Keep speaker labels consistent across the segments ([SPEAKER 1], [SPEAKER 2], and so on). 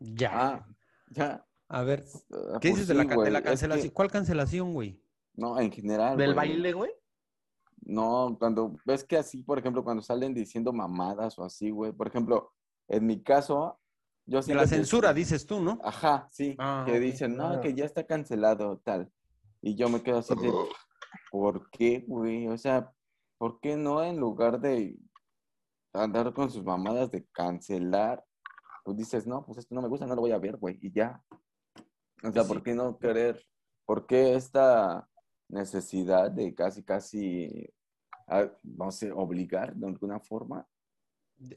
[SPEAKER 1] Ya.
[SPEAKER 2] Ah, ya.
[SPEAKER 1] A ver,
[SPEAKER 2] Ah,
[SPEAKER 1] ¿qué
[SPEAKER 2] pues
[SPEAKER 1] dices de
[SPEAKER 2] sí,
[SPEAKER 1] la, ca- de
[SPEAKER 2] güey,
[SPEAKER 1] la
[SPEAKER 2] es que-
[SPEAKER 1] cancelación? ¿Cuál cancelación, güey?
[SPEAKER 2] No, en general.
[SPEAKER 3] ¿Del
[SPEAKER 2] güey.
[SPEAKER 3] baile, güey?
[SPEAKER 2] No, cuando ves que así, por ejemplo, cuando salen diciendo mamadas o así, güey. Por ejemplo, en mi caso, yo
[SPEAKER 1] De
[SPEAKER 2] siento
[SPEAKER 1] la
[SPEAKER 2] que-
[SPEAKER 1] censura, dices tú, ¿no?
[SPEAKER 2] Ajá, sí.
[SPEAKER 1] Ah,
[SPEAKER 2] que
[SPEAKER 1] ok.
[SPEAKER 2] dicen, no,
[SPEAKER 3] Ah.
[SPEAKER 2] que ya está cancelado, tal. Y yo me quedo así de, ¿por qué, güey? O sea, ¿por qué no en lugar de andar con sus mamadas de cancelar? Pues dices, no, pues esto no me gusta, no lo voy a ver, güey, y ya. O sea,
[SPEAKER 1] Sí.
[SPEAKER 2] ¿por qué no querer? ¿Por qué esta necesidad de casi, casi, a- no sé, obligar de alguna forma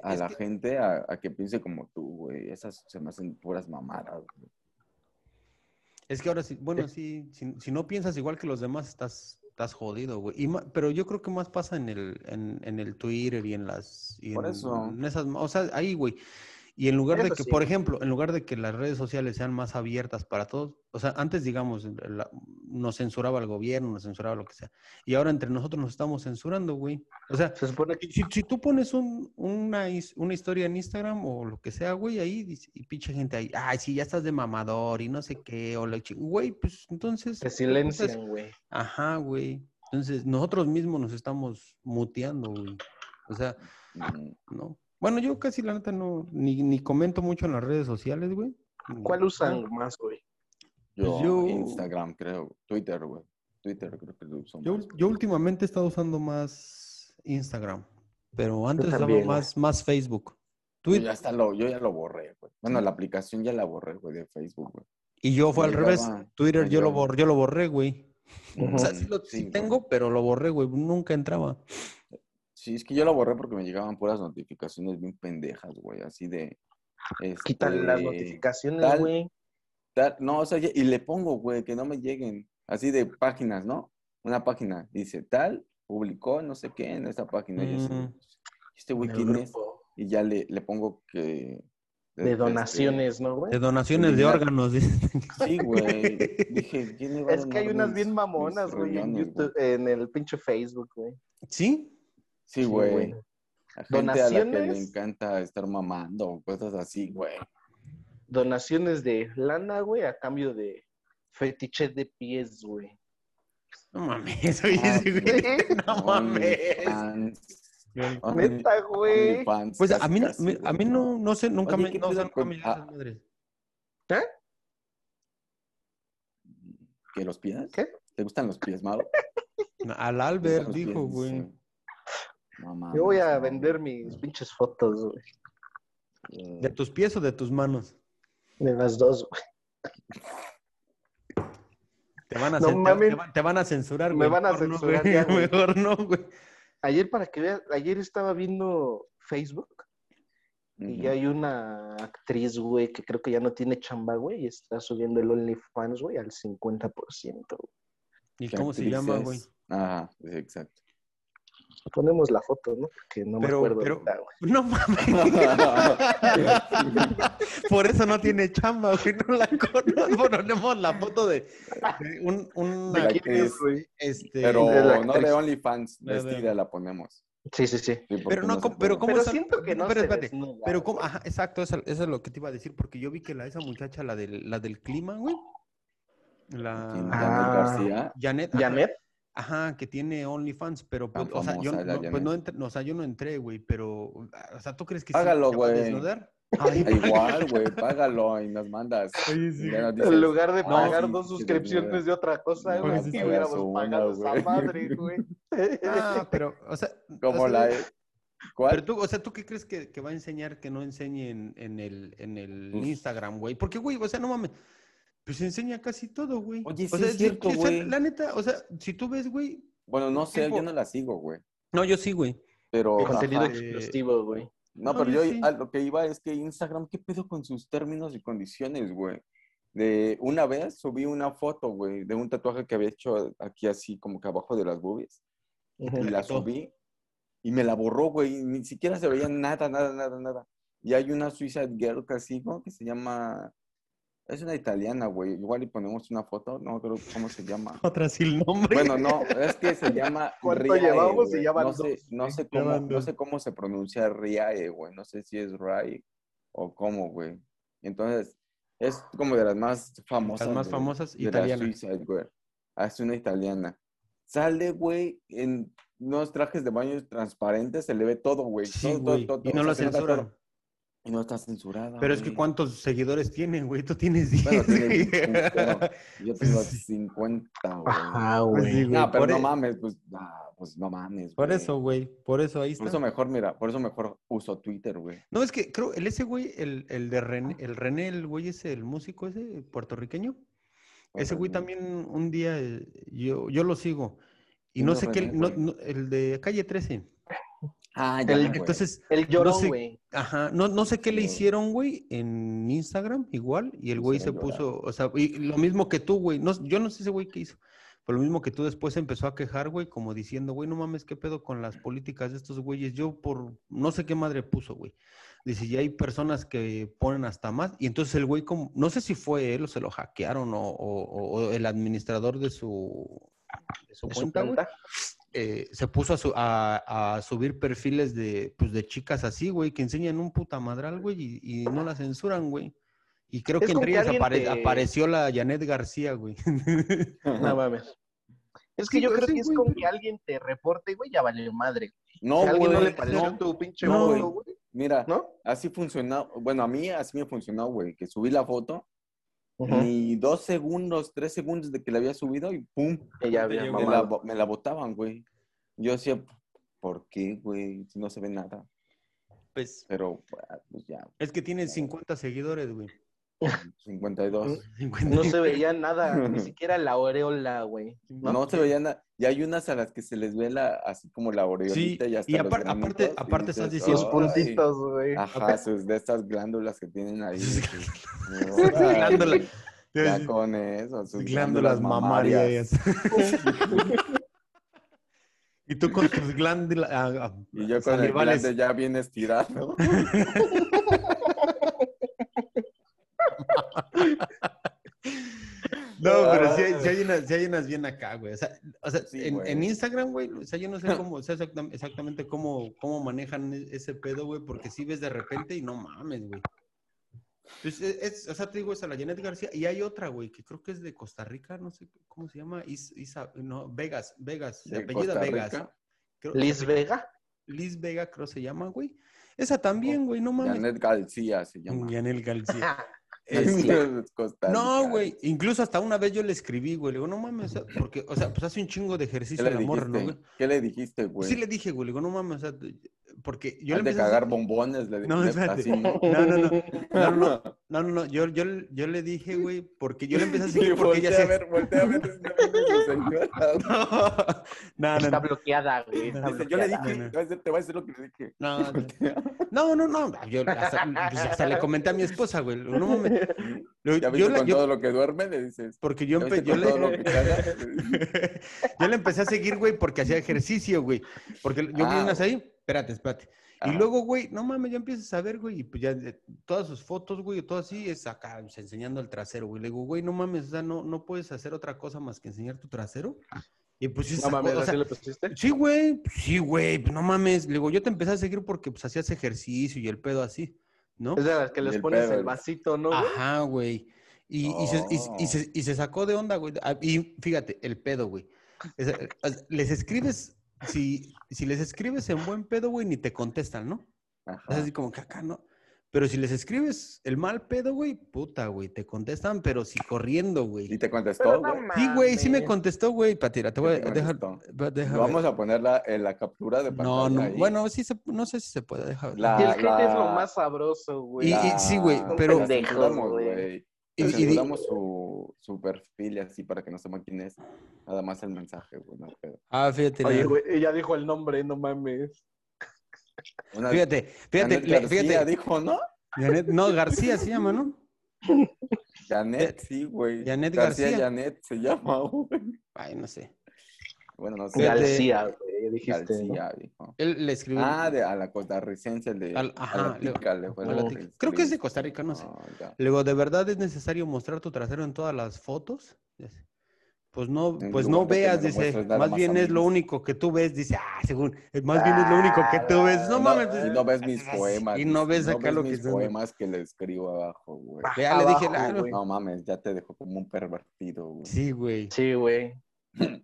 [SPEAKER 2] a
[SPEAKER 1] Es
[SPEAKER 2] la
[SPEAKER 1] que-
[SPEAKER 2] gente a, a que piense como tú, güey? Esas se me hacen puras mamadas, güey.
[SPEAKER 1] Es que ahora sí,
[SPEAKER 2] Eh.
[SPEAKER 1] bueno, sí, si, si no piensas igual que los demás, estás, estás jodido, güey. Y ma- pero yo creo que más pasa en el, en, en el Twitter y en las... y
[SPEAKER 2] Por
[SPEAKER 1] en-
[SPEAKER 2] eso. pues
[SPEAKER 1] en esas, ma- o sea, ahí, güey. Y en lugar de
[SPEAKER 3] Eso
[SPEAKER 1] que,
[SPEAKER 3] sí.
[SPEAKER 1] por ejemplo, en lugar de que las redes sociales sean más abiertas para todos, o sea, antes, digamos, la- nos censuraba el gobierno, nos censuraba lo que sea. Y ahora entre nosotros nos estamos censurando, güey. O sea,
[SPEAKER 3] Se supone que...
[SPEAKER 1] si, si- si tú pones un- una, his- una historia en Instagram o lo que sea, güey, ahí dice- y pinche gente ahí, ay, sí, ya estás de mamador y no sé qué, o la chi- güey, pues entonces.
[SPEAKER 3] Se
[SPEAKER 1] entonces-
[SPEAKER 3] silencian, güey.
[SPEAKER 1] Ajá, güey. Entonces, nosotros mismos nos estamos muteando, güey. O sea,
[SPEAKER 2] Mm.
[SPEAKER 3] Pues
[SPEAKER 1] no. Bueno, yo casi la neta no, ni, ni comento mucho en las redes sociales, güey.
[SPEAKER 3] ¿Cuál usan
[SPEAKER 1] Ah,
[SPEAKER 3] más, güey?
[SPEAKER 1] Pues
[SPEAKER 2] Yo,
[SPEAKER 1] yo-
[SPEAKER 2] Instagram, creo. Twitter, güey. Twitter creo que lo uso
[SPEAKER 1] Yo,
[SPEAKER 2] más.
[SPEAKER 1] yo últimamente he estado usando más Instagram, pero antes
[SPEAKER 3] también,
[SPEAKER 1] usaba
[SPEAKER 3] güey.
[SPEAKER 1] más, más Facebook.
[SPEAKER 2] Yo
[SPEAKER 1] Twitter.
[SPEAKER 2] ya, hasta lo, yo ya lo borré, güey. Bueno, la aplicación ya la borré, güey, de Facebook, güey.
[SPEAKER 1] Y yo fue
[SPEAKER 2] Me
[SPEAKER 1] al revés.
[SPEAKER 2] llegaba,
[SPEAKER 1] Twitter
[SPEAKER 2] me
[SPEAKER 1] yo lo,
[SPEAKER 2] llegaba.
[SPEAKER 1] bor- yo lo borré, güey. O sea,
[SPEAKER 2] Mm,
[SPEAKER 1] sí lo sí
[SPEAKER 2] sí, güey.
[SPEAKER 1] tengo, pero lo borré, güey. Nunca entraba.
[SPEAKER 2] Sí, es que yo la borré porque me llegaban puras notificaciones bien pendejas, güey. Así de.
[SPEAKER 3] Quitan
[SPEAKER 2] este,
[SPEAKER 3] las notificaciones,
[SPEAKER 2] tal.
[SPEAKER 3] güey.
[SPEAKER 2] tal- no, o sea, y le pongo, güey, que no me lleguen. Así de páginas, ¿no? Una página dice tal, publicó no sé qué en esta página. Y yo así,
[SPEAKER 1] Mm.
[SPEAKER 2] este güey,
[SPEAKER 3] en el
[SPEAKER 2] ¿quién es?
[SPEAKER 3] grupo
[SPEAKER 2] Y ya le, le pongo que.
[SPEAKER 3] De
[SPEAKER 2] este,
[SPEAKER 3] donaciones, ¿no, güey?
[SPEAKER 1] De donaciones de
[SPEAKER 2] Eliminar.
[SPEAKER 1] órganos. dice.
[SPEAKER 2] Sí, güey. Dije, ¿quién le va a
[SPEAKER 3] Es que hay
[SPEAKER 2] donar
[SPEAKER 3] unas
[SPEAKER 2] mis-
[SPEAKER 3] bien
[SPEAKER 2] mis
[SPEAKER 3] mamonas, güey, en
[SPEAKER 2] riñones,
[SPEAKER 3] YouTube, en el pinche Facebook, güey.
[SPEAKER 1] ¿Sí?
[SPEAKER 2] Sí,
[SPEAKER 3] Sí,
[SPEAKER 2] güey.
[SPEAKER 3] güey.
[SPEAKER 2] A gente a la que le
[SPEAKER 3] Donaciones.
[SPEAKER 2] encanta estar mamando, cosas así, güey.
[SPEAKER 3] Donaciones de lana, güey, a cambio de fetiche de pies, güey.
[SPEAKER 1] No mames, oye,
[SPEAKER 2] Ah,
[SPEAKER 1] ese güey. No mames.
[SPEAKER 2] OnlyFans. Only-
[SPEAKER 3] Neta, güey.
[SPEAKER 2] OnlyFans,
[SPEAKER 1] Pues a
[SPEAKER 2] casi,
[SPEAKER 1] mí, no-
[SPEAKER 2] casi,
[SPEAKER 1] me- a
[SPEAKER 2] güey,
[SPEAKER 1] mí no, no sé, nunca
[SPEAKER 2] Oye,
[SPEAKER 1] me,
[SPEAKER 2] ¿qué
[SPEAKER 1] no, o sea,
[SPEAKER 2] pedo
[SPEAKER 1] nunca
[SPEAKER 2] con-
[SPEAKER 1] me llegaron
[SPEAKER 2] ah.
[SPEAKER 1] esas madres.
[SPEAKER 2] ¿Que los pies?
[SPEAKER 3] ¿Qué?
[SPEAKER 2] ¿Te gustan los pies, Mau?
[SPEAKER 1] No, Al
[SPEAKER 2] ¿Te gustan
[SPEAKER 1] Albert
[SPEAKER 2] los
[SPEAKER 1] dijo,
[SPEAKER 2] pies?
[SPEAKER 1] güey.
[SPEAKER 2] Sí. No mames,
[SPEAKER 3] Yo voy a
[SPEAKER 2] Ah, no,
[SPEAKER 3] vender mis pinches fotos, güey.
[SPEAKER 2] güey.
[SPEAKER 1] ¿De tus pies o de tus manos?
[SPEAKER 3] De las dos, güey.
[SPEAKER 1] Te van a,
[SPEAKER 3] No
[SPEAKER 1] cen- te-
[SPEAKER 3] mames.
[SPEAKER 1] te van- te van a censurar,
[SPEAKER 3] Me
[SPEAKER 1] güey.
[SPEAKER 3] van a
[SPEAKER 1] Mejor no,
[SPEAKER 3] censurar
[SPEAKER 1] güey.
[SPEAKER 3] ya, güey.
[SPEAKER 1] Mejor no, güey.
[SPEAKER 3] Ayer, para que veas, ayer estaba viendo Facebook y
[SPEAKER 2] Ujú.
[SPEAKER 3] hay una actriz, güey, que creo que ya no tiene chamba, güey, y está subiendo el OnlyFans, güey, al 50%. güey.
[SPEAKER 1] ¿Y
[SPEAKER 2] ¿Qué
[SPEAKER 1] cómo se llama, güey?
[SPEAKER 2] actrices? Ajá, sí, exacto.
[SPEAKER 3] Ponemos la foto, ¿no? Que no
[SPEAKER 1] Pero-
[SPEAKER 3] me acuerdo
[SPEAKER 1] pero-
[SPEAKER 3] ahorita, güey.
[SPEAKER 1] No mames. Por eso no tiene chamba, güey. No la conozco. Ponemos la foto de, de un, una
[SPEAKER 2] ¿De quién
[SPEAKER 1] actriz,
[SPEAKER 2] es,
[SPEAKER 3] güey?
[SPEAKER 1] este,
[SPEAKER 2] Pero
[SPEAKER 3] de la
[SPEAKER 2] no
[SPEAKER 3] actriz.
[SPEAKER 2] de OnlyFans,
[SPEAKER 1] De- de-
[SPEAKER 2] vestida la ponemos.
[SPEAKER 3] Sí, sí, sí.
[SPEAKER 2] Sí, porque
[SPEAKER 1] Pero no,
[SPEAKER 2] se
[SPEAKER 1] com- pero
[SPEAKER 2] puede.
[SPEAKER 1] ¿cómo
[SPEAKER 3] Pero
[SPEAKER 1] está-
[SPEAKER 3] siento que no
[SPEAKER 1] pero
[SPEAKER 3] se
[SPEAKER 1] espérate,
[SPEAKER 3] desnuda,
[SPEAKER 1] Pero
[SPEAKER 3] güey.
[SPEAKER 1] cómo, ajá, exacto, eso, eso es lo que te iba a decir, porque yo vi que la esa muchacha, la de la del clima, güey.
[SPEAKER 2] ¿Quién?
[SPEAKER 1] La
[SPEAKER 3] Ah.
[SPEAKER 2] Janet García.
[SPEAKER 1] Janet. ajá,
[SPEAKER 3] Janet,
[SPEAKER 1] Ajá, que tiene OnlyFans, pero
[SPEAKER 2] Tan
[SPEAKER 1] pues, o sea, yo
[SPEAKER 2] famosa la
[SPEAKER 1] no, pues,
[SPEAKER 2] Janet.
[SPEAKER 1] no entré, no, o sea, yo no entré, güey, pero o sea, ¿tú crees que
[SPEAKER 2] Págalo,
[SPEAKER 1] sí se va a
[SPEAKER 2] güey.
[SPEAKER 1] desnudar?
[SPEAKER 2] Ah, Igual, güey, págalo y nos mandas.
[SPEAKER 1] Oye, sí.
[SPEAKER 2] Ya nos dices,
[SPEAKER 3] en lugar de
[SPEAKER 2] "Ah,
[SPEAKER 3] pagar
[SPEAKER 2] sí,
[SPEAKER 3] dos
[SPEAKER 2] sí,
[SPEAKER 3] suscripciones de otra cosa,
[SPEAKER 2] No,
[SPEAKER 3] güey,
[SPEAKER 1] sí,
[SPEAKER 3] aquí
[SPEAKER 1] sí.
[SPEAKER 3] hubiéramos
[SPEAKER 2] Una,
[SPEAKER 3] pagado esa
[SPEAKER 2] güey.
[SPEAKER 3] madre, güey.
[SPEAKER 1] Ah, pero, o sea, o
[SPEAKER 2] ¿Cómo
[SPEAKER 1] sea,
[SPEAKER 2] la
[SPEAKER 1] Pero
[SPEAKER 2] ¿Cuál?
[SPEAKER 1] tú, o sea, ¿tú qué crees que, que va a enseñar que no enseñe en, en el, en el
[SPEAKER 2] Uf.
[SPEAKER 1] Instagram, güey? Porque, güey, o sea, no mames. Pues enseña casi todo, güey.
[SPEAKER 2] Oye,
[SPEAKER 1] o
[SPEAKER 2] sí
[SPEAKER 1] sea,
[SPEAKER 2] es
[SPEAKER 1] si-
[SPEAKER 2] cierto,
[SPEAKER 1] o sea,
[SPEAKER 2] güey.
[SPEAKER 1] la neta, o sea, si tú ves, güey.
[SPEAKER 2] Bueno, no sé,
[SPEAKER 1] Tipo-
[SPEAKER 2] yo no la sigo, güey.
[SPEAKER 1] No, yo sí, güey.
[SPEAKER 2] Pero.
[SPEAKER 3] El contenido
[SPEAKER 2] ajá.
[SPEAKER 3] exclusivo, güey.
[SPEAKER 2] No,
[SPEAKER 1] No,
[SPEAKER 2] pero
[SPEAKER 1] yo
[SPEAKER 2] yo
[SPEAKER 1] sí.
[SPEAKER 2] a lo que iba es que Instagram, ¿qué pedo con sus términos y condiciones, güey? De una vez subí una foto, güey, de un tatuaje que había hecho aquí así, como que abajo de las boobies. y
[SPEAKER 3] Ujú.
[SPEAKER 2] la
[SPEAKER 1] quitó.
[SPEAKER 2] subí y me la borró, güey. y Ni siquiera se veía nada, nada, nada, nada. Y hay una Suicide Girl que sigo que se llama. Es una italiana, güey. Igual y ponemos una foto, no creo cómo se llama.
[SPEAKER 1] Otra sí el nombre.
[SPEAKER 2] Bueno, no, es que se llama.
[SPEAKER 3] ¿Cuánto
[SPEAKER 2] Riae,
[SPEAKER 3] llevamos? Y
[SPEAKER 2] güey,
[SPEAKER 3] ya van
[SPEAKER 2] no sé,
[SPEAKER 3] dos,
[SPEAKER 2] no,
[SPEAKER 3] güey,
[SPEAKER 2] sé
[SPEAKER 1] ya
[SPEAKER 2] cómo,
[SPEAKER 1] van
[SPEAKER 2] no
[SPEAKER 1] dos.
[SPEAKER 2] sé cómo se pronuncia Riae, güey. No sé si es Rai o cómo, güey. Entonces, es como de las más famosas.
[SPEAKER 1] Las más
[SPEAKER 2] de-
[SPEAKER 1] famosas
[SPEAKER 2] de la
[SPEAKER 1] italianas.
[SPEAKER 2] Suicide Wear. Hace una italiana. Sale, güey, en unos trajes de baño transparentes, se le ve todo, güey.
[SPEAKER 1] Sí,
[SPEAKER 2] Todo, todo,
[SPEAKER 1] güey.
[SPEAKER 2] todo, todo,
[SPEAKER 1] Y no
[SPEAKER 2] o sea,
[SPEAKER 1] la
[SPEAKER 2] se nota
[SPEAKER 1] censuran.
[SPEAKER 2] todo. Y no está censurada.
[SPEAKER 1] Pero es que
[SPEAKER 2] güey.
[SPEAKER 1] cuántos seguidores tienen, güey. Tú tienes 10.
[SPEAKER 2] Bueno, tiene
[SPEAKER 1] güey.
[SPEAKER 2] un chingo. Yo
[SPEAKER 1] Sí,
[SPEAKER 2] tengo
[SPEAKER 1] sí.
[SPEAKER 2] 50, güey.
[SPEAKER 3] Ajá,
[SPEAKER 1] Pues sí,
[SPEAKER 3] güey.
[SPEAKER 1] güey,
[SPEAKER 2] No, pero
[SPEAKER 1] por
[SPEAKER 2] no
[SPEAKER 1] e-
[SPEAKER 2] mames, pues, nah, pues no mames.
[SPEAKER 1] Por
[SPEAKER 2] güey.
[SPEAKER 1] eso, güey. Por eso ahí está.
[SPEAKER 2] Por eso mejor, mira, por eso mejor uso Twitter, güey.
[SPEAKER 1] No, es que creo, el ese güey, el, el de René, el René, el güey ese, el músico ese, el puertorriqueño. Ese güey también un día, eh, yo, yo lo sigo. Y
[SPEAKER 2] ¿Quién
[SPEAKER 1] no
[SPEAKER 2] es
[SPEAKER 1] sé qué,
[SPEAKER 2] René,
[SPEAKER 1] no-
[SPEAKER 2] güey?
[SPEAKER 1] no- el de calle 13.
[SPEAKER 2] Ah, ya,
[SPEAKER 3] El-
[SPEAKER 2] güey.
[SPEAKER 1] Entonces,
[SPEAKER 3] El
[SPEAKER 1] No
[SPEAKER 3] llorón,
[SPEAKER 1] sé-
[SPEAKER 3] güey.
[SPEAKER 1] ajá, no, no sé qué le
[SPEAKER 2] Sí.
[SPEAKER 1] hicieron, güey, en Instagram, igual, y el
[SPEAKER 2] Lo
[SPEAKER 1] güey se
[SPEAKER 2] hicieron llorar.
[SPEAKER 1] puso, o sea, y lo mismo que tú, güey. No, yo no sé ese güey qué hizo. Pero lo mismo que tú después se empezó a quejar, güey, como diciendo, güey, no mames, qué pedo con las políticas de estos güeyes. Yo por no sé qué madre puso, güey. Dice, y hay personas que ponen hasta más. Y entonces el güey, como, no sé si fue él o se lo hackearon o, o- o- o el administrador de su, de su
[SPEAKER 3] De su
[SPEAKER 1] cuenta, güey,
[SPEAKER 3] planta.
[SPEAKER 1] eh, se puso a, su- a- a subir perfiles de, pues, de chicas así, güey, que enseñan un puta madral, güey, y, y no la censuran, güey. Y creo
[SPEAKER 3] Es
[SPEAKER 1] que
[SPEAKER 3] con
[SPEAKER 1] entre
[SPEAKER 3] que
[SPEAKER 1] ellas
[SPEAKER 3] alguien
[SPEAKER 1] apare-
[SPEAKER 3] te-
[SPEAKER 1] apareció la Janet García, güey.
[SPEAKER 3] No mames. Es que
[SPEAKER 1] Sí,
[SPEAKER 3] yo
[SPEAKER 1] güey,
[SPEAKER 3] creo
[SPEAKER 1] sí,
[SPEAKER 3] que es
[SPEAKER 1] güey,
[SPEAKER 3] con
[SPEAKER 1] pero-
[SPEAKER 3] que alguien te reporte, güey, ya vale madre.
[SPEAKER 2] No,
[SPEAKER 3] Si a alguien no
[SPEAKER 2] güey,
[SPEAKER 3] le pareció
[SPEAKER 2] no.
[SPEAKER 3] tu pinche
[SPEAKER 2] no,
[SPEAKER 3] foto,
[SPEAKER 2] güey.
[SPEAKER 3] güey,
[SPEAKER 2] Mira,
[SPEAKER 3] ¿no?
[SPEAKER 2] así funcionó. Bueno, a mí así me funcionó, güey, que subí la foto
[SPEAKER 3] Ujú.
[SPEAKER 2] ni dos segundos, tres segundos de que la había subido y pum,
[SPEAKER 3] Y ya
[SPEAKER 1] te
[SPEAKER 3] había
[SPEAKER 1] llegó.
[SPEAKER 2] me la,
[SPEAKER 3] mamado.
[SPEAKER 2] bo- me la botaban, güey. Yo decía, ¿por qué, güey? Si no se ve nada.
[SPEAKER 1] Pues
[SPEAKER 2] Pero, pues ya,
[SPEAKER 1] es que tiene 50 seguidores, güey.
[SPEAKER 2] 52.
[SPEAKER 1] 50.
[SPEAKER 3] No se veía nada, ni siquiera la aureola, güey.
[SPEAKER 2] No, se veían nada. Y hay unas a las que se les ve la, así como la
[SPEAKER 1] Sí,
[SPEAKER 2] oreolita y hasta
[SPEAKER 1] y
[SPEAKER 2] los
[SPEAKER 1] apar-
[SPEAKER 2] granitos,
[SPEAKER 1] aparte-
[SPEAKER 2] y
[SPEAKER 1] aparte estás
[SPEAKER 2] dices,
[SPEAKER 1] diciendo-
[SPEAKER 3] Los
[SPEAKER 1] Ay.
[SPEAKER 3] puntitos, güey.
[SPEAKER 2] Ajá, sus, de estas glándulas que tienen ahí.
[SPEAKER 1] Sus
[SPEAKER 2] No,
[SPEAKER 1] glándulas.
[SPEAKER 2] ay, Ya con eso, sus
[SPEAKER 1] glándulas mamarias. y tú con tus glándulas ah, ah,
[SPEAKER 2] Y yo con el
[SPEAKER 1] salivales.
[SPEAKER 2] glande ya bien estirado.
[SPEAKER 1] No, pero sí hay, sí hay unas, sí hay unas bien acá, güey. O sea, o sea,
[SPEAKER 2] Ah, Sí,
[SPEAKER 1] en,
[SPEAKER 2] güey.
[SPEAKER 1] en Instagram, güey, o sea, yo no sé cómo, sé exactam- exactamente cómo, cómo manejan e- ese pedo, güey, porque sí ves de repente y no mames, güey. Pues es, es- o sea, te digo esa, la Janet García, y hay otra, güey, que creo que es de Costa Rica, no sé cómo se llama, Is- Isa- no, Vegas, Vegas, se
[SPEAKER 2] De
[SPEAKER 1] apellida
[SPEAKER 2] Costa
[SPEAKER 1] Vegas.
[SPEAKER 2] Rica.
[SPEAKER 1] Creo-
[SPEAKER 3] Liz Vega.
[SPEAKER 1] Liz Vega, creo se llama, güey. Esa también, güey, no mames.
[SPEAKER 2] Janet García Oh, se llama.
[SPEAKER 1] Yanel García.
[SPEAKER 2] Es
[SPEAKER 1] Este,
[SPEAKER 2] Costa
[SPEAKER 1] No,
[SPEAKER 2] Rica.
[SPEAKER 1] güey. Incluso hasta una vez yo le escribí, güey. Le digo, no mames, o sea, porque, o sea, pues hace un chingo de
[SPEAKER 2] ¿Qué
[SPEAKER 1] ejercicio
[SPEAKER 2] le
[SPEAKER 1] la morra, ¿no,
[SPEAKER 2] dijiste?
[SPEAKER 1] güey? Pues,
[SPEAKER 2] ¿Qué le dijiste, güey?
[SPEAKER 1] Sí le dije, güey, le digo, no mames, o sea, te- porque yo
[SPEAKER 2] Has
[SPEAKER 1] le
[SPEAKER 2] de
[SPEAKER 1] empecé a
[SPEAKER 2] cagar
[SPEAKER 1] hacer-
[SPEAKER 2] bombones, le
[SPEAKER 1] No,
[SPEAKER 2] le-
[SPEAKER 1] espérate.
[SPEAKER 2] así, ¿no?
[SPEAKER 1] No, no, no. No, no, no. No, no, no, Yo, yo, yo le dije, güey, porque yo le empecé a
[SPEAKER 2] Sí,
[SPEAKER 1] seguir porque ella
[SPEAKER 2] voltea a
[SPEAKER 1] se...
[SPEAKER 2] ver, voltea a ver. es una pinche señora, güey.
[SPEAKER 1] No, no, no,
[SPEAKER 3] Está
[SPEAKER 1] no.
[SPEAKER 3] bloqueada, güey. está
[SPEAKER 2] Dice, yo le
[SPEAKER 3] bloqueada.
[SPEAKER 2] dije,
[SPEAKER 1] no.
[SPEAKER 2] te voy a decir- te voy a decir lo que le dije.
[SPEAKER 1] No, no. No, no, no, Yo hasta, pues, hasta le comenté a mi esposa, güey. le digo, No mames. Le digo, yo
[SPEAKER 2] Ya viste
[SPEAKER 1] la-
[SPEAKER 2] con
[SPEAKER 1] yo-
[SPEAKER 2] todo lo que duerme, le dices.
[SPEAKER 1] porque yo,
[SPEAKER 2] "Ya
[SPEAKER 1] empe-
[SPEAKER 2] viste
[SPEAKER 1] yo
[SPEAKER 2] con
[SPEAKER 1] le...
[SPEAKER 2] todo lo que caga", le dices.
[SPEAKER 1] yo le empecé a seguir, güey, porque hacía ejercicio, güey. Porque yo vi
[SPEAKER 2] Ah,
[SPEAKER 1] unas ahí, espérate, espérate.
[SPEAKER 2] Ah,
[SPEAKER 1] Y luego, güey, no mames, ya empiezas a ver, güey, y pues ya eh, todas sus fotos, güey, todo así es acá, o sea, enseñando el trasero, güey. Le digo, güey, no mames, o sea, no, no puedes hacer otra cosa más que enseñar tu trasero. Y pues sí,
[SPEAKER 3] No
[SPEAKER 1] esa
[SPEAKER 3] mames,
[SPEAKER 1] cosa- o sea,
[SPEAKER 3] ¿así le pusiste?
[SPEAKER 1] sí, güey, pues, sí, güey, pues, no mames. Le digo, yo te empecé a seguir porque pues hacías ejercicio y el pedo así, ¿no?
[SPEAKER 3] Es de las que les
[SPEAKER 2] Del
[SPEAKER 3] pones
[SPEAKER 2] pedo,
[SPEAKER 3] el
[SPEAKER 2] güey.
[SPEAKER 3] vasito, ¿no, güey?
[SPEAKER 1] Ajá, güey. Y, y se, y se- y se- y se sacó de onda, güey. Ah, Y fíjate, el pedo, güey. Es- es- les escribes, si, si les escribes en buen pedo, güey, ni te contestan, ¿no?
[SPEAKER 2] ajá.
[SPEAKER 1] Es así como que acá no. Pero si les escribes el mal pedo, güey, puta, güey, te contestan, pero sí corriendo,
[SPEAKER 2] Y
[SPEAKER 1] güey.
[SPEAKER 2] te
[SPEAKER 3] Pero
[SPEAKER 2] contestó,
[SPEAKER 3] no
[SPEAKER 2] güey.
[SPEAKER 1] Sí, güey, sí me
[SPEAKER 3] mames.
[SPEAKER 1] contestó, güey, Patira. Te voy a
[SPEAKER 2] ¿Qué te
[SPEAKER 1] dejar.
[SPEAKER 2] contestó?
[SPEAKER 1] Deja,
[SPEAKER 2] Lo Vamos a poner la- en la captura de
[SPEAKER 1] no,
[SPEAKER 2] pantalla.
[SPEAKER 1] no.
[SPEAKER 2] ahí.
[SPEAKER 1] Bueno, sí se, no sé si se puede. dejar.
[SPEAKER 2] La-
[SPEAKER 3] Y el hate es lo
[SPEAKER 2] la-
[SPEAKER 3] más sabroso, güey. Ah.
[SPEAKER 1] Y- y- sí, güey,
[SPEAKER 2] La-
[SPEAKER 1] pero-
[SPEAKER 2] Ah, la
[SPEAKER 3] Pendejos,
[SPEAKER 2] censuramos,
[SPEAKER 3] güey.
[SPEAKER 2] güey.
[SPEAKER 1] Y-
[SPEAKER 2] La
[SPEAKER 1] y di-
[SPEAKER 2] censuramos su, su perfil así para que no sepan quién es. Nada más el mensaje, güey. no hay pedo.
[SPEAKER 1] ah, fíjate.
[SPEAKER 3] Oye,
[SPEAKER 1] la-
[SPEAKER 3] güey, ella dijo el nombre, no mames.
[SPEAKER 2] Una-
[SPEAKER 1] Fíjate, fíjate,
[SPEAKER 2] Janet
[SPEAKER 1] le-
[SPEAKER 2] García
[SPEAKER 1] fíjate.
[SPEAKER 2] dijo, ¿no?
[SPEAKER 1] Janet- no, García se llama, ¿no?
[SPEAKER 2] Janet, sí, güey.
[SPEAKER 1] Eh, Janet García.
[SPEAKER 2] Janet se llama, güey.
[SPEAKER 1] Ay, no sé.
[SPEAKER 2] Bueno, no sé.
[SPEAKER 1] Fíjate.
[SPEAKER 3] García, güey, dijiste. ¿no?
[SPEAKER 2] García, dijo.
[SPEAKER 1] Él le escribió.
[SPEAKER 2] Ah, de, a la costarricense le,
[SPEAKER 1] Al-
[SPEAKER 2] a la
[SPEAKER 1] ajá, le-
[SPEAKER 2] tica le fue
[SPEAKER 1] a la
[SPEAKER 2] lo
[SPEAKER 1] tica. Creo que es de Costa Rica, no sé.
[SPEAKER 2] Ah, ya.
[SPEAKER 1] Luego, ¿de verdad es necesario mostrar tu trasero en todas las fotos? Ya sé. Pues no,
[SPEAKER 2] En
[SPEAKER 1] pues
[SPEAKER 2] lugar
[SPEAKER 1] no
[SPEAKER 2] de que me
[SPEAKER 1] veas,
[SPEAKER 2] lo
[SPEAKER 1] dice,
[SPEAKER 2] muestres nada
[SPEAKER 1] más
[SPEAKER 2] más
[SPEAKER 1] bien
[SPEAKER 2] a
[SPEAKER 1] es
[SPEAKER 2] mí.
[SPEAKER 1] lo único que tú ves, dice, ah, según, es más bien es lo único que tú ves, no
[SPEAKER 2] Ah, Y
[SPEAKER 1] mames.
[SPEAKER 2] y
[SPEAKER 1] pues,
[SPEAKER 2] no ves mis poemas.
[SPEAKER 1] Y no
[SPEAKER 2] dice,
[SPEAKER 1] ves acá lo que
[SPEAKER 2] mis
[SPEAKER 1] están-
[SPEAKER 2] poemas que le escribo abajo, güey.
[SPEAKER 3] Bah,
[SPEAKER 1] Ya le dije,
[SPEAKER 3] Abajo,
[SPEAKER 1] ah, no.
[SPEAKER 3] güey.
[SPEAKER 2] No mames, ya te dejó como un pervertido, güey.
[SPEAKER 1] sí, güey.
[SPEAKER 3] Sí, güey.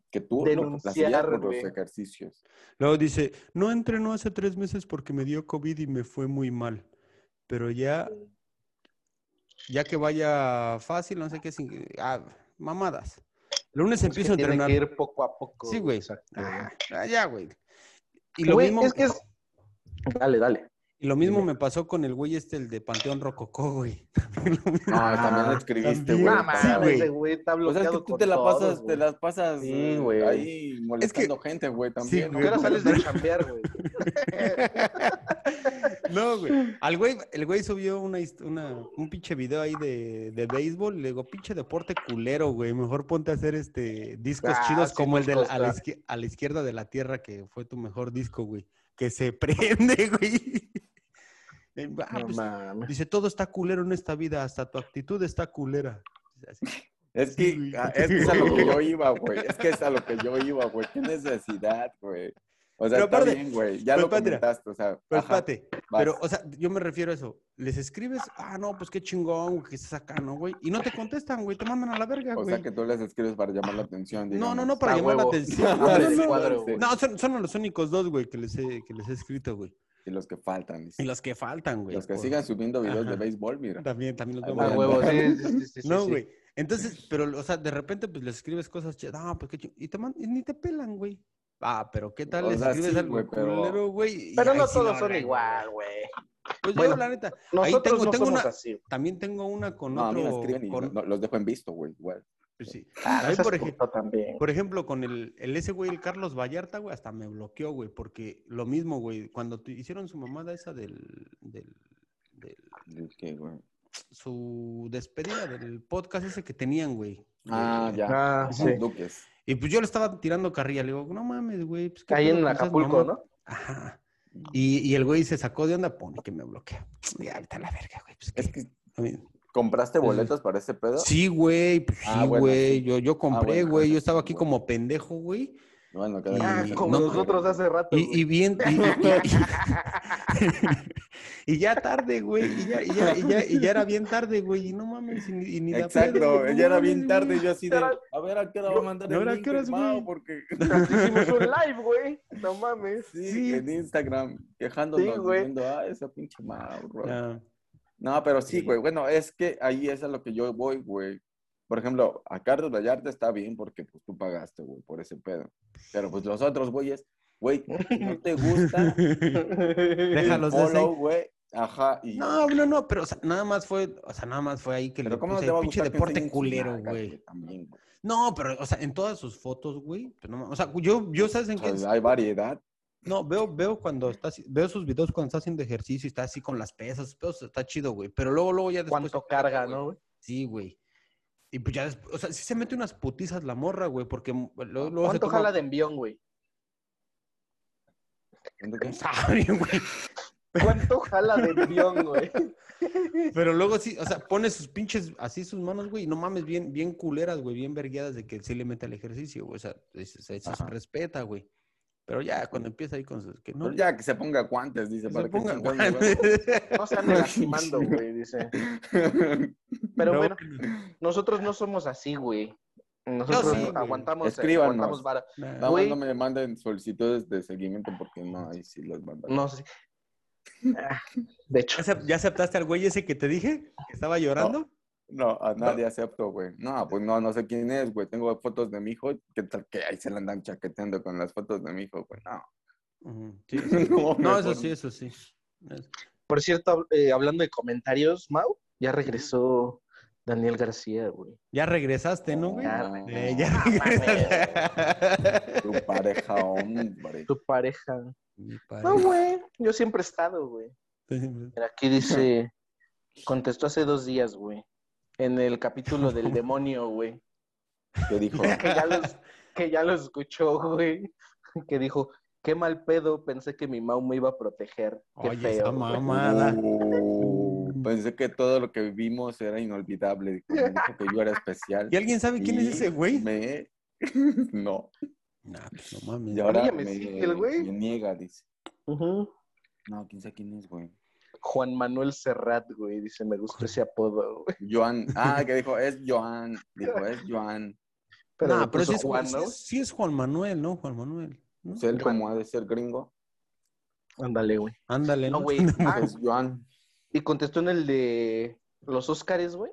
[SPEAKER 2] Que tú lo
[SPEAKER 3] Denunciar,
[SPEAKER 2] hacías por
[SPEAKER 3] güey.
[SPEAKER 2] los ejercicios.
[SPEAKER 1] Luego dice, no entrenó hace tres meses porque me dio COVID y me fue muy mal. Pero ya, ya que vaya fácil, no sé qué, sin- ah, mamadas.
[SPEAKER 2] Pues,
[SPEAKER 1] Lunes
[SPEAKER 3] Es que
[SPEAKER 1] empiezo a
[SPEAKER 3] tiene
[SPEAKER 1] entrenar.
[SPEAKER 3] que ir poco a poco.
[SPEAKER 1] Sí, güey.
[SPEAKER 3] Exacto, güey.
[SPEAKER 1] Ah, ah, ya, güey. Y
[SPEAKER 3] Y
[SPEAKER 1] lo
[SPEAKER 3] lo
[SPEAKER 1] mismo,
[SPEAKER 3] es que es... Dale, dale.
[SPEAKER 1] y lo mismo
[SPEAKER 3] Dime.
[SPEAKER 1] me pasó con el güey este, el de Panteón Rococó, güey. Lo mismo.
[SPEAKER 2] No, también lo escribiste,
[SPEAKER 1] también.
[SPEAKER 2] güey.
[SPEAKER 1] No
[SPEAKER 2] para-
[SPEAKER 1] mames, güey.
[SPEAKER 3] ese güey está
[SPEAKER 2] O sea, es
[SPEAKER 3] bloqueado
[SPEAKER 2] que tú
[SPEAKER 3] con
[SPEAKER 2] te la
[SPEAKER 3] todos,
[SPEAKER 2] pasas,
[SPEAKER 3] güey.
[SPEAKER 2] te las pasas
[SPEAKER 3] Sí,
[SPEAKER 2] eh,
[SPEAKER 3] güey.
[SPEAKER 2] ahí molestando gente, güey,
[SPEAKER 1] güey.
[SPEAKER 2] también. ¿no?
[SPEAKER 1] Pero
[SPEAKER 3] Ahora sales de chambear, güey.
[SPEAKER 1] No, güey. Al güey, el güey subió una, hist- una- un pinche video ahí de, de béisbol. Le digo, pinche deporte culero, güey. Mejor ponte a hacer este discos
[SPEAKER 3] Ah,
[SPEAKER 1] chidos
[SPEAKER 3] sí,
[SPEAKER 1] como el de la-
[SPEAKER 3] discos,
[SPEAKER 1] a, la
[SPEAKER 3] claro.
[SPEAKER 1] izquier- a la izquierda de la tierra, que fue tu mejor disco, güey. Que se prende, güey. Eh, ah,
[SPEAKER 3] No
[SPEAKER 1] pues,
[SPEAKER 3] mames.
[SPEAKER 1] dice, todo está culero en esta vida, hasta tu actitud está culera. Así.
[SPEAKER 2] Es
[SPEAKER 1] Sí,
[SPEAKER 2] que,
[SPEAKER 1] güey.
[SPEAKER 2] a- es que es a lo que yo iba, güey. Es que es a lo que yo iba, güey. Qué necesidad, güey. O sea,
[SPEAKER 1] Pero
[SPEAKER 2] está
[SPEAKER 1] aparte-
[SPEAKER 2] bien, güey. Ya
[SPEAKER 1] pero
[SPEAKER 2] lo
[SPEAKER 1] espérate,
[SPEAKER 2] comentaste, o sea.
[SPEAKER 1] Pero
[SPEAKER 2] ajá,
[SPEAKER 1] espérate,
[SPEAKER 2] vas.
[SPEAKER 1] pero, o sea, yo me refiero a eso. Les escribes, ah, no, pues qué chingón, güey, que estás acá, ¿no, güey? Y no te contestan, güey, te mandan a la verga,
[SPEAKER 2] O
[SPEAKER 1] güey.
[SPEAKER 2] sea, que tú les escribes para llamar la atención,
[SPEAKER 1] No, no, no,
[SPEAKER 2] digamos.
[SPEAKER 1] para
[SPEAKER 3] A
[SPEAKER 1] llamar la
[SPEAKER 3] huevo.
[SPEAKER 1] atención.
[SPEAKER 2] Ah,
[SPEAKER 1] No, no,
[SPEAKER 2] sí,
[SPEAKER 1] no.
[SPEAKER 2] cuadro,
[SPEAKER 3] güey.
[SPEAKER 1] No, son, son los únicos dos, güey, que les he, que les he escrito, güey.
[SPEAKER 2] Y los que faltan, dice.
[SPEAKER 1] Y los que faltan, güey.
[SPEAKER 2] Los que
[SPEAKER 1] por-
[SPEAKER 2] sigan subiendo videos
[SPEAKER 1] Ajá.
[SPEAKER 2] de béisbol, mira.
[SPEAKER 1] También, también los
[SPEAKER 2] Ah,
[SPEAKER 1] vamos
[SPEAKER 3] A
[SPEAKER 1] a
[SPEAKER 3] huevo,
[SPEAKER 1] mandar.
[SPEAKER 3] sí, sí, sí, sí, sí,
[SPEAKER 1] No,
[SPEAKER 3] sí.
[SPEAKER 1] güey. Entonces, pero, o sea, de repente, pues les escribes cosas, che, no, pues qué chingón. Y te man- y ni te pelan, güey. Ah, pero ¿qué tal?
[SPEAKER 2] O
[SPEAKER 1] Les
[SPEAKER 2] sea,
[SPEAKER 1] escribes
[SPEAKER 2] sí,
[SPEAKER 1] algo
[SPEAKER 2] güey, pero-
[SPEAKER 1] culero, güey. y
[SPEAKER 3] Pero
[SPEAKER 1] ahí
[SPEAKER 3] no
[SPEAKER 1] sí
[SPEAKER 3] todos
[SPEAKER 1] lo
[SPEAKER 3] son
[SPEAKER 1] arreglas.
[SPEAKER 3] igual, güey.
[SPEAKER 1] Pues
[SPEAKER 3] Bueno,
[SPEAKER 1] yo, la neta,
[SPEAKER 3] Nosotros
[SPEAKER 1] tengo-
[SPEAKER 3] no
[SPEAKER 1] tengo
[SPEAKER 3] somos
[SPEAKER 1] una-
[SPEAKER 3] así.
[SPEAKER 1] también tengo una con
[SPEAKER 2] No, a
[SPEAKER 1] otro.
[SPEAKER 2] mí me escriben y
[SPEAKER 1] con-
[SPEAKER 2] no- no, los dejo en visto, güey. igual.
[SPEAKER 1] pues sí.
[SPEAKER 3] Ah,
[SPEAKER 1] Ahí,
[SPEAKER 3] no seas
[SPEAKER 1] por ejemplo-
[SPEAKER 3] puto también.
[SPEAKER 1] Por ejemplo, con el, el ese güey, el Carlos Vallarta, güey, hasta me bloqueó, güey, porque lo mismo, güey, cuando tu- hicieron su mamada esa del, del, del-
[SPEAKER 2] Es que, güey.
[SPEAKER 1] su despedida del podcast ese que tenían, güey.
[SPEAKER 2] Ah,
[SPEAKER 1] Eh,
[SPEAKER 2] ya.
[SPEAKER 3] Ah,
[SPEAKER 2] Los
[SPEAKER 3] sí.
[SPEAKER 2] Duques.
[SPEAKER 1] Y pues yo le estaba tirando carrilla, le digo, no mames, güey. Pues, ¿qué
[SPEAKER 3] Ahí
[SPEAKER 1] pedo
[SPEAKER 3] en
[SPEAKER 1] con esas
[SPEAKER 3] Acapulco,
[SPEAKER 1] mamadas?"
[SPEAKER 3] ¿no?
[SPEAKER 1] Ajá.
[SPEAKER 2] Mm.
[SPEAKER 1] Y, y el güey se sacó de onda, pone que me bloquea. Ya, vete a la verga, güey. Pues,
[SPEAKER 2] Es
[SPEAKER 1] ¿qué?
[SPEAKER 2] que,
[SPEAKER 1] A mí-
[SPEAKER 2] ¿compraste
[SPEAKER 1] Sí, sí.
[SPEAKER 2] boletos para ese pedo?
[SPEAKER 1] Sí, güey, pues
[SPEAKER 2] Ah,
[SPEAKER 1] sí,
[SPEAKER 2] bueno,
[SPEAKER 1] güey.
[SPEAKER 2] sí.
[SPEAKER 1] Yo, yo compré,
[SPEAKER 2] bueno,
[SPEAKER 1] güey. Yo
[SPEAKER 2] entonces
[SPEAKER 1] estaba
[SPEAKER 2] sí,
[SPEAKER 1] aquí
[SPEAKER 2] güey.
[SPEAKER 1] como pendejo, güey.
[SPEAKER 2] Bueno,
[SPEAKER 1] Y-
[SPEAKER 3] Ah,
[SPEAKER 1] Sí,
[SPEAKER 3] como
[SPEAKER 1] no,
[SPEAKER 3] nosotros hace rato.
[SPEAKER 1] Y, y
[SPEAKER 3] güey.
[SPEAKER 1] bien. Y, y- y- y ya tarde, güey. Y ya, y ya, y ya, y ya era bien tarde, güey. Y no mames. Y, ni- y ni de pedo,
[SPEAKER 2] Exacto,
[SPEAKER 1] güey, no
[SPEAKER 2] ya era
[SPEAKER 1] mames,
[SPEAKER 2] bien tarde y
[SPEAKER 1] güey.
[SPEAKER 2] yo así de,
[SPEAKER 3] Era-
[SPEAKER 2] a ver a qué hora va a mandar
[SPEAKER 1] ¿Y
[SPEAKER 2] el
[SPEAKER 1] ahora a
[SPEAKER 2] link,
[SPEAKER 1] qué horas,
[SPEAKER 2] hermano,
[SPEAKER 1] güey?
[SPEAKER 2] porque
[SPEAKER 3] Hicimos un live, güey. No mames.
[SPEAKER 2] sí,
[SPEAKER 1] Sí.
[SPEAKER 2] en Instagram quejándonos
[SPEAKER 3] Sí, güey.
[SPEAKER 2] diciendo, ah, esa pinche Mauro.
[SPEAKER 1] Ah,
[SPEAKER 2] No, pero sí,
[SPEAKER 1] Sí.
[SPEAKER 2] güey, bueno, es que ahí es a lo que yo voy, güey. Por ejemplo, a Carlos Vallarta está bien porque pues, tú pagaste, güey, por ese pedo. Pero pues los otros güeyes, güey, no te gusta el
[SPEAKER 1] Déjalos de
[SPEAKER 2] follow, güey. Ajá, y
[SPEAKER 1] No, no, no, pero o sea, nada más fue, o sea, nada más fue ahí que le
[SPEAKER 2] pero cómo no
[SPEAKER 1] puse
[SPEAKER 2] te va a
[SPEAKER 1] pinche
[SPEAKER 2] gustar que
[SPEAKER 1] deporte
[SPEAKER 2] enseñen sus
[SPEAKER 1] culero,
[SPEAKER 2] nalgas,
[SPEAKER 1] güey.
[SPEAKER 2] También, güey.
[SPEAKER 1] No, pero, o sea, en todas sus fotos, güey. pues no mames, o sea, yo, yo sabes en
[SPEAKER 2] O
[SPEAKER 1] qué.
[SPEAKER 2] sea, Pues, hay variedad.
[SPEAKER 1] No, veo, veo cuando estás, veo sus videos cuando está haciendo ejercicio y está así con las pesas, pero está chido, güey. Pero luego, luego ya después.
[SPEAKER 3] Cuánto carga,
[SPEAKER 1] güey.
[SPEAKER 3] ¿no? güey?
[SPEAKER 1] Sí, güey. Y pues ya después, o sea, sí se mete unas putizas la morra, güey, porque m- luego, luego se
[SPEAKER 3] ¿Cuánto
[SPEAKER 1] toma-
[SPEAKER 3] jala de envión, güey?
[SPEAKER 1] ¿Quién sabe, güey?
[SPEAKER 3] ¿Cuánto jala de envión, güey?
[SPEAKER 1] Pero luego sí, o sea, pone sus pinches, así sus manos, güey, y no mames, bien, bien culeras, güey, bien vergueadas de que sí le mete al ejercicio, güey. O sea, es- es- eso se
[SPEAKER 2] Ajá.
[SPEAKER 1] respeta, güey. Pero ya, cuando empieza ahí con sus... Que no,
[SPEAKER 2] Pero ya que se ponga guantes, dice.
[SPEAKER 1] que se
[SPEAKER 2] para que
[SPEAKER 1] pongan
[SPEAKER 2] chingados le va-
[SPEAKER 3] No se ande lastimando, güey, dice. Pero
[SPEAKER 1] No,
[SPEAKER 3] bueno, nosotros no somos así, güey. Nosotros
[SPEAKER 1] sí, güey.
[SPEAKER 3] aguantamos, eh,
[SPEAKER 2] Escríbanos.
[SPEAKER 3] aguantamos vara.
[SPEAKER 1] nah.
[SPEAKER 2] Nada más
[SPEAKER 3] Güey.
[SPEAKER 2] no me manden solicitudes de seguimiento porque no, ahí sí los mandan.
[SPEAKER 3] No sé. Ah, De hecho,
[SPEAKER 1] ¿Ya acep- ¿Ya aceptaste al güey ese que te dije? ¿Que estaba llorando?
[SPEAKER 2] No, a nadie acepto, güey. No, pues no, no sé quién es, güey. Tengo fotos de mi hijo. ¿Qué tal que ahí se la andan chaqueteando con las fotos de mi hijo, güey? No.
[SPEAKER 1] Ujú, sí, sí.
[SPEAKER 2] No,
[SPEAKER 1] No, eso
[SPEAKER 2] mejor
[SPEAKER 1] sí,
[SPEAKER 2] no.
[SPEAKER 1] eso sí. Es-
[SPEAKER 3] por cierto, hab- eh, hablando de comentarios, Mau, ya regresó Daniel García, güey.
[SPEAKER 1] Ya regresaste, ¿no, güey?
[SPEAKER 3] Ya,
[SPEAKER 1] Eh, ya
[SPEAKER 3] Ah,
[SPEAKER 1] regresaste.
[SPEAKER 2] Tu pareja, hombre.
[SPEAKER 3] Tu pareja.
[SPEAKER 1] Mi
[SPEAKER 3] No,
[SPEAKER 1] padre.
[SPEAKER 3] güey. Yo siempre he estado, güey. Mira, aquí dice, contestó hace dos días, güey. En el capítulo del demonio, güey.
[SPEAKER 2] Te dijo,
[SPEAKER 3] Que ya los, que ya lo escuchó, güey. Que dijo, qué mal pedo, pensé que mi Mau me iba a proteger. Qué
[SPEAKER 1] Oye,
[SPEAKER 3] feo.
[SPEAKER 1] esa
[SPEAKER 3] güey".
[SPEAKER 1] mamada.
[SPEAKER 2] "Uh,
[SPEAKER 1] Mm.
[SPEAKER 2] pensé que todo lo que vivimos era inolvidable. Dijo, me dijo que yo era especial.
[SPEAKER 1] ¿Y alguien sabe quién es ese güey?
[SPEAKER 2] Me No.
[SPEAKER 1] Nah, pues no mames.
[SPEAKER 2] Y ahora
[SPEAKER 3] ya
[SPEAKER 2] me,
[SPEAKER 3] me sigue el güey.
[SPEAKER 2] me niega, dice.
[SPEAKER 3] Ujú.
[SPEAKER 2] No, quién sabe quién es, güey.
[SPEAKER 3] Juan Manuel Serrat, güey, dice, me gusta ese apodo, güey.
[SPEAKER 2] Joan. Ah, que dijo, es Joan. Dijo, es Joan.
[SPEAKER 1] Pero,
[SPEAKER 3] le
[SPEAKER 1] pero
[SPEAKER 3] puso
[SPEAKER 1] sí es, Juan,
[SPEAKER 3] Juan, ¿no?
[SPEAKER 1] sí es- sí es Juan Manuel, ¿no? Juan Manuel. ¿no?
[SPEAKER 2] O sea, él como ha de ser gringo,
[SPEAKER 3] Ándale, güey.
[SPEAKER 1] Ándale,
[SPEAKER 3] No,
[SPEAKER 1] ¿no?
[SPEAKER 3] güey. Ah,
[SPEAKER 2] es Joan.
[SPEAKER 3] y contestó en el de los Óscares, güey.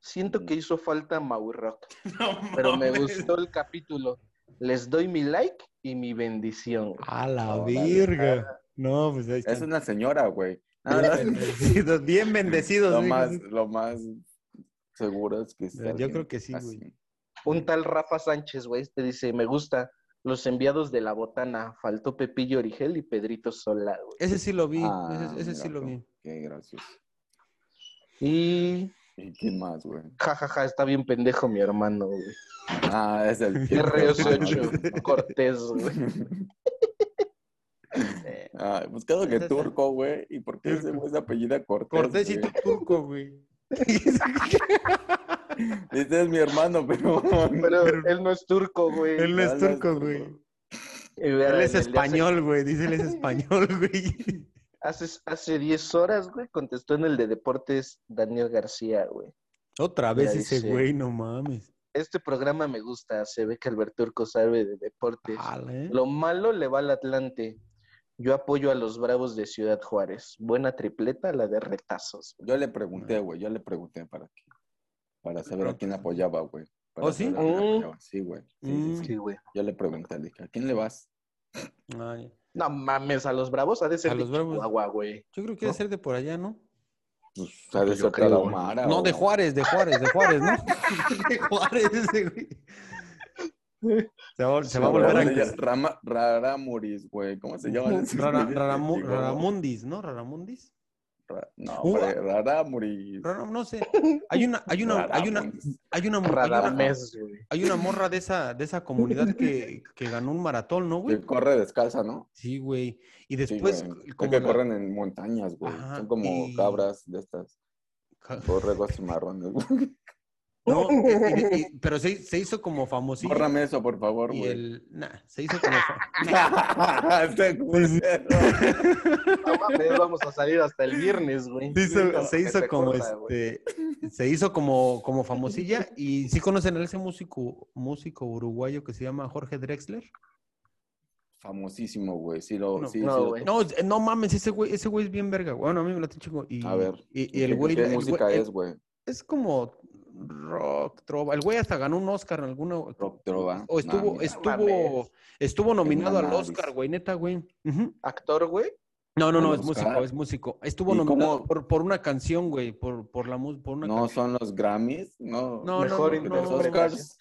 [SPEAKER 3] Siento que hizo falta Maui Rock, pero me gustó el capítulo. Les doy mi like y mi bendición. güey.
[SPEAKER 1] A la
[SPEAKER 2] Órale.
[SPEAKER 1] virga. No, pues ahí está.
[SPEAKER 2] Es una señora, güey.
[SPEAKER 1] Bien bendecidos, bien bendecidos.
[SPEAKER 2] Lo
[SPEAKER 1] sí.
[SPEAKER 2] más, lo más seguro es que es
[SPEAKER 1] Yo
[SPEAKER 2] alguien
[SPEAKER 1] creo que sí,
[SPEAKER 2] así.
[SPEAKER 3] Un tal Rafa Sánchez, güey, te dice, me gusta. Los enviados de la botana. Faltó Pepillo Origel y Pedrito Sola, güey.
[SPEAKER 1] Ese sí lo vi,
[SPEAKER 2] Ah,
[SPEAKER 1] ese, ese sí
[SPEAKER 2] mira
[SPEAKER 1] lo
[SPEAKER 2] tú.
[SPEAKER 1] vi.
[SPEAKER 2] Qué gracioso.
[SPEAKER 3] Y
[SPEAKER 2] ¿Y quién más, güey?
[SPEAKER 3] jajaja, está bien pendejo mi hermano, güey.
[SPEAKER 2] Ah, es el
[SPEAKER 3] RS8, Cortés, güey. Eh,
[SPEAKER 2] Ah, pues claro que
[SPEAKER 1] Es ese.
[SPEAKER 2] turco, güey. ¿Y por qué ese
[SPEAKER 1] Turco.
[SPEAKER 2] güey se apellida Cortés?
[SPEAKER 1] Cortés y
[SPEAKER 2] güey?
[SPEAKER 1] Turco, güey.
[SPEAKER 2] Este es mi hermano, pero.
[SPEAKER 3] Pero él no es turco, güey.
[SPEAKER 1] Él no es
[SPEAKER 2] no, no es
[SPEAKER 1] turco,
[SPEAKER 2] turco.
[SPEAKER 1] güey.
[SPEAKER 3] Eh, güey,
[SPEAKER 1] Él es
[SPEAKER 3] en el de hace-
[SPEAKER 1] español, güey. Dice él es español, güey.
[SPEAKER 3] Hace, hace 10 horas, güey, contestó en el de deportes Daniel García, güey.
[SPEAKER 1] Otra vez
[SPEAKER 3] Mira,
[SPEAKER 1] ese
[SPEAKER 3] dice-
[SPEAKER 1] güey, no mames.
[SPEAKER 3] Este programa me gusta, se ve que Albert Turco sabe de deportes.
[SPEAKER 1] Ala, ¿eh?
[SPEAKER 3] Lo malo le va al Atlante. Yo apoyo a los Bravos de Ciudad Juárez. Buena tripleta, la de retazos.
[SPEAKER 2] Yo le pregunté, güey. Yo le pregunté para qué. Para saber a quién apoyaba, güey. Para
[SPEAKER 1] ¿Oh, sí?
[SPEAKER 2] saber a quién
[SPEAKER 3] Mm.
[SPEAKER 2] apoyaba. Sí, güey. Sí, sí,
[SPEAKER 1] Mm.
[SPEAKER 2] sí.
[SPEAKER 3] Sí, güey.
[SPEAKER 2] Yo le pregunté, le dije, ¿a quién le vas?
[SPEAKER 1] Ay,
[SPEAKER 3] No mames, a los Bravos ha de ser
[SPEAKER 1] A
[SPEAKER 3] de
[SPEAKER 1] los Bravos.
[SPEAKER 3] Chihuahua, güey.
[SPEAKER 1] yo creo que debe ser de por allá, ¿no?
[SPEAKER 2] Pues, ha de
[SPEAKER 3] Yo
[SPEAKER 2] ser
[SPEAKER 3] creo,
[SPEAKER 2] Tarahumara,
[SPEAKER 1] No, de
[SPEAKER 2] güey.
[SPEAKER 1] Juárez, de Juárez, de Juárez, ¿no? De Juárez ese güey. Se va, se va a
[SPEAKER 2] No,
[SPEAKER 1] volver
[SPEAKER 2] güey,
[SPEAKER 1] a...
[SPEAKER 2] Rama- Raramuris, güey. ¿Cómo se llama? ese
[SPEAKER 1] Rara-
[SPEAKER 2] güey?
[SPEAKER 1] Raramu-
[SPEAKER 2] Digo,
[SPEAKER 1] Raramundis, ¿no? Raramundis.
[SPEAKER 2] Ra- No,
[SPEAKER 1] Uh.
[SPEAKER 2] güey, Raramuris.
[SPEAKER 1] Raram- no sé. Hay una, hay una, hay una,
[SPEAKER 2] Raramuris.
[SPEAKER 1] hay una, hay una,
[SPEAKER 3] Radamés, güey.
[SPEAKER 1] hay una morra de esa, de esa comunidad que, que ganó un maratón, ¿no, güey?
[SPEAKER 2] Que corre descalza, ¿no?
[SPEAKER 1] Sí, güey. Y
[SPEAKER 2] Sí,
[SPEAKER 1] después,
[SPEAKER 2] güey. Es
[SPEAKER 1] como
[SPEAKER 2] que
[SPEAKER 1] la-
[SPEAKER 2] corren en montañas, güey.
[SPEAKER 1] Ajá,
[SPEAKER 2] Son como
[SPEAKER 1] y-
[SPEAKER 2] cabras de estas.
[SPEAKER 1] ca-
[SPEAKER 2] Borregos cimarrones, güey.
[SPEAKER 1] no, y- y- y- pero se, se hizo como famosilla.
[SPEAKER 2] Bórrame eso, por favor,
[SPEAKER 1] y
[SPEAKER 2] güey.
[SPEAKER 1] el, nah, se hizo como fa-
[SPEAKER 2] Este culero.
[SPEAKER 3] No mames, vamos a salir hasta el viernes, güey.
[SPEAKER 1] Se hizo, se
[SPEAKER 3] Que
[SPEAKER 1] hizo
[SPEAKER 3] te
[SPEAKER 1] como
[SPEAKER 3] corta, güey.
[SPEAKER 1] este, se hizo como, como famosilla y sí conocen a ese músico, músico uruguayo que se llama Jorge Drexler.
[SPEAKER 2] Famosísimo, güey. Sí, lo.
[SPEAKER 1] No,
[SPEAKER 2] sí,
[SPEAKER 3] no,
[SPEAKER 2] sí lo-
[SPEAKER 3] güey.
[SPEAKER 1] No, eh, no mames, ese güey, ese güey es bien verga. güey. Bueno, a mí me late chingo. Y,
[SPEAKER 2] A ver,
[SPEAKER 1] Y, y el güey,
[SPEAKER 2] ¿Qué
[SPEAKER 1] el
[SPEAKER 2] música
[SPEAKER 1] güey- el-
[SPEAKER 2] es, güey?
[SPEAKER 1] es como rock, trova. El güey hasta ganó un Oscar en alguna.
[SPEAKER 2] Rock trova.
[SPEAKER 1] O estuvo,
[SPEAKER 2] Nah,
[SPEAKER 1] estuvo,
[SPEAKER 3] mames.
[SPEAKER 1] estuvo nominado al
[SPEAKER 2] mamada
[SPEAKER 1] Oscar,
[SPEAKER 2] dice.
[SPEAKER 1] güey, neta, güey. Ujú.
[SPEAKER 3] Actor, güey.
[SPEAKER 1] No, no, no,
[SPEAKER 2] ¿Al
[SPEAKER 1] es músico,
[SPEAKER 2] Oscar?
[SPEAKER 1] es músico. Estuvo
[SPEAKER 2] ¿Y
[SPEAKER 1] nominado
[SPEAKER 2] cómo?
[SPEAKER 1] por, por una canción, güey, por, por la música, por una
[SPEAKER 2] No
[SPEAKER 1] canción.
[SPEAKER 2] son los Grammys, no.
[SPEAKER 1] No,
[SPEAKER 3] Mejor
[SPEAKER 1] no, no,
[SPEAKER 2] los
[SPEAKER 1] no,
[SPEAKER 2] Oscars.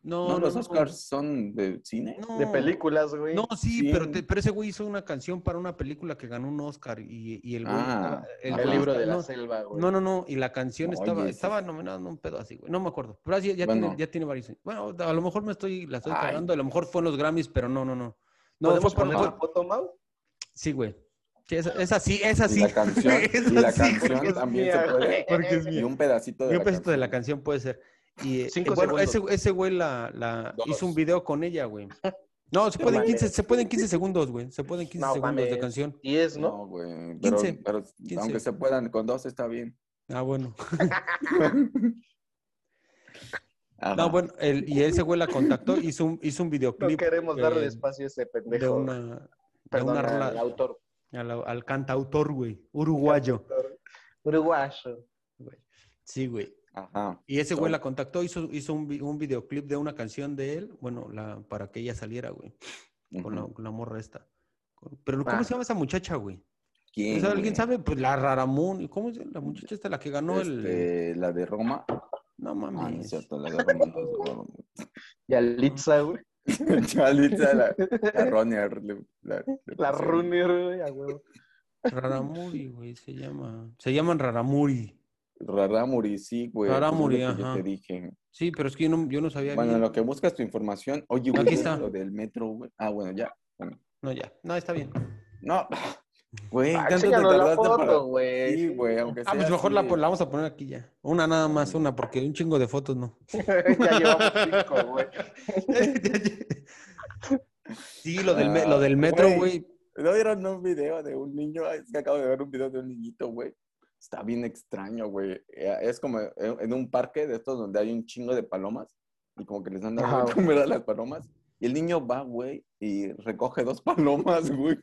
[SPEAKER 1] No,
[SPEAKER 2] No,
[SPEAKER 1] no,
[SPEAKER 2] los
[SPEAKER 1] no.
[SPEAKER 2] Oscars son de cine.
[SPEAKER 1] No.
[SPEAKER 3] De películas, güey.
[SPEAKER 1] No, sí,
[SPEAKER 2] Sí.
[SPEAKER 1] pero, te- pero ese güey hizo una canción para una película que ganó un Oscar y, y el güey.
[SPEAKER 2] Ah,
[SPEAKER 1] estaba-
[SPEAKER 2] ajá.
[SPEAKER 3] el
[SPEAKER 1] güey
[SPEAKER 3] libro de
[SPEAKER 1] estaba-
[SPEAKER 3] la
[SPEAKER 1] no,
[SPEAKER 3] selva, güey.
[SPEAKER 1] No, no, no, y la canción estaba,
[SPEAKER 2] Oye,
[SPEAKER 1] estaba
[SPEAKER 2] sí.
[SPEAKER 1] nominada en un pedo así, güey. No me acuerdo. Pero así ya,
[SPEAKER 2] Bueno.
[SPEAKER 1] tiene, ya tiene varios. años. Bueno, a lo mejor me estoy, la estoy
[SPEAKER 2] Ay.
[SPEAKER 1] cagando, a lo mejor fue en los Grammys, pero no, no, no. No,
[SPEAKER 3] ¿Podemos
[SPEAKER 1] fue-
[SPEAKER 3] poner
[SPEAKER 1] fue-
[SPEAKER 3] la foto, Mau?
[SPEAKER 1] Sí, güey. Sí, esa, esa sí, esa sí.
[SPEAKER 2] Y la canción,
[SPEAKER 1] Esa
[SPEAKER 2] y la
[SPEAKER 1] sí,
[SPEAKER 2] canción
[SPEAKER 1] porque es
[SPEAKER 2] también
[SPEAKER 1] mía,
[SPEAKER 2] se puede.
[SPEAKER 1] Porque es
[SPEAKER 2] Y
[SPEAKER 1] mía.
[SPEAKER 2] un pedacito de
[SPEAKER 1] Y
[SPEAKER 2] la
[SPEAKER 1] un pedacito de la canción puede ser. Y eh,
[SPEAKER 3] Cinco
[SPEAKER 1] bueno, ese, ese güey la, la
[SPEAKER 2] Dos.
[SPEAKER 1] hizo un video con ella, güey. No, se pueden
[SPEAKER 3] mames.
[SPEAKER 1] 15, se pueden 15 segundos, güey. Se pueden 15
[SPEAKER 3] No
[SPEAKER 1] segundos de
[SPEAKER 3] mames.
[SPEAKER 1] canción.
[SPEAKER 3] 10, ¿no?
[SPEAKER 2] No, güey. Pero,
[SPEAKER 1] 15,
[SPEAKER 2] pero
[SPEAKER 1] 15.
[SPEAKER 2] aunque se puedan, con dos está bien.
[SPEAKER 1] Ah, bueno.
[SPEAKER 2] Ajá.
[SPEAKER 1] No, pues, bueno, el- y ese güey la contactó, hizo un, hizo un
[SPEAKER 3] No,
[SPEAKER 1] videoclip.
[SPEAKER 3] queremos
[SPEAKER 1] eh,
[SPEAKER 3] darle espacio a ese
[SPEAKER 1] de
[SPEAKER 3] pendejo.
[SPEAKER 1] una, de
[SPEAKER 3] Perdón,
[SPEAKER 1] una
[SPEAKER 3] al
[SPEAKER 1] rola-
[SPEAKER 3] autor.
[SPEAKER 1] al, al cantautor, güey, uruguayo.
[SPEAKER 3] Uruguayo.
[SPEAKER 1] Sí, güey.
[SPEAKER 2] Ajá.
[SPEAKER 1] Y ese güey la contactó, hizo, hizo un, vi- un videoclip de una canción de él, bueno, la, para que ella saliera, güey, con la,
[SPEAKER 2] Ujú.
[SPEAKER 1] con la morra esta. Con- Pero ¿cómo
[SPEAKER 3] Ah.
[SPEAKER 1] se llama esa muchacha, güey?
[SPEAKER 2] ¿Quién,
[SPEAKER 1] ¿Esa ¿Alguien
[SPEAKER 2] güey?
[SPEAKER 1] sabe? Pues la Raramun. ¿Cómo es la muchacha esta, la que ganó el...
[SPEAKER 2] Este, La de Roma.
[SPEAKER 1] No
[SPEAKER 2] Ah, no es
[SPEAKER 1] mames.
[SPEAKER 2] cierto, la de Roma no es de Roma.
[SPEAKER 3] Y a Litza, güey.
[SPEAKER 2] Chalita, la, la runner. le- La, le
[SPEAKER 3] La
[SPEAKER 2] pusieron.
[SPEAKER 3] Runner, güey, a huevo.
[SPEAKER 1] Raramuri, güey, se llama. Se llaman Raramuri.
[SPEAKER 2] Raramuri, sí, güey.
[SPEAKER 1] Raramuri,
[SPEAKER 2] pues es lo que
[SPEAKER 1] ajá.
[SPEAKER 2] Yo te dije.
[SPEAKER 1] Sí, pero es que yo no, yo no sabía
[SPEAKER 2] Bueno, en
[SPEAKER 1] bien.
[SPEAKER 2] lo que buscas tu información. Oye, güey,
[SPEAKER 1] Aquí
[SPEAKER 2] ¿ves
[SPEAKER 1] está.
[SPEAKER 2] lo del metro, güey. Ah, bueno, ya.
[SPEAKER 1] No, ya. No, está bien.
[SPEAKER 2] No, Güey,
[SPEAKER 3] Ah,
[SPEAKER 2] tanto te
[SPEAKER 3] chécalo la
[SPEAKER 2] tardaste para...
[SPEAKER 3] foto, güey.
[SPEAKER 2] Sí, güey, aunque sea
[SPEAKER 1] Ah, pues mejor la,
[SPEAKER 2] así,
[SPEAKER 1] pon- la vamos a poner aquí ya. Una nada más, una, porque un chingo de fotos no.
[SPEAKER 3] ya llevamos cinco, güey.
[SPEAKER 1] sí, lo del, me- lo del metro,
[SPEAKER 2] Ah, Güey.
[SPEAKER 1] güey.
[SPEAKER 2] ¿No vieron un video de un niño? Ay, Es que acabo de ver un video de un niñito, güey. Está bien extraño, güey. Eh, Es como en en un parque de estos donde hay un chingo de palomas y como que les dan
[SPEAKER 3] Ajá,
[SPEAKER 2] dando
[SPEAKER 3] güey.
[SPEAKER 2] comer a las palomas. Y el niño va, güey, y recoge dos palomas, güey.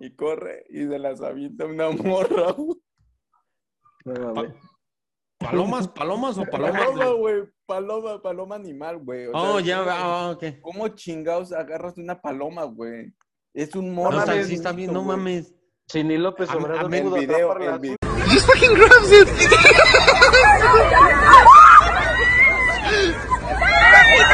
[SPEAKER 2] y, corre y se las avienta una morra, güey.
[SPEAKER 3] No,
[SPEAKER 1] Pa-
[SPEAKER 3] mames.
[SPEAKER 1] ¿Palomas, palomas o palomas?
[SPEAKER 2] Paloma,
[SPEAKER 1] de-
[SPEAKER 2] güey. Paloma, paloma animal, güey. O
[SPEAKER 1] Oh,
[SPEAKER 2] sea,
[SPEAKER 1] ya,
[SPEAKER 2] güey,
[SPEAKER 1] ah, ok.
[SPEAKER 2] ¿Cómo chingados agarras una paloma, güey? Es un
[SPEAKER 1] No,
[SPEAKER 2] morro.
[SPEAKER 1] o sea,
[SPEAKER 3] mames,
[SPEAKER 1] sí está bien, no
[SPEAKER 2] güey.
[SPEAKER 1] mames.
[SPEAKER 3] Si ni López
[SPEAKER 1] A- a
[SPEAKER 3] Obrador
[SPEAKER 1] mí el
[SPEAKER 3] pudo
[SPEAKER 2] video,
[SPEAKER 3] atrapar
[SPEAKER 2] el
[SPEAKER 3] la
[SPEAKER 2] video.
[SPEAKER 3] suya.
[SPEAKER 4] He just fucking grabs it.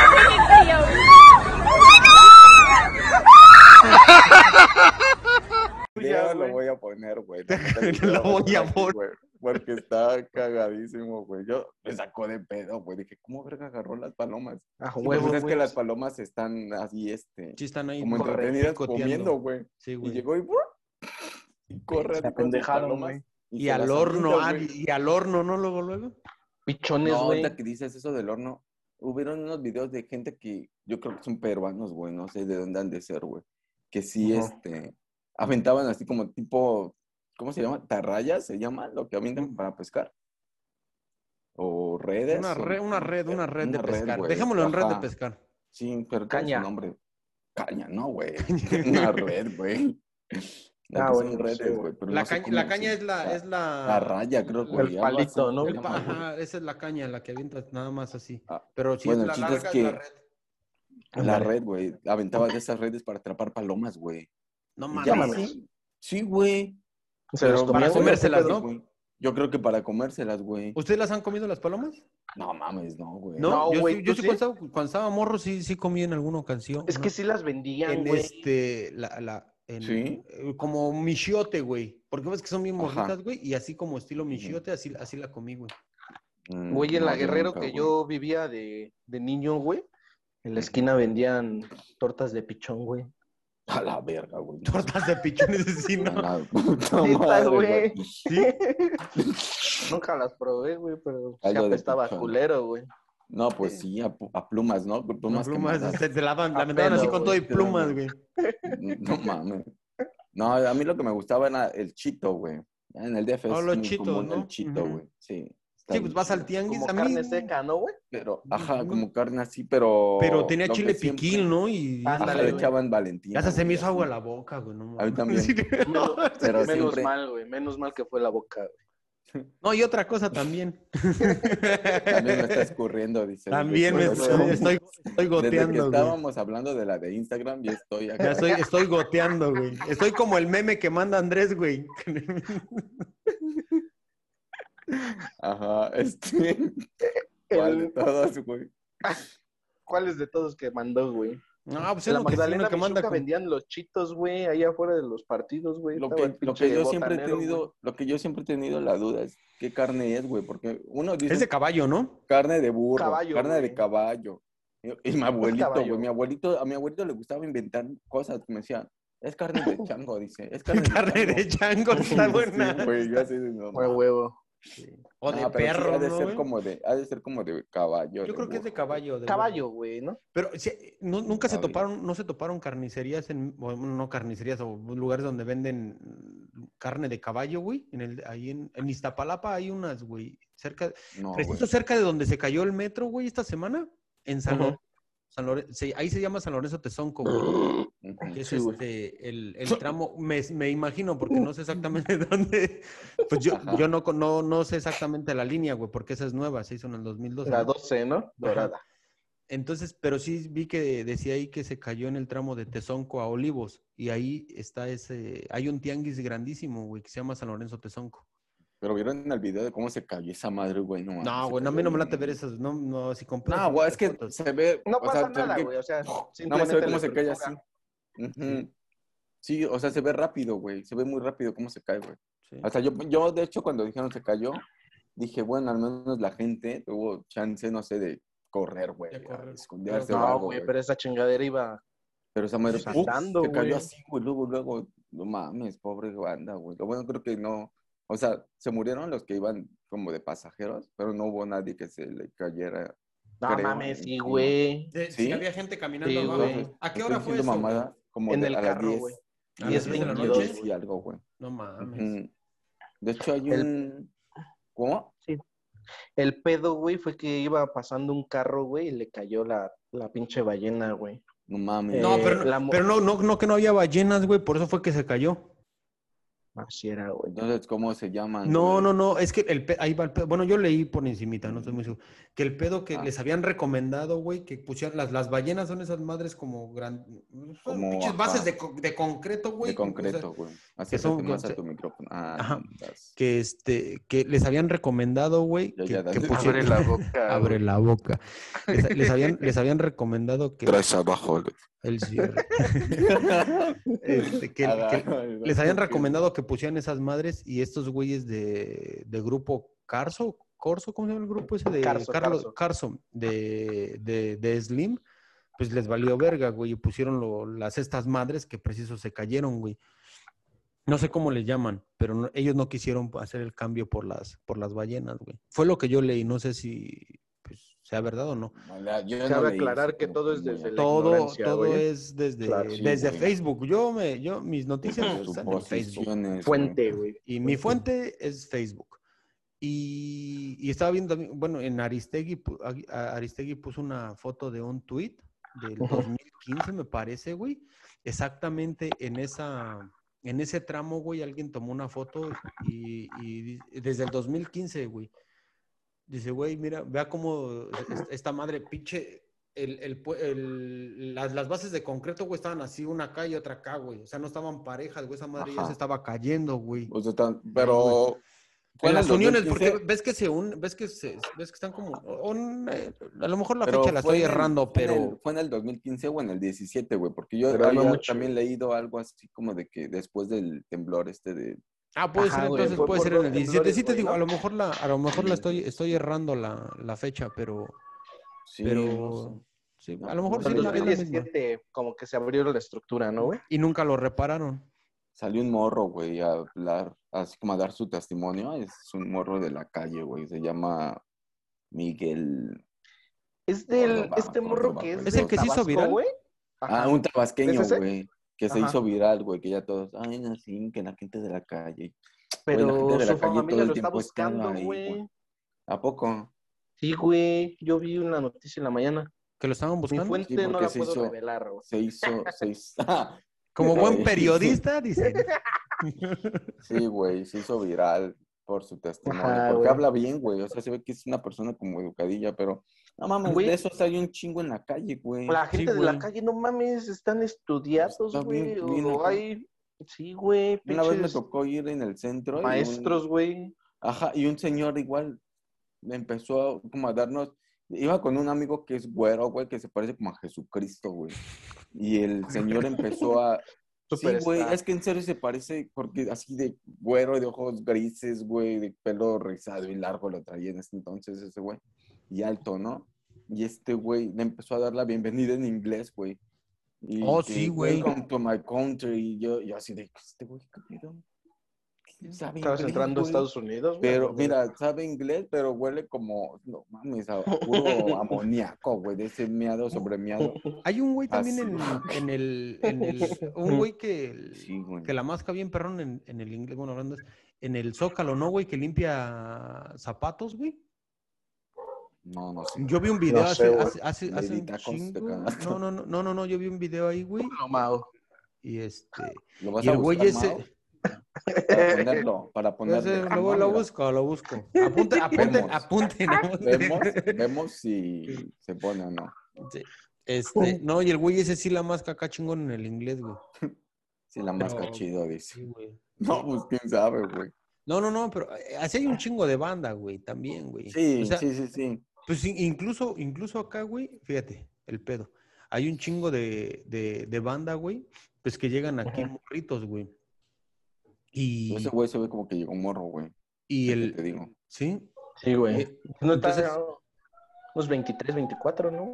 [SPEAKER 2] Ya lo
[SPEAKER 3] güey.
[SPEAKER 2] voy a poner, güey. La neta, sí te
[SPEAKER 1] Lo voy a
[SPEAKER 2] aquí,
[SPEAKER 1] poner.
[SPEAKER 2] güey, Porque está cagadísimo, güey. Yo me sacó de pedo, güey. Dije, ¿cómo verga agarró las palomas?
[SPEAKER 3] A
[SPEAKER 2] Y
[SPEAKER 3] Ah, huevo,
[SPEAKER 2] pues es
[SPEAKER 3] güey.
[SPEAKER 2] que las palomas están así, este,
[SPEAKER 1] Sí están ahí.
[SPEAKER 2] como
[SPEAKER 1] corre-
[SPEAKER 2] entretenidas
[SPEAKER 1] picoteando.
[SPEAKER 2] comiendo, güey.
[SPEAKER 1] Sí,
[SPEAKER 2] Y
[SPEAKER 1] güey.
[SPEAKER 2] llegó y, ¡buah! y corre
[SPEAKER 3] Se
[SPEAKER 2] así con sus
[SPEAKER 3] apendejaron,
[SPEAKER 2] palomas
[SPEAKER 3] güey.
[SPEAKER 1] Y,
[SPEAKER 2] se
[SPEAKER 1] al
[SPEAKER 2] las
[SPEAKER 1] horno,
[SPEAKER 2] avienta,
[SPEAKER 1] ah,
[SPEAKER 2] güey.
[SPEAKER 1] y al horno, ¿no? Luego, luego.
[SPEAKER 3] Pichones,
[SPEAKER 2] No,
[SPEAKER 3] güey.
[SPEAKER 2] ahorita que dices eso del horno, hubieron unos videos de gente que yo creo que son peruanos, güey, no sé de dónde han de ser, güey, que sí,
[SPEAKER 3] Ujú.
[SPEAKER 2] este, aventaban así como tipo, ¿cómo se llama? ¿Tarrayas se llama lo que avientan para pescar? O redes.
[SPEAKER 1] Una
[SPEAKER 2] o-
[SPEAKER 1] red, una red, una red de pescar.
[SPEAKER 2] güey,
[SPEAKER 1] Dejémoslo en red de
[SPEAKER 2] ajá.
[SPEAKER 1] pescar.
[SPEAKER 2] Sí, pero
[SPEAKER 3] Caña.
[SPEAKER 2] caña. nombre. Caña, no, güey. Una red, güey. Lo
[SPEAKER 3] Ah,
[SPEAKER 2] que
[SPEAKER 3] bueno,
[SPEAKER 2] son
[SPEAKER 3] no
[SPEAKER 2] redes,
[SPEAKER 3] sé,
[SPEAKER 2] güey, pero
[SPEAKER 1] La,
[SPEAKER 2] no sé
[SPEAKER 1] caña-
[SPEAKER 2] cómo
[SPEAKER 1] la
[SPEAKER 2] se-
[SPEAKER 1] caña es la,
[SPEAKER 2] la-
[SPEAKER 1] es la...
[SPEAKER 2] la raya, creo,
[SPEAKER 1] la-
[SPEAKER 2] güey.
[SPEAKER 3] El
[SPEAKER 2] algo así
[SPEAKER 3] palito,
[SPEAKER 2] se
[SPEAKER 3] ¿no?
[SPEAKER 1] el
[SPEAKER 2] llama,
[SPEAKER 1] pa-
[SPEAKER 2] güey.
[SPEAKER 1] ajá, esa es la caña, la que avientas nada más así.
[SPEAKER 2] Ah,
[SPEAKER 1] Pero si
[SPEAKER 2] bueno,
[SPEAKER 1] es la
[SPEAKER 2] el chiste es
[SPEAKER 1] larga,
[SPEAKER 2] que-
[SPEAKER 1] es la red.
[SPEAKER 2] La
[SPEAKER 3] Ándale.
[SPEAKER 2] red, güey. Aventaba de esas redes para atrapar palomas, güey.
[SPEAKER 1] No
[SPEAKER 2] Y
[SPEAKER 1] mames.
[SPEAKER 2] ya,
[SPEAKER 3] mames.
[SPEAKER 2] Sí, sí, güey.
[SPEAKER 3] Se los
[SPEAKER 2] Pero
[SPEAKER 3] comía,
[SPEAKER 1] para
[SPEAKER 3] güey.
[SPEAKER 1] comerse- comérselas,
[SPEAKER 2] pero,
[SPEAKER 1] ¿no?
[SPEAKER 2] güey, Yo creo que para comérselas, güey.
[SPEAKER 1] ¿Ustedes las han comido las palomas?
[SPEAKER 2] No mames, no, güey.
[SPEAKER 1] Pues-
[SPEAKER 2] pues
[SPEAKER 1] No,
[SPEAKER 3] No,
[SPEAKER 1] yo,
[SPEAKER 3] güey,
[SPEAKER 1] sí- yo
[SPEAKER 3] ¿tú
[SPEAKER 1] sí
[SPEAKER 3] sí?
[SPEAKER 1] cuando, estaba, cuando estaba morro sí, sí comí en alguna ocasión.
[SPEAKER 3] Es que
[SPEAKER 1] ¿no?
[SPEAKER 3] sí las vendían,
[SPEAKER 1] en
[SPEAKER 3] güey.
[SPEAKER 1] este, la, la, en-
[SPEAKER 2] ¿Sí?
[SPEAKER 1] eh, como michiote, güey. Porque ves que son bien
[SPEAKER 2] Ajá.
[SPEAKER 1] morritas, güey, y así como estilo michiote, así, así la comí, güey.
[SPEAKER 2] Mm,
[SPEAKER 3] Güey, en
[SPEAKER 2] no,
[SPEAKER 3] la
[SPEAKER 2] yo
[SPEAKER 3] Guerrero
[SPEAKER 2] nunca,
[SPEAKER 3] que
[SPEAKER 2] güey.
[SPEAKER 3] yo vivía de, de niño, güey, en la esquina vendían tortas de pichón, güey.
[SPEAKER 2] A la verga, güey.
[SPEAKER 1] Tortas de pichones sí,
[SPEAKER 2] A
[SPEAKER 1] ¿no?
[SPEAKER 2] la puta
[SPEAKER 3] Neta,
[SPEAKER 2] madre,
[SPEAKER 3] güey.
[SPEAKER 2] güey.
[SPEAKER 1] Sí.
[SPEAKER 3] Nunca las probé, güey, pero
[SPEAKER 2] Caldo de
[SPEAKER 3] siempre estaba
[SPEAKER 2] pichón.
[SPEAKER 3] culero, güey.
[SPEAKER 2] No, pues sí, a, pu- a plumas, ¿no? Con
[SPEAKER 1] Con
[SPEAKER 2] Plumas,
[SPEAKER 1] plumas,
[SPEAKER 2] quemadas.
[SPEAKER 1] se te la van- la
[SPEAKER 3] A
[SPEAKER 1] aventaban así
[SPEAKER 3] pelo,
[SPEAKER 1] con todo
[SPEAKER 2] güey,
[SPEAKER 1] y plumas,
[SPEAKER 2] claro.
[SPEAKER 1] güey.
[SPEAKER 2] No mames. No, a mí lo que me gustaba era el chito, güey. En el DF es
[SPEAKER 1] Oh, los
[SPEAKER 2] muy
[SPEAKER 1] chitos,
[SPEAKER 2] común
[SPEAKER 1] ¿no?
[SPEAKER 2] el chito,
[SPEAKER 1] Ujú.
[SPEAKER 2] güey. Sí. está
[SPEAKER 1] Sí,
[SPEAKER 2] bien
[SPEAKER 1] pues vas al
[SPEAKER 2] chido.
[SPEAKER 1] tianguis
[SPEAKER 3] Como
[SPEAKER 1] a mí.
[SPEAKER 3] carne seca, ¿no, güey?
[SPEAKER 2] Pero,
[SPEAKER 1] Ujú.
[SPEAKER 2] ajá, como carne así, pero.
[SPEAKER 1] Pero tenía
[SPEAKER 2] lo que
[SPEAKER 1] chile
[SPEAKER 2] siempre-
[SPEAKER 1] piquín, ¿no? Y
[SPEAKER 3] Ah,
[SPEAKER 2] Ajá,
[SPEAKER 3] Ándale,
[SPEAKER 2] le
[SPEAKER 3] güey.
[SPEAKER 2] echaban Valentina.
[SPEAKER 1] ya hasta se me
[SPEAKER 2] güey,
[SPEAKER 1] hizo agua
[SPEAKER 2] así.
[SPEAKER 1] la boca, güey. No,
[SPEAKER 2] A mí
[SPEAKER 1] mames.
[SPEAKER 2] también.
[SPEAKER 1] Sí, no.
[SPEAKER 2] Pero
[SPEAKER 3] Menos
[SPEAKER 2] siempre-
[SPEAKER 3] mal, güey, menos mal que fue la boca, güey.
[SPEAKER 1] No, y otra cosa también.
[SPEAKER 2] También me está escurriendo, dice.
[SPEAKER 1] También me
[SPEAKER 2] Desde que-
[SPEAKER 1] estoy, estoy, estoy
[SPEAKER 2] Desde que
[SPEAKER 1] goteando, güey.
[SPEAKER 2] estábamos hablando de la de Instagram, yo estoy
[SPEAKER 1] Ya
[SPEAKER 2] acá.
[SPEAKER 1] estoy, estoy goteando, güey. Estoy como el meme que manda Andrés, güey.
[SPEAKER 2] Ajá, este. ¿Cuál de
[SPEAKER 3] El-
[SPEAKER 2] todas, güey?
[SPEAKER 3] ¿Cuáles de todos que mandó, güey?
[SPEAKER 1] No, pues
[SPEAKER 3] En
[SPEAKER 1] es
[SPEAKER 3] la
[SPEAKER 1] lo que, es
[SPEAKER 3] Magdalena
[SPEAKER 1] lo que manda.
[SPEAKER 3] Michuca
[SPEAKER 1] con-
[SPEAKER 3] vendían los chitos, güey, ahí afuera de los partidos, güey.
[SPEAKER 2] Lo
[SPEAKER 3] Estaba
[SPEAKER 2] que,
[SPEAKER 3] el
[SPEAKER 2] lo
[SPEAKER 3] pinche
[SPEAKER 2] que yo siempre he
[SPEAKER 3] botanero,
[SPEAKER 2] tenido,
[SPEAKER 3] güey.
[SPEAKER 2] lo que yo siempre he tenido la duda es qué carne es, güey, porque uno dice
[SPEAKER 1] Es de caballo, ¿no?
[SPEAKER 2] carne de burro,
[SPEAKER 3] Caballo,
[SPEAKER 2] carne
[SPEAKER 3] güey.
[SPEAKER 2] de caballo. Y, y mi abuelito,
[SPEAKER 3] caballo.
[SPEAKER 2] güey, mi abuelito, a mi abuelito le gustaba inventar cosas, me decía, es carne de chango, dice, es carne de
[SPEAKER 1] Carne
[SPEAKER 2] chango".
[SPEAKER 1] de chango, está
[SPEAKER 2] Sí,
[SPEAKER 1] buena.
[SPEAKER 2] güey, yo así de, "No
[SPEAKER 3] A huevo.
[SPEAKER 1] O de
[SPEAKER 2] Ah, pero sí,
[SPEAKER 1] perro,
[SPEAKER 2] ha de
[SPEAKER 1] ¿no,
[SPEAKER 2] ser
[SPEAKER 1] güey?
[SPEAKER 2] como de, ha de ser como de caballo.
[SPEAKER 1] Yo creo que es de
[SPEAKER 2] burro.
[SPEAKER 1] caballo. de
[SPEAKER 3] Caballo, güey, ¿no?
[SPEAKER 1] Pero sí, eh, no- nunca se
[SPEAKER 2] Caballo.
[SPEAKER 1] toparon, no se toparon carnicerías en, o, no carnicerías o lugares donde venden mm, carne de caballo, güey. En el, ahí en, en Iztapalapa hay unas, güey. Cerca,
[SPEAKER 2] No, Ah, güey.
[SPEAKER 1] preciso cerca de donde se cayó el metro, güey, esta semana, en San,
[SPEAKER 3] Ujú.
[SPEAKER 1] Lore- San Lore- se- ahí se llama San Lorenzo Tezonco, güey.
[SPEAKER 2] Ujú.
[SPEAKER 1] Que es
[SPEAKER 3] Sí, güey.
[SPEAKER 1] este, el, el tramo, me, me imagino, porque no sé exactamente dónde. Pues yo,
[SPEAKER 2] Ajá.
[SPEAKER 1] yo no, con- no, no sé exactamente la línea, güey, porque esa es nueva, se hizo en el 2012.
[SPEAKER 3] La
[SPEAKER 1] ¿no?
[SPEAKER 3] 12, ¿no? Dorada.
[SPEAKER 1] Entonces, pero sí vi que decía ahí que se cayó en el tramo de Tezonco a Olivos. Y ahí está ese, hay un tianguis grandísimo, güey, que se llama San Lorenzo Tezonco.
[SPEAKER 2] Pero vieron en el video de cómo se cayó esa madre, güey. No, mames,
[SPEAKER 1] No,
[SPEAKER 2] se
[SPEAKER 1] güey, no, a mí no
[SPEAKER 2] cayó
[SPEAKER 1] me late
[SPEAKER 2] bien.
[SPEAKER 1] ver esas, no, no, si compré.
[SPEAKER 2] No, güey, es que se ve.
[SPEAKER 3] No
[SPEAKER 2] o sea,
[SPEAKER 3] pasa
[SPEAKER 2] se ve
[SPEAKER 3] nada,
[SPEAKER 2] que-
[SPEAKER 3] güey. O sea,
[SPEAKER 2] Nada más se
[SPEAKER 3] simplemente
[SPEAKER 2] ve cómo
[SPEAKER 3] le
[SPEAKER 2] se cae así.
[SPEAKER 3] perforan.
[SPEAKER 2] Ujú. Sí, o sea, se ve rápido, güey. Se ve muy rápido cómo se cae, güey. Hasta yo, yo, de hecho, cuando dijeron se cayó, dije, bueno, al menos la gente tuvo chance, no sé, de correr, güey.
[SPEAKER 1] De
[SPEAKER 2] a
[SPEAKER 1] correr.
[SPEAKER 2] Esconderse
[SPEAKER 1] Pero
[SPEAKER 2] o
[SPEAKER 3] No,
[SPEAKER 2] algo,
[SPEAKER 3] güey,
[SPEAKER 2] güey.
[SPEAKER 3] pero esa chingadera iba
[SPEAKER 2] Pero esa madre
[SPEAKER 1] Pues,
[SPEAKER 2] pues,
[SPEAKER 3] andando,
[SPEAKER 2] se cayó
[SPEAKER 3] güey.
[SPEAKER 2] así, güey. Luego, luego, no mames, pobre banda, güey. Lo bueno creo que no. O sea, se murieron los que iban como de pasajeros, pero no hubo nadie que se le cayera.
[SPEAKER 3] No
[SPEAKER 2] creo,
[SPEAKER 3] mames,
[SPEAKER 2] en-
[SPEAKER 3] sí, güey.
[SPEAKER 4] De-
[SPEAKER 2] ¿Sí?
[SPEAKER 4] si había gente caminando
[SPEAKER 3] Sí,
[SPEAKER 4] abajo.
[SPEAKER 3] güey.
[SPEAKER 4] ¿A qué
[SPEAKER 2] Estoy
[SPEAKER 4] hora fue
[SPEAKER 2] diciendo
[SPEAKER 4] eso? güey?
[SPEAKER 2] mamada, como
[SPEAKER 3] En
[SPEAKER 2] de-
[SPEAKER 3] el
[SPEAKER 2] a las
[SPEAKER 3] carro,
[SPEAKER 2] 10,
[SPEAKER 3] güey.
[SPEAKER 4] ¿A las
[SPEAKER 3] 10,
[SPEAKER 4] diez de la
[SPEAKER 3] 22,
[SPEAKER 4] noche?
[SPEAKER 3] güey.
[SPEAKER 2] y algo, güey.
[SPEAKER 1] No mames.
[SPEAKER 2] Ujú. De hecho, hay
[SPEAKER 3] El-
[SPEAKER 2] un. ¿Cómo?
[SPEAKER 3] El pedo, güey, fue que iba pasando un carro, güey, y le cayó la, la pinche ballena, güey.
[SPEAKER 2] No mames.
[SPEAKER 1] No,
[SPEAKER 3] Eh,
[SPEAKER 1] pero,
[SPEAKER 3] la
[SPEAKER 1] no,
[SPEAKER 3] mo-
[SPEAKER 1] pero no, no, no que no había ballenas, güey, por eso fue que se cayó.
[SPEAKER 3] Así era, güey.
[SPEAKER 2] Entonces, ¿cómo se llaman?
[SPEAKER 1] No,
[SPEAKER 2] güey?
[SPEAKER 1] no, no, es que el pe- ahí va el pedo. Bueno, yo leí por encimita, no estoy muy seguro. Que el pedo que
[SPEAKER 2] Ah.
[SPEAKER 1] les habían recomendado, güey, que pusieran las, las ballenas son esas madres como gran son
[SPEAKER 2] Como,
[SPEAKER 1] pinches
[SPEAKER 2] ajá.
[SPEAKER 1] bases de, co- de concreto, güey.
[SPEAKER 2] De concreto,
[SPEAKER 1] O sea,
[SPEAKER 2] güey.
[SPEAKER 1] que son-
[SPEAKER 2] Acércate más
[SPEAKER 1] que-
[SPEAKER 2] a tu micrófono. Ah,
[SPEAKER 1] Ajá.
[SPEAKER 2] das.
[SPEAKER 1] que este, que les habían recomendado, güey,
[SPEAKER 2] Ya,
[SPEAKER 1] que,
[SPEAKER 2] ya,
[SPEAKER 1] que
[SPEAKER 2] dale.
[SPEAKER 1] pusieran-
[SPEAKER 2] Abre
[SPEAKER 3] boca.
[SPEAKER 1] Pues Abre la boca. Les, les habían, les habían recomendado que
[SPEAKER 2] abajo.
[SPEAKER 1] el cierre. Este, que- que- Les habían recomendado que pusieran esas madres y estos güeyes de, de grupo Carso, Corso, ¿cómo se llama el grupo ese? De
[SPEAKER 3] Carso,
[SPEAKER 1] Carlos,
[SPEAKER 3] Carso.
[SPEAKER 1] Carso, de, de, de Slim, pues les valió verga, güey, y pusieron lo- las estas madres que preciso se cayeron, güey. No sé cómo les llaman, pero no- ellos no quisieron hacer el cambio por las, por las ballenas, güey. Fue lo que yo leí, no sé si pues, sea verdad o no.
[SPEAKER 3] Cabe aclarar que todo es desde la
[SPEAKER 1] Todo,
[SPEAKER 3] ignorancia,
[SPEAKER 1] todo
[SPEAKER 3] güey.
[SPEAKER 1] es desde,
[SPEAKER 3] Claro,
[SPEAKER 2] sí,
[SPEAKER 1] desde
[SPEAKER 2] güey.
[SPEAKER 1] Facebook. Yo me, yo, mis noticias están en Facebook.
[SPEAKER 2] Facebook.
[SPEAKER 3] Fuente, güey.
[SPEAKER 1] Y mi fuente es Facebook. Y, y estaba viendo también, bueno, en Aristegui, pu- a- a- Aristegui puso una foto de un tweet del
[SPEAKER 3] Ujú.
[SPEAKER 1] 2015, me parece, güey. Exactamente en esa, en ese tramo, güey, alguien tomó una foto y, y di- desde el 2015, güey. Dice, güey, mira, vea cómo es- esta madre pinche, el, el pue- el- las, las bases de concreto, güey, estaban así, una acá y otra acá, güey. O sea, no estaban parejas, güey, esa madre ya
[SPEAKER 2] Ajá.
[SPEAKER 1] se estaba cayendo, güey.
[SPEAKER 2] O sea, tan- pero.
[SPEAKER 1] En
[SPEAKER 2] ¿cuál
[SPEAKER 1] las
[SPEAKER 2] es el
[SPEAKER 1] uniones,
[SPEAKER 2] 2015?
[SPEAKER 1] porque ves que se unen, ves que se, ves que están como, o- o un- eh, a lo mejor la
[SPEAKER 2] Pero
[SPEAKER 1] fecha la
[SPEAKER 2] fue
[SPEAKER 1] estoy
[SPEAKER 2] en el-
[SPEAKER 1] errando,
[SPEAKER 2] fue en
[SPEAKER 1] pero
[SPEAKER 2] el- ¿Fue en el 2015 o en el 17, güey? Porque yo
[SPEAKER 3] Pero
[SPEAKER 2] había
[SPEAKER 3] no mucho.
[SPEAKER 2] también leído algo así como de que después del temblor este de.
[SPEAKER 1] ah, puede
[SPEAKER 3] Ajá,
[SPEAKER 1] ser
[SPEAKER 3] güey,
[SPEAKER 1] entonces,
[SPEAKER 3] fue
[SPEAKER 1] puede
[SPEAKER 3] por
[SPEAKER 1] ser en
[SPEAKER 3] los
[SPEAKER 1] el 17, sí te
[SPEAKER 3] temblores,
[SPEAKER 1] digo,
[SPEAKER 3] güey,
[SPEAKER 1] a lo mejor la, a lo mejor la
[SPEAKER 2] Sí.
[SPEAKER 1] estoy, estoy errando la, la fecha, pero,
[SPEAKER 2] Sí,
[SPEAKER 1] pero,
[SPEAKER 2] no
[SPEAKER 1] sí,
[SPEAKER 2] No,
[SPEAKER 1] a lo mejor
[SPEAKER 2] no,
[SPEAKER 1] sí
[SPEAKER 3] En
[SPEAKER 1] es
[SPEAKER 2] no,
[SPEAKER 1] la, es la misma.
[SPEAKER 3] 2017, como que se abrió la estructura, ¿no, güey?
[SPEAKER 1] Y nunca lo repararon.
[SPEAKER 2] Salió un morro, güey, a hablar, así como a dar su testimonio. Es un morro de la calle, güey. Se llama Miguel.
[SPEAKER 3] Es del,
[SPEAKER 2] Córdoba,
[SPEAKER 3] este morro
[SPEAKER 2] Córdoba,
[SPEAKER 3] que es.
[SPEAKER 2] güey.
[SPEAKER 3] de
[SPEAKER 2] ¿Es el
[SPEAKER 1] que se hizo
[SPEAKER 3] Tabasco,
[SPEAKER 1] viral?
[SPEAKER 3] güey. Ajá.
[SPEAKER 2] Ah, un tabasqueño,
[SPEAKER 3] ¿Es ese?
[SPEAKER 2] güey. Que se
[SPEAKER 3] Ajá.
[SPEAKER 2] hizo viral, güey. Que ya todos, ay, no, sí, que la gente de la calle. la gente
[SPEAKER 3] Pero
[SPEAKER 2] de la
[SPEAKER 3] su
[SPEAKER 2] calle todo
[SPEAKER 3] familia
[SPEAKER 2] el
[SPEAKER 3] lo está
[SPEAKER 2] tiempo está
[SPEAKER 3] buscando,
[SPEAKER 2] ahí,
[SPEAKER 3] güey.
[SPEAKER 2] güey. ¿A poco?
[SPEAKER 3] Sí, güey. Yo vi una noticia en la mañana.
[SPEAKER 1] Que lo estaban
[SPEAKER 3] Mi
[SPEAKER 1] buscando.
[SPEAKER 3] fuente
[SPEAKER 2] Sí,
[SPEAKER 3] no
[SPEAKER 2] porque
[SPEAKER 3] la
[SPEAKER 2] se
[SPEAKER 3] puedo
[SPEAKER 2] hizo-
[SPEAKER 3] revelar, güey.
[SPEAKER 2] Se hizo, se hizo. Ah,
[SPEAKER 1] Como buen
[SPEAKER 2] Ay.
[SPEAKER 1] periodista, dicen.
[SPEAKER 2] sí, güey, se hizo viral por su testimonio.
[SPEAKER 3] Ajá,
[SPEAKER 2] porque
[SPEAKER 3] güey.
[SPEAKER 2] habla bien, güey. O sea, se ve que es una persona como educadilla, pero. No mames,
[SPEAKER 3] Güey.
[SPEAKER 2] de eso salió un chingo en la calle, güey.
[SPEAKER 3] La gente de
[SPEAKER 1] güey.
[SPEAKER 3] la calle, no mames, están estudiados,
[SPEAKER 2] Está bien,
[SPEAKER 3] güey.
[SPEAKER 2] bien
[SPEAKER 3] O
[SPEAKER 2] acá.
[SPEAKER 3] hay. Sí, güey.
[SPEAKER 2] Una vez me
[SPEAKER 3] pinches
[SPEAKER 2] tocó ir en el centro. y un-
[SPEAKER 3] Maestros, güey.
[SPEAKER 2] Ajá, y un señor igual me empezó a- como a darnos, iba con un amigo que es güero, güey, que se parece como a Jesucristo, güey. Y el señor empezó a... Sí, güey,
[SPEAKER 3] Superstar.
[SPEAKER 2] es que en serio se parece porque así de güero, de ojos grises, güey, de pelo rizado y largo lo traía en ese entonces ese güey. Y alto, ¿no? Y este güey le empezó a dar la bienvenida en inglés, güey. Y
[SPEAKER 1] Oh,
[SPEAKER 2] que,
[SPEAKER 1] sí, güey.
[SPEAKER 2] Welcome to my country. Y yo, yo así de, este güey, ¿qué pedo? ¿Quién sabe
[SPEAKER 3] Estabas
[SPEAKER 2] inglés,
[SPEAKER 3] entrando a
[SPEAKER 2] güey?
[SPEAKER 3] Estados Unidos, güey.
[SPEAKER 2] Pero mira, sabe inglés, pero huele como, no mames, a puro amoníaco, güey, de ese miado sobre miado.
[SPEAKER 1] Hay un güey también
[SPEAKER 2] Así.
[SPEAKER 1] en, en el, en el, un güey que el-
[SPEAKER 2] Sí, güey.
[SPEAKER 1] que la masca bien perrón en, en el inglés, bueno, hablando es- en el Zócalo, ¿no, güey? Que limpia zapatos, güey.
[SPEAKER 2] No, no sé.
[SPEAKER 1] Yo vi un video
[SPEAKER 3] No sé,
[SPEAKER 1] hace,
[SPEAKER 3] güey.
[SPEAKER 1] hace, hace,
[SPEAKER 2] Le
[SPEAKER 1] hace
[SPEAKER 2] di
[SPEAKER 1] un
[SPEAKER 2] tacos de
[SPEAKER 1] chingo.
[SPEAKER 2] canasta.
[SPEAKER 1] No, no, no, no, no, no, yo vi un video ahí, güey.
[SPEAKER 3] No, Mao.
[SPEAKER 1] Y este.
[SPEAKER 2] ¿Lo vas
[SPEAKER 1] Y
[SPEAKER 2] Ah, pues a
[SPEAKER 1] el güey
[SPEAKER 2] buscar,
[SPEAKER 1] ese.
[SPEAKER 2] Mao? Para ponerlo, para
[SPEAKER 1] ya
[SPEAKER 2] ponerlo.
[SPEAKER 1] sé,
[SPEAKER 2] Ah,
[SPEAKER 1] Luego lo
[SPEAKER 2] mira,
[SPEAKER 1] busco, lo busco. Apunten, apunten,
[SPEAKER 2] Vemos.
[SPEAKER 1] apunten.
[SPEAKER 2] Vemos,
[SPEAKER 1] apunten.
[SPEAKER 2] vemos si se pone o no.
[SPEAKER 1] Sí. Este, no, y el güey ese sí la masca acá chingón en el inglés, güey.
[SPEAKER 2] Si la masca
[SPEAKER 1] Pero-
[SPEAKER 2] chido, dice.
[SPEAKER 1] Sí, güey.
[SPEAKER 2] No, pues quién sabe, güey.
[SPEAKER 1] No, no, no, pero eh, así hay un chingo de banda, güey, también, güey.
[SPEAKER 2] Sí,
[SPEAKER 1] O sea,
[SPEAKER 2] sí, sí, sí.
[SPEAKER 1] Pues in- incluso, incluso acá, güey, fíjate, el pedo. Hay un chingo de, de, de banda, güey, pues que llegan aquí
[SPEAKER 3] Ajá.
[SPEAKER 1] morritos, güey. Y,
[SPEAKER 2] Ese güey se ve como que llegó morro, güey.
[SPEAKER 1] y
[SPEAKER 2] es lo que Te
[SPEAKER 1] el,
[SPEAKER 2] digo.
[SPEAKER 1] ¿sí?
[SPEAKER 3] Sí, güey.
[SPEAKER 1] Eh,
[SPEAKER 3] No está
[SPEAKER 1] entonces-
[SPEAKER 3] unos 23, 24, ¿no?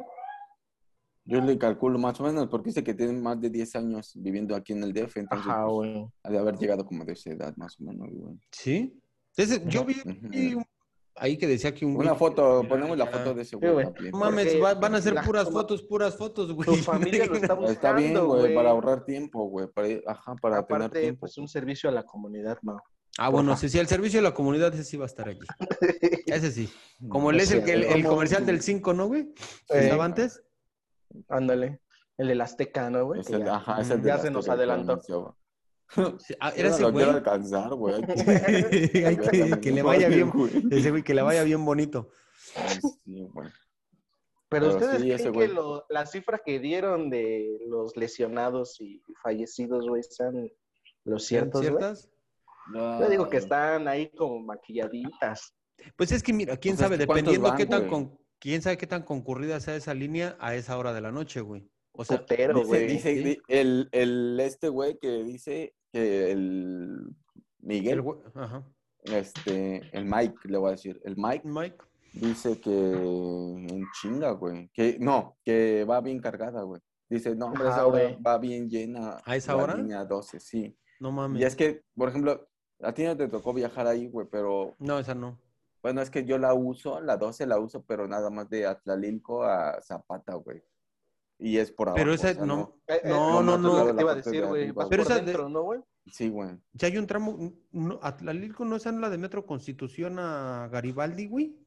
[SPEAKER 2] Yo le calculo más o menos, porque dice que tienen más de 10 años viviendo aquí en el DF, entonces
[SPEAKER 3] Ajá,
[SPEAKER 2] pues,
[SPEAKER 3] güey.
[SPEAKER 2] ha de haber llegado como de esa edad más o menos, güey.
[SPEAKER 1] ¿Sí? Entonces, yo vi vi un- ahí que decía que un
[SPEAKER 2] Una
[SPEAKER 1] güey-
[SPEAKER 2] foto, ponemos la
[SPEAKER 1] ya.
[SPEAKER 2] foto de ese
[SPEAKER 3] Sí, güey.
[SPEAKER 2] güey también.
[SPEAKER 1] No mames,
[SPEAKER 3] Porque
[SPEAKER 1] va- van a ser
[SPEAKER 3] la-
[SPEAKER 1] puras fotos, puras fotos, güey.
[SPEAKER 3] Tu familia lo está buscando.
[SPEAKER 2] Está bien, güey,
[SPEAKER 3] güey.
[SPEAKER 2] para ahorrar tiempo, güey, para, ir- ajá, para tener
[SPEAKER 3] Aparte,
[SPEAKER 2] tiempo.
[SPEAKER 3] pues un servicio a la comunidad, Mau.
[SPEAKER 1] Ah, bueno, sí, sí, el servicio de la comunidad ese sí va a estar allí. Ese sí. Como el, es el, que- el, el comercial del 5, ¿no, güey? Que
[SPEAKER 3] Eh,
[SPEAKER 1] estaba antes.
[SPEAKER 3] Ándale. El del Azteca, ¿no, güey?
[SPEAKER 2] Es
[SPEAKER 3] Que
[SPEAKER 2] el-
[SPEAKER 3] ya-
[SPEAKER 2] ajá, es el de
[SPEAKER 3] Ya
[SPEAKER 2] la
[SPEAKER 3] se nos
[SPEAKER 2] Azteca que
[SPEAKER 3] adelantó.
[SPEAKER 2] anunció.
[SPEAKER 1] Ah,
[SPEAKER 2] Yo
[SPEAKER 1] era
[SPEAKER 2] no
[SPEAKER 1] ese
[SPEAKER 2] lo quiero
[SPEAKER 1] güey.
[SPEAKER 2] alcanzar, güey.
[SPEAKER 1] Hay que, que le vaya bien. Ese güey, que le vaya bien bonito.
[SPEAKER 2] Ay, sí, güey.
[SPEAKER 3] Pero,
[SPEAKER 2] Pero
[SPEAKER 3] ustedes
[SPEAKER 2] sí, ese
[SPEAKER 3] creen
[SPEAKER 2] güey.
[SPEAKER 3] que lo- la cifra que dieron de los lesionados y fallecidos, güey, sean los ciertos, güey.
[SPEAKER 1] ¿Ciertas?
[SPEAKER 3] Yo digo que
[SPEAKER 2] Ah,
[SPEAKER 3] están ahí como maquilladitas.
[SPEAKER 1] Pues es que mira, quién
[SPEAKER 2] O sea,
[SPEAKER 1] sabe,
[SPEAKER 2] es que ¿cuántos
[SPEAKER 1] dependiendo
[SPEAKER 2] van,
[SPEAKER 1] qué tan
[SPEAKER 2] güey?
[SPEAKER 1] con- quién sabe qué tan concurrida sea esa línea a esa hora de la noche, güey. O sea,
[SPEAKER 3] Putero,
[SPEAKER 2] Dice,
[SPEAKER 3] güey.
[SPEAKER 2] dice di- el, el este güey que dice que el
[SPEAKER 1] el
[SPEAKER 2] Miguel,
[SPEAKER 1] güey, ajá.
[SPEAKER 2] este, el Mike, le voy a decir, el Mike
[SPEAKER 1] Mike.
[SPEAKER 2] dice que en chinga, güey, que no, que va bien cargada, güey. Dice, no, hombre, esa
[SPEAKER 3] Ajá,
[SPEAKER 2] hora
[SPEAKER 3] güey.
[SPEAKER 2] va bien llena.
[SPEAKER 1] ¿A esa
[SPEAKER 2] la
[SPEAKER 1] hora?
[SPEAKER 2] Línea 12, sí.
[SPEAKER 1] No mames.
[SPEAKER 2] Y es que, por ejemplo, a ti no te tocó viajar ahí, güey, pero
[SPEAKER 1] No, esa no.
[SPEAKER 2] bueno, es que yo la uso, la 12 la uso, pero nada más de Atlalilco a Zapata, güey. Y es por abajo.
[SPEAKER 1] Pero
[SPEAKER 2] Ah, o
[SPEAKER 1] esa
[SPEAKER 2] sea,
[SPEAKER 1] no.
[SPEAKER 3] Eh, eh,
[SPEAKER 1] No, no,
[SPEAKER 2] no, no,
[SPEAKER 1] no.
[SPEAKER 2] la
[SPEAKER 3] te iba a
[SPEAKER 2] parte
[SPEAKER 3] decir,
[SPEAKER 2] de
[SPEAKER 3] güey.
[SPEAKER 2] arriba,
[SPEAKER 3] Vas
[SPEAKER 1] Pero
[SPEAKER 3] por
[SPEAKER 1] esa de-
[SPEAKER 3] dentro, ¿no, güey?
[SPEAKER 2] Sí, güey.
[SPEAKER 1] Ya hay un tramo. No, Atlalilco no es en la de Metro Constitución a Garibaldi, güey.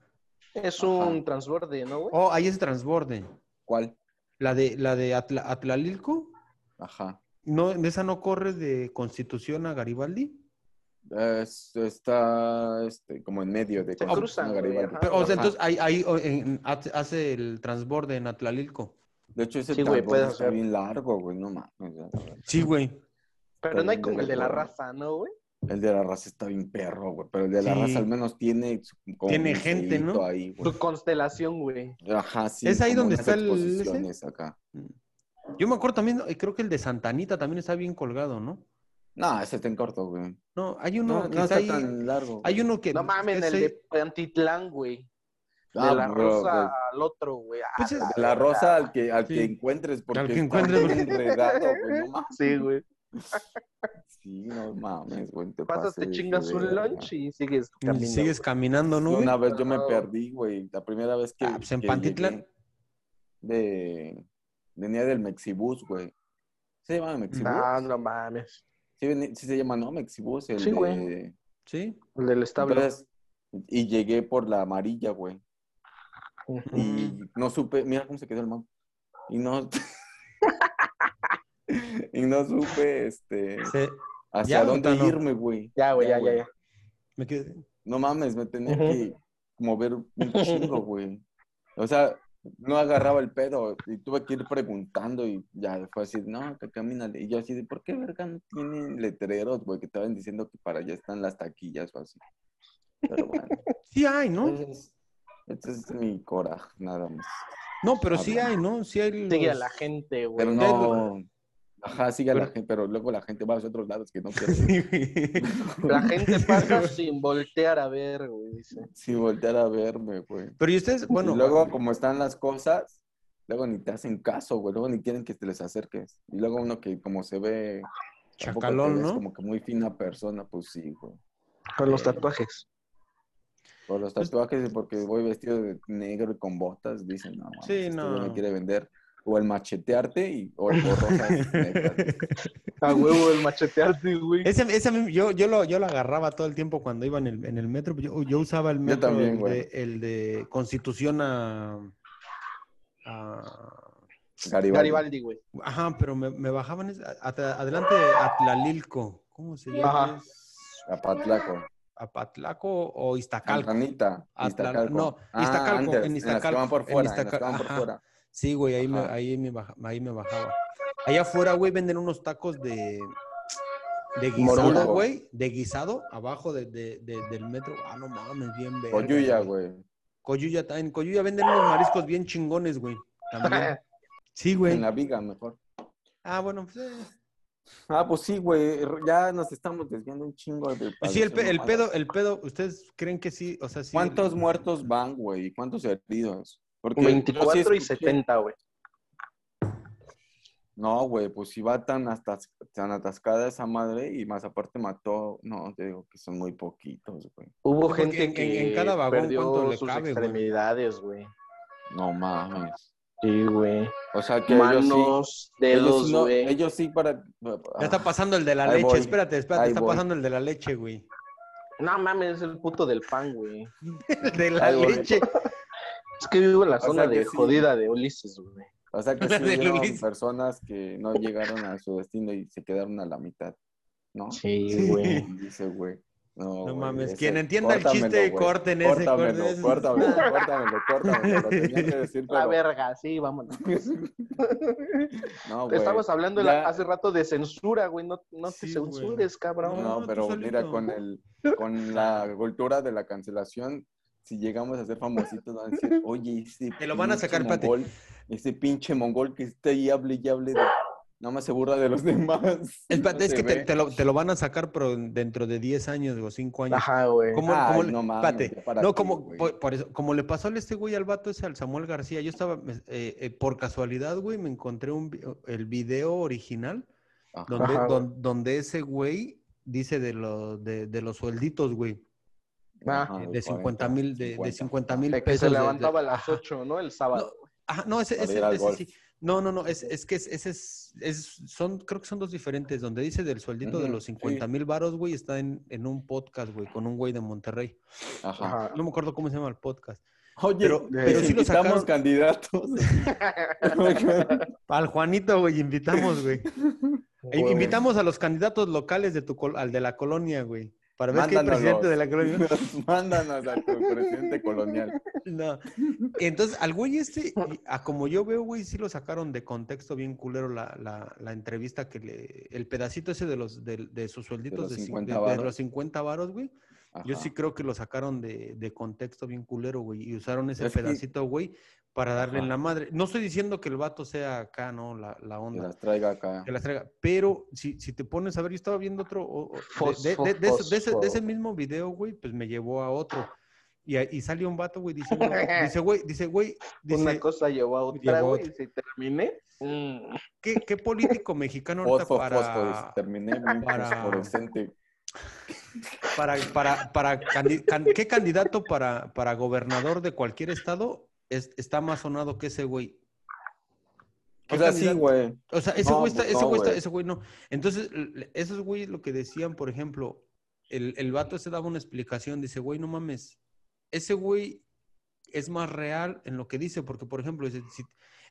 [SPEAKER 3] Es
[SPEAKER 2] Ajá.
[SPEAKER 3] un transborde, ¿no, güey?
[SPEAKER 1] Oh, ahí es transborde.
[SPEAKER 2] ¿Cuál?
[SPEAKER 1] La de, la de Atla- Atlalilco.
[SPEAKER 2] Ajá.
[SPEAKER 1] No, esa no corre de Constitución a Garibaldi.
[SPEAKER 2] Es- está este, como en medio de
[SPEAKER 3] Se cruzan,
[SPEAKER 2] Constitución a
[SPEAKER 3] güey,
[SPEAKER 2] Garibaldi.
[SPEAKER 3] ajá.
[SPEAKER 1] Pero, o sea,
[SPEAKER 2] Ajá.
[SPEAKER 1] entonces ahí, ahí, o- en- hace hace el transborde en Atlalilco.
[SPEAKER 2] de hecho, ese
[SPEAKER 3] Sí, güey,
[SPEAKER 2] tambor
[SPEAKER 3] puedes
[SPEAKER 2] está
[SPEAKER 3] hacer-
[SPEAKER 2] bien largo, güey, no mames. la verdad.
[SPEAKER 1] Sí, güey.
[SPEAKER 3] Pero no hay como
[SPEAKER 2] Pero
[SPEAKER 3] el de la
[SPEAKER 2] güey.
[SPEAKER 3] raza, ¿no, güey?
[SPEAKER 2] El de la raza está bien perro, güey, pero el de la
[SPEAKER 1] Sí.
[SPEAKER 2] raza al menos tiene su- como
[SPEAKER 1] Tiene
[SPEAKER 2] un
[SPEAKER 1] gente, ¿no?
[SPEAKER 2] museíto ahí, güey.
[SPEAKER 3] Su constelación, güey.
[SPEAKER 2] Ajá, sí.
[SPEAKER 1] ¿Es ahí
[SPEAKER 2] como
[SPEAKER 1] donde
[SPEAKER 2] unas
[SPEAKER 1] está el-
[SPEAKER 2] exposiciones acá.
[SPEAKER 1] Yo me acuerdo también, eh, creo que el de Santanita también está bien colgado, ¿no?
[SPEAKER 2] No, ese está en corto, güey.
[SPEAKER 1] No, hay uno
[SPEAKER 2] No, no,
[SPEAKER 1] que está
[SPEAKER 2] está
[SPEAKER 1] ahí.
[SPEAKER 2] tan largo.
[SPEAKER 1] Hay uno que.
[SPEAKER 3] No mames,
[SPEAKER 1] que
[SPEAKER 3] el
[SPEAKER 1] se-
[SPEAKER 3] de Pantitlán, güey. De
[SPEAKER 2] Ah,
[SPEAKER 3] la
[SPEAKER 2] bro,
[SPEAKER 3] rosa
[SPEAKER 2] güey.
[SPEAKER 3] al otro, güey. Ah,
[SPEAKER 1] Pues es-
[SPEAKER 2] De la rosa al que, al
[SPEAKER 1] Sí.
[SPEAKER 2] que encuentres, porque
[SPEAKER 1] que
[SPEAKER 2] está
[SPEAKER 1] encuentres,
[SPEAKER 2] bien
[SPEAKER 1] güey.
[SPEAKER 2] enredado, güey, no mames.
[SPEAKER 3] Sí, güey.
[SPEAKER 2] Sí, no mames, güey. Te
[SPEAKER 3] Pasas,
[SPEAKER 2] pases
[SPEAKER 3] te
[SPEAKER 2] de
[SPEAKER 3] chingas un
[SPEAKER 2] verga.
[SPEAKER 3] lunch y sigues tu
[SPEAKER 1] y
[SPEAKER 3] camino.
[SPEAKER 1] sigues
[SPEAKER 3] güey.
[SPEAKER 1] caminando, ¿no?
[SPEAKER 2] Sí,
[SPEAKER 1] güey?
[SPEAKER 2] una vez yo me
[SPEAKER 3] Ajá.
[SPEAKER 2] perdí, güey. La primera vez que.
[SPEAKER 1] Ah, pues en
[SPEAKER 2] que
[SPEAKER 1] Pantitlán.
[SPEAKER 2] llegué De. Venía del Mexibus, güey. ¿Se llama Mexibus?
[SPEAKER 3] Ah, No, no mames.
[SPEAKER 2] Sí, veni- sí se llama, ¿no? Mexibus. El
[SPEAKER 3] Sí, güey.
[SPEAKER 2] de-
[SPEAKER 1] Sí.
[SPEAKER 3] El del establo.
[SPEAKER 2] Entonces, y llegué por la amarilla, güey.
[SPEAKER 3] Ujú.
[SPEAKER 2] Y
[SPEAKER 1] Mm.
[SPEAKER 2] no supe. Mira cómo se quedó el mapa. Y no. y no supe, este.
[SPEAKER 1] Se-
[SPEAKER 2] Hacia
[SPEAKER 1] ¿Ya o
[SPEAKER 2] dónde
[SPEAKER 1] no?
[SPEAKER 2] irme, güey.
[SPEAKER 3] Ya, güey, ya,
[SPEAKER 2] Ya,
[SPEAKER 3] ya,
[SPEAKER 2] güey.
[SPEAKER 3] ya.
[SPEAKER 1] me quedé-
[SPEAKER 2] No mames, me tenía
[SPEAKER 3] Ujú.
[SPEAKER 2] que mover un chingo, güey. O sea, no agarraba el pedo y tuve que ir preguntando y ya fue así, no, que camínale. Y yo así de, ¿por qué verga no tienen letreros, güey? Que estaban diciendo que para allá están las taquillas o así. Pero bueno,
[SPEAKER 1] Sí hay, ¿no?
[SPEAKER 2] entonces, este es mi coraje, nada más.
[SPEAKER 1] No, pero sí
[SPEAKER 2] Hablando.
[SPEAKER 1] hay, ¿no? Sí hay. los-
[SPEAKER 3] Sigue a la gente, güey.
[SPEAKER 2] Pero no, ajá, sigue a la
[SPEAKER 1] Pero-
[SPEAKER 2] gente, pero luego la gente va a otros lados que no quiero.
[SPEAKER 1] Sí, güey.
[SPEAKER 3] La gente pasa sin voltear a ver, güey, dice.
[SPEAKER 2] Sí, voltear a verme, güey.
[SPEAKER 1] Pero y ustedes, bueno.
[SPEAKER 2] y luego, como están las cosas, luego ni te hacen caso, güey. Luego ni quieren que te les acerques. Y luego uno que como se ve... tampoco te
[SPEAKER 1] Chacalón,
[SPEAKER 2] ves
[SPEAKER 1] ¿no?
[SPEAKER 2] Como que muy fina persona, pues sí, güey.
[SPEAKER 3] Con los tatuajes.
[SPEAKER 2] Por los
[SPEAKER 1] Pues
[SPEAKER 2] tatuajes y porque voy vestido de negro y con botas, dicen, no, mames,
[SPEAKER 1] Sí,
[SPEAKER 2] este güey
[SPEAKER 1] no.
[SPEAKER 2] me quiere vender. O el machetearte y, o el borrosas. negras.
[SPEAKER 3] A huevo el machetearte, güey.
[SPEAKER 1] Ese, ese a mí- yo, yo, lo, yo lo agarraba todo el tiempo cuando iba en el, en el metro. Yo, yo usaba el metro,
[SPEAKER 2] también,
[SPEAKER 1] el,
[SPEAKER 2] güey.
[SPEAKER 1] de, el de Constitución a- a
[SPEAKER 2] Garibaldi.
[SPEAKER 3] Garibaldi, güey.
[SPEAKER 1] Ajá, pero me, me bajaban es- a- a- adelante de Atlalilco. ¿Cómo se llama?
[SPEAKER 3] Ajá.
[SPEAKER 1] ¿Es
[SPEAKER 2] Apatlaco.
[SPEAKER 1] ¿Apatlaco o Iztacalco?
[SPEAKER 2] Cantanita.
[SPEAKER 1] Atla-
[SPEAKER 2] Iztacalco.
[SPEAKER 1] no,
[SPEAKER 2] Ah,
[SPEAKER 1] Iztacalco,
[SPEAKER 2] antes,
[SPEAKER 1] en
[SPEAKER 2] las que
[SPEAKER 1] Iztacalco,
[SPEAKER 2] van por
[SPEAKER 1] en
[SPEAKER 2] fuera. en las que
[SPEAKER 1] Iztaca-
[SPEAKER 2] van por
[SPEAKER 1] ajá.
[SPEAKER 2] fuera.
[SPEAKER 1] Sí, güey, ahí me,
[SPEAKER 2] Ajá.
[SPEAKER 1] ahí, me baja- ahí me bajaba. Allá afuera, güey, venden unos tacos de, de guisado,
[SPEAKER 2] Morulo.
[SPEAKER 1] güey. De guisado, abajo de- de- de- del metro. Ah, no mames, bien verga,
[SPEAKER 2] Coyuya, güey.
[SPEAKER 1] Coyuya, ta- en Coyuya venden unos mariscos bien chingones, güey. También. Sí, güey.
[SPEAKER 2] En la viga, mejor.
[SPEAKER 1] Ah, bueno, pues... eh.
[SPEAKER 2] Ah, pues sí, güey. Ya nos estamos desviando un chingo de.
[SPEAKER 1] Pues sí, el, pe- el pedo, el pedo, ¿ustedes creen que sí? O sea, sí.
[SPEAKER 2] ¿Cuántos muertos van, güey? ¿Y ¿Cuántos heridos? Porque yo sí
[SPEAKER 3] 24 y
[SPEAKER 2] escuché-
[SPEAKER 3] 70, güey.
[SPEAKER 2] No, güey, pues iba tan, atas- tan atascada esa madre y más aparte mató. No, te digo que son muy poquitos, güey.
[SPEAKER 3] Hubo
[SPEAKER 1] Pues, Porque
[SPEAKER 3] gente
[SPEAKER 1] en-
[SPEAKER 3] que
[SPEAKER 1] en cada vagón, ¿cuánto
[SPEAKER 3] perdió
[SPEAKER 1] le
[SPEAKER 3] sus
[SPEAKER 1] cabe, güey?
[SPEAKER 3] extremidades, güey.
[SPEAKER 2] No mames.
[SPEAKER 3] Sí, güey.
[SPEAKER 2] O sea que ellos sí.
[SPEAKER 3] Manos,
[SPEAKER 2] Ellos,
[SPEAKER 3] dedos,
[SPEAKER 2] sí no-
[SPEAKER 3] güey.
[SPEAKER 2] ellos sí para. ah,
[SPEAKER 1] Ya está pasando el de la
[SPEAKER 2] Ahí
[SPEAKER 1] leche.
[SPEAKER 2] voy.
[SPEAKER 1] Espérate, espérate.
[SPEAKER 2] Ahí
[SPEAKER 1] está
[SPEAKER 2] voy.
[SPEAKER 1] pasando el de la leche, güey.
[SPEAKER 3] No mames, es el puto del pan, güey.
[SPEAKER 1] El de la
[SPEAKER 2] Ahí voy.
[SPEAKER 1] leche.
[SPEAKER 3] Es que vivo en la
[SPEAKER 2] sea
[SPEAKER 3] zona
[SPEAKER 2] que
[SPEAKER 3] de
[SPEAKER 2] sí.
[SPEAKER 3] jodida de Ulises, güey.
[SPEAKER 2] O sea que
[SPEAKER 1] La
[SPEAKER 2] sí
[SPEAKER 1] de
[SPEAKER 2] hubieron
[SPEAKER 1] Luis.
[SPEAKER 2] personas que no llegaron a su destino y se quedaron a la mitad, ¿no?
[SPEAKER 3] Sí, güey.
[SPEAKER 2] Y Dice, güey. No,
[SPEAKER 1] No
[SPEAKER 2] güey,
[SPEAKER 1] mames.
[SPEAKER 2] ese-
[SPEAKER 1] Quien entienda el
[SPEAKER 2] córtamelo,
[SPEAKER 1] chiste,
[SPEAKER 2] güey.
[SPEAKER 1] corten ese.
[SPEAKER 2] Córtamelo,
[SPEAKER 1] corten ese.
[SPEAKER 2] córtamelo, córtamelo, córtamelo. Lo tenía que decir,
[SPEAKER 3] La
[SPEAKER 2] pero...
[SPEAKER 3] verga, sí, vámonos.
[SPEAKER 2] No, güey.
[SPEAKER 3] Estabas hablando
[SPEAKER 2] Ya-
[SPEAKER 3] hace rato de censura, güey. No, no te
[SPEAKER 1] Sí,
[SPEAKER 3] censures, cabrón.
[SPEAKER 1] No,
[SPEAKER 2] No,
[SPEAKER 1] tú
[SPEAKER 2] pero
[SPEAKER 1] solito.
[SPEAKER 2] mira, con, el, con la cultura de la cancelación, si llegamos a ser famositos, van a decir, oye, ese
[SPEAKER 1] Te lo van a
[SPEAKER 2] pinche
[SPEAKER 1] sacar, espérate.
[SPEAKER 2] mongol, ese pinche mongol que está ahí, hable y hable, de... nada más se burla de los demás.
[SPEAKER 1] Espérate,
[SPEAKER 2] No
[SPEAKER 1] es
[SPEAKER 2] se
[SPEAKER 1] que te,
[SPEAKER 2] ve.
[SPEAKER 1] te lo, te lo van a sacar, pero dentro de 10 años o 5 años.
[SPEAKER 3] Ajá, güey.
[SPEAKER 1] ¿Cómo-
[SPEAKER 2] Ah, Ay,
[SPEAKER 1] cómo le-
[SPEAKER 2] no mames,
[SPEAKER 1] espérate,
[SPEAKER 2] ya para
[SPEAKER 1] no,
[SPEAKER 2] qué,
[SPEAKER 1] como,
[SPEAKER 2] güey.
[SPEAKER 1] por, por eso, como le pasó al este güey al vato ese, al Samuel García, yo estaba, me- eh, eh, por casualidad, güey, me encontré un, vi- el video original
[SPEAKER 2] Ajá.
[SPEAKER 1] donde,
[SPEAKER 3] Ajá, güey.
[SPEAKER 1] don- donde ese güey dice de, lo- de, de los suelditos, güey, eh,
[SPEAKER 3] Ah,
[SPEAKER 2] Ajá,
[SPEAKER 1] de 50 mil, de, de 50 mil
[SPEAKER 3] De
[SPEAKER 1] pesos.
[SPEAKER 3] que se
[SPEAKER 1] de- de-
[SPEAKER 3] levantaba a las
[SPEAKER 1] ajá.
[SPEAKER 3] 8, ¿no? El sábado.
[SPEAKER 1] Ajá, no, ese,
[SPEAKER 2] Para
[SPEAKER 1] ese-
[SPEAKER 2] ir al
[SPEAKER 1] ese
[SPEAKER 2] golf.
[SPEAKER 1] sí. No, no, no, es, es que es- ese es, es- son, creo que son dos diferentes. Donde dice del sueldito de
[SPEAKER 2] Ujú,
[SPEAKER 1] los
[SPEAKER 2] sí.
[SPEAKER 1] 50 mil varos, güey, está en, en un podcast, güey, con un güey de Monterrey.
[SPEAKER 2] Ajá.
[SPEAKER 1] No me acuerdo cómo se llama el podcast.
[SPEAKER 2] Oye,
[SPEAKER 1] Pero-
[SPEAKER 2] pero,
[SPEAKER 1] pero sí lo sacaron.
[SPEAKER 2] candidatos.
[SPEAKER 1] Al Juanito, güey, invitamos, güey. E invitamos a los candidatos locales de tu col- al de la colonia, güey. Para ver qué
[SPEAKER 2] Mándanos.
[SPEAKER 1] presidente de la colonia.
[SPEAKER 2] Nos Mándanos a tu presidente colonial.
[SPEAKER 1] No. Entonces, al güey este,
[SPEAKER 2] Ah.
[SPEAKER 1] y a como yo veo, güey, sí lo sacaron de contexto bien culero la, la, la entrevista que le. El pedacito ese de los de, de sus suelditos
[SPEAKER 2] los
[SPEAKER 1] de, cin-
[SPEAKER 2] 50
[SPEAKER 1] de- de
[SPEAKER 2] varos.
[SPEAKER 1] los 50 varos, güey. Yo
[SPEAKER 2] Ajá.
[SPEAKER 1] sí creo que lo sacaron de, de contexto bien culero, güey. Y usaron ese
[SPEAKER 2] Es que-
[SPEAKER 1] pedacito, güey, para darle en
[SPEAKER 2] Ajá.
[SPEAKER 1] la madre. No estoy diciendo que el vato sea acá, ¿no? La, la
[SPEAKER 2] Que
[SPEAKER 1] onda.
[SPEAKER 2] las traiga acá.
[SPEAKER 1] Que las traiga. Pero si, si te pones a ver, yo estaba viendo otro. o- o- de, de- de- de- de ese- de ese- de ese mismo video, güey, pues me llevó a otro. Y, a- y sale un vato, güey, diciendo. Dice, güey, dice, güey,
[SPEAKER 3] Una
[SPEAKER 1] dice,
[SPEAKER 3] cosa llevó a otra,
[SPEAKER 1] llevó a
[SPEAKER 3] güey,
[SPEAKER 1] otra.
[SPEAKER 3] y se terminé. Mm.
[SPEAKER 1] ¿qué, qué político mexicano ahorita
[SPEAKER 2] Fosfo, fosfo,
[SPEAKER 1] para,
[SPEAKER 2] dice, terminé muy
[SPEAKER 1] para-
[SPEAKER 2] fosforescente.
[SPEAKER 1] para, para, para candi- can- qué candidato para, para gobernador de cualquier estado es- está más sonado que ese güey?
[SPEAKER 2] O sea, sí,
[SPEAKER 1] candidato?
[SPEAKER 2] güey.
[SPEAKER 1] O sea, ese
[SPEAKER 2] No,
[SPEAKER 1] güey está,
[SPEAKER 2] pues
[SPEAKER 1] ese
[SPEAKER 2] no,
[SPEAKER 1] güey está,
[SPEAKER 2] güey.
[SPEAKER 1] ese güey no. Entonces, l- esos güey lo que decían, por ejemplo, el, el vato se daba una explicación, dice, güey, no mames, ese güey es más real en lo que dice, porque, por ejemplo, dice, si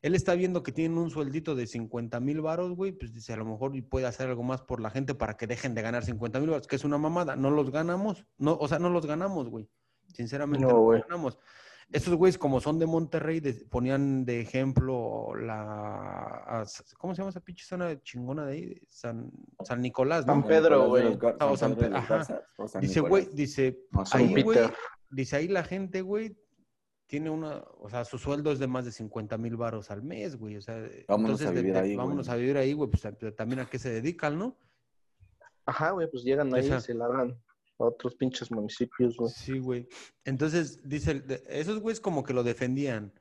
[SPEAKER 1] él está viendo que tienen un sueldito de 50 mil varos, güey, pues dice, a lo mejor y puede hacer algo más por la gente para que dejen de ganar 50 mil varos, que es una mamada, no los ganamos, no, o sea, no los ganamos, güey. Sinceramente,
[SPEAKER 3] No,
[SPEAKER 1] no, los
[SPEAKER 3] güey.
[SPEAKER 1] ganamos. Estos güeyes, como son de Monterrey, de- ponían de ejemplo la. a S- ¿Cómo se llama esa pinche zona chingona de ahí? De San, San Nicolás, ¿no?
[SPEAKER 3] San Pedro,
[SPEAKER 2] Nicolás de
[SPEAKER 3] güey.
[SPEAKER 2] los Gar-
[SPEAKER 1] Ah, o San
[SPEAKER 2] Pedro de
[SPEAKER 1] Pe-
[SPEAKER 2] los
[SPEAKER 1] ajá.
[SPEAKER 2] Garzas, o San
[SPEAKER 1] Dice,
[SPEAKER 2] Nicolás.
[SPEAKER 1] güey, dice.
[SPEAKER 2] No, San
[SPEAKER 1] Ahí, güey.
[SPEAKER 3] Peter.
[SPEAKER 1] Dice, ahí la gente, güey, tiene una. O sea, su sueldo es de más de 50 mil varos al mes, güey. O sea,
[SPEAKER 2] Vámonos a
[SPEAKER 1] de-
[SPEAKER 2] vivir
[SPEAKER 1] de-
[SPEAKER 2] ahí, güey.
[SPEAKER 1] vámonos a vivir ahí, güey. Pues a- también a qué se dedican, ¿no?
[SPEAKER 3] Ajá, güey, pues llegan ahí
[SPEAKER 1] Esa.
[SPEAKER 3] y se largan a otros pinches municipios, güey.
[SPEAKER 1] Sí, güey. Entonces, dice, el de- esos güeyes como que lo defendían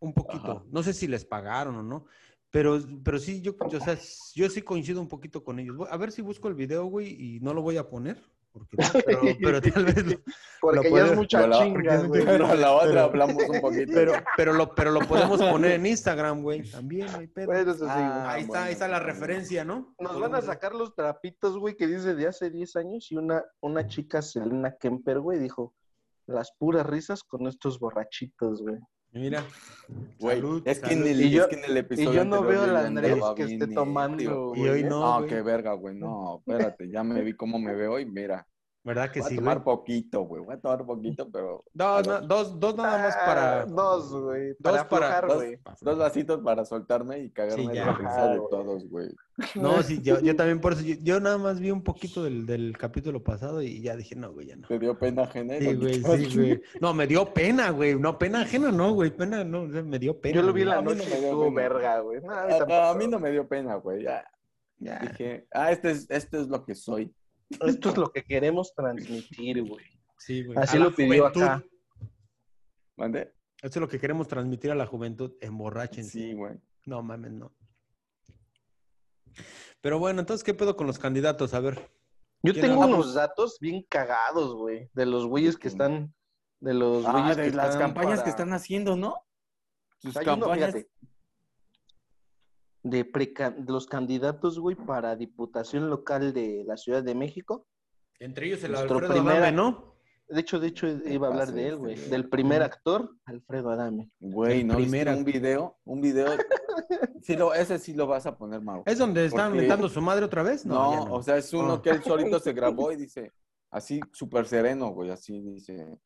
[SPEAKER 1] un poquito.
[SPEAKER 2] Ajá.
[SPEAKER 1] No sé si les pagaron o no, pero, pero sí, yo, yo, o sea, yo sí coincido un poquito con ellos. Voy- A ver si busco el video, güey, y no lo voy a poner, porque, pero, pero tal vez... lo-
[SPEAKER 3] Porque ya
[SPEAKER 1] puede-
[SPEAKER 3] es mucha
[SPEAKER 2] Yo la-
[SPEAKER 3] chinga, güey.
[SPEAKER 2] Pero la otra hablamos un poquito.
[SPEAKER 1] pero, pero, lo, pero lo podemos poner en Instagram, güey. También, no hay pedo.
[SPEAKER 3] Por eso sí, güey.
[SPEAKER 2] Ah,
[SPEAKER 1] ahí, está, ahí
[SPEAKER 2] bueno,
[SPEAKER 1] está la
[SPEAKER 2] bueno.
[SPEAKER 1] referencia, ¿no?
[SPEAKER 3] Nos van a sacar los trapitos, güey, que dice de hace 10 años y una, una chica, Selena Kemper, güey, dijo las puras risas con estos borrachitos, güey.
[SPEAKER 1] Mira.
[SPEAKER 2] Güey,
[SPEAKER 1] Salud,
[SPEAKER 2] es, que
[SPEAKER 1] salud.
[SPEAKER 2] en el,
[SPEAKER 3] Y yo-
[SPEAKER 2] es que en el episodio.
[SPEAKER 3] y yo no
[SPEAKER 2] anterior
[SPEAKER 3] veo a la
[SPEAKER 2] yo
[SPEAKER 3] Andrés
[SPEAKER 2] andaba
[SPEAKER 3] que
[SPEAKER 2] bien
[SPEAKER 3] esté tomando,
[SPEAKER 2] ebrio.
[SPEAKER 1] Y hoy
[SPEAKER 3] güey. ¿eh?
[SPEAKER 1] no,
[SPEAKER 2] No,
[SPEAKER 1] güey.
[SPEAKER 2] qué verga, güey. No, espérate, ya me vi cómo me veo y mira.
[SPEAKER 1] ¿Verdad que
[SPEAKER 2] Voy a
[SPEAKER 1] sí,
[SPEAKER 2] tomar
[SPEAKER 1] güey?
[SPEAKER 2] poquito, güey. Voy a tomar poquito, pero.
[SPEAKER 1] Dos, na- dos, dos nada más para...
[SPEAKER 3] Ah, dos, güey.
[SPEAKER 1] Dos
[SPEAKER 3] Para
[SPEAKER 1] para-
[SPEAKER 3] aflojar,
[SPEAKER 2] dos-
[SPEAKER 3] güey.
[SPEAKER 2] Dos vasitos para soltarme y cagarme
[SPEAKER 1] Sí,
[SPEAKER 2] de
[SPEAKER 1] ya.
[SPEAKER 2] la risa de
[SPEAKER 3] Ajá,
[SPEAKER 2] todos, güey.
[SPEAKER 1] No, sí, yo, yo también por eso, yo, yo nada más vi un poquito del, del capítulo pasado y ya dije, no, güey, ya no.
[SPEAKER 2] Te dio pena ajena. y
[SPEAKER 1] Sí,
[SPEAKER 2] lo
[SPEAKER 1] güey,
[SPEAKER 2] quitabas.
[SPEAKER 1] sí, güey. No, me dio pena, güey. No, pena ajena, no, güey. Pena, no, o sea, me dio pena.
[SPEAKER 3] Yo lo vi en
[SPEAKER 1] güey.
[SPEAKER 2] A
[SPEAKER 3] la
[SPEAKER 2] mí no
[SPEAKER 3] noche
[SPEAKER 2] me
[SPEAKER 3] y
[SPEAKER 2] dio
[SPEAKER 3] estuvo
[SPEAKER 2] pena.
[SPEAKER 3] verga, güey. No, a mí
[SPEAKER 2] Ah,
[SPEAKER 3] tampoco.
[SPEAKER 2] ah, a mí no me dio pena, güey. Ya
[SPEAKER 1] Ya.
[SPEAKER 2] dije, ah, este es, este es lo que soy.
[SPEAKER 3] Esto es lo que queremos transmitir, güey.
[SPEAKER 1] Sí, güey.
[SPEAKER 3] Así
[SPEAKER 1] A la
[SPEAKER 3] lo pidió
[SPEAKER 1] juventud.
[SPEAKER 3] acá.
[SPEAKER 2] ¿Mande?
[SPEAKER 1] Eso es lo que queremos transmitir a la juventud. Emborráchense.
[SPEAKER 2] Sí, güey.
[SPEAKER 1] No mames, no. Pero bueno, entonces, ¿qué pedo con los candidatos? A ver.
[SPEAKER 3] Yo
[SPEAKER 1] ¿Quién
[SPEAKER 3] tengo
[SPEAKER 1] habla?
[SPEAKER 3] unos datos bien cagados, güey, de los güeyes que están. De los
[SPEAKER 2] Ah,
[SPEAKER 3] güeyes
[SPEAKER 2] de
[SPEAKER 3] que
[SPEAKER 2] las
[SPEAKER 3] están
[SPEAKER 2] campañas
[SPEAKER 3] para-
[SPEAKER 2] que están haciendo, ¿no? Sus
[SPEAKER 3] Hay uno,
[SPEAKER 2] campañas.
[SPEAKER 3] fíjate, de, preca- de los candidatos, güey, para diputación local de la Ciudad de México.
[SPEAKER 1] Entre ellos el
[SPEAKER 3] Nuestro
[SPEAKER 1] Alfredo
[SPEAKER 3] primer-
[SPEAKER 1] Adame, ¿no?
[SPEAKER 3] De hecho, de hecho, iba a hablar de él, güey.
[SPEAKER 2] pases,
[SPEAKER 3] Del primer actor, Alfredo Adame.
[SPEAKER 2] Güey,
[SPEAKER 1] El
[SPEAKER 2] ¿no viste
[SPEAKER 1] primer
[SPEAKER 2] un video? Un video. Sí lo, ese sí lo vas a poner, Mau.
[SPEAKER 1] ¿Es donde están
[SPEAKER 2] Porque-
[SPEAKER 1] mentando su madre otra vez? No,
[SPEAKER 2] No,
[SPEAKER 1] ya no.
[SPEAKER 2] o sea, es uno
[SPEAKER 1] Ah.
[SPEAKER 2] que él solito se grabó y dice, así súper sereno, güey, así dice.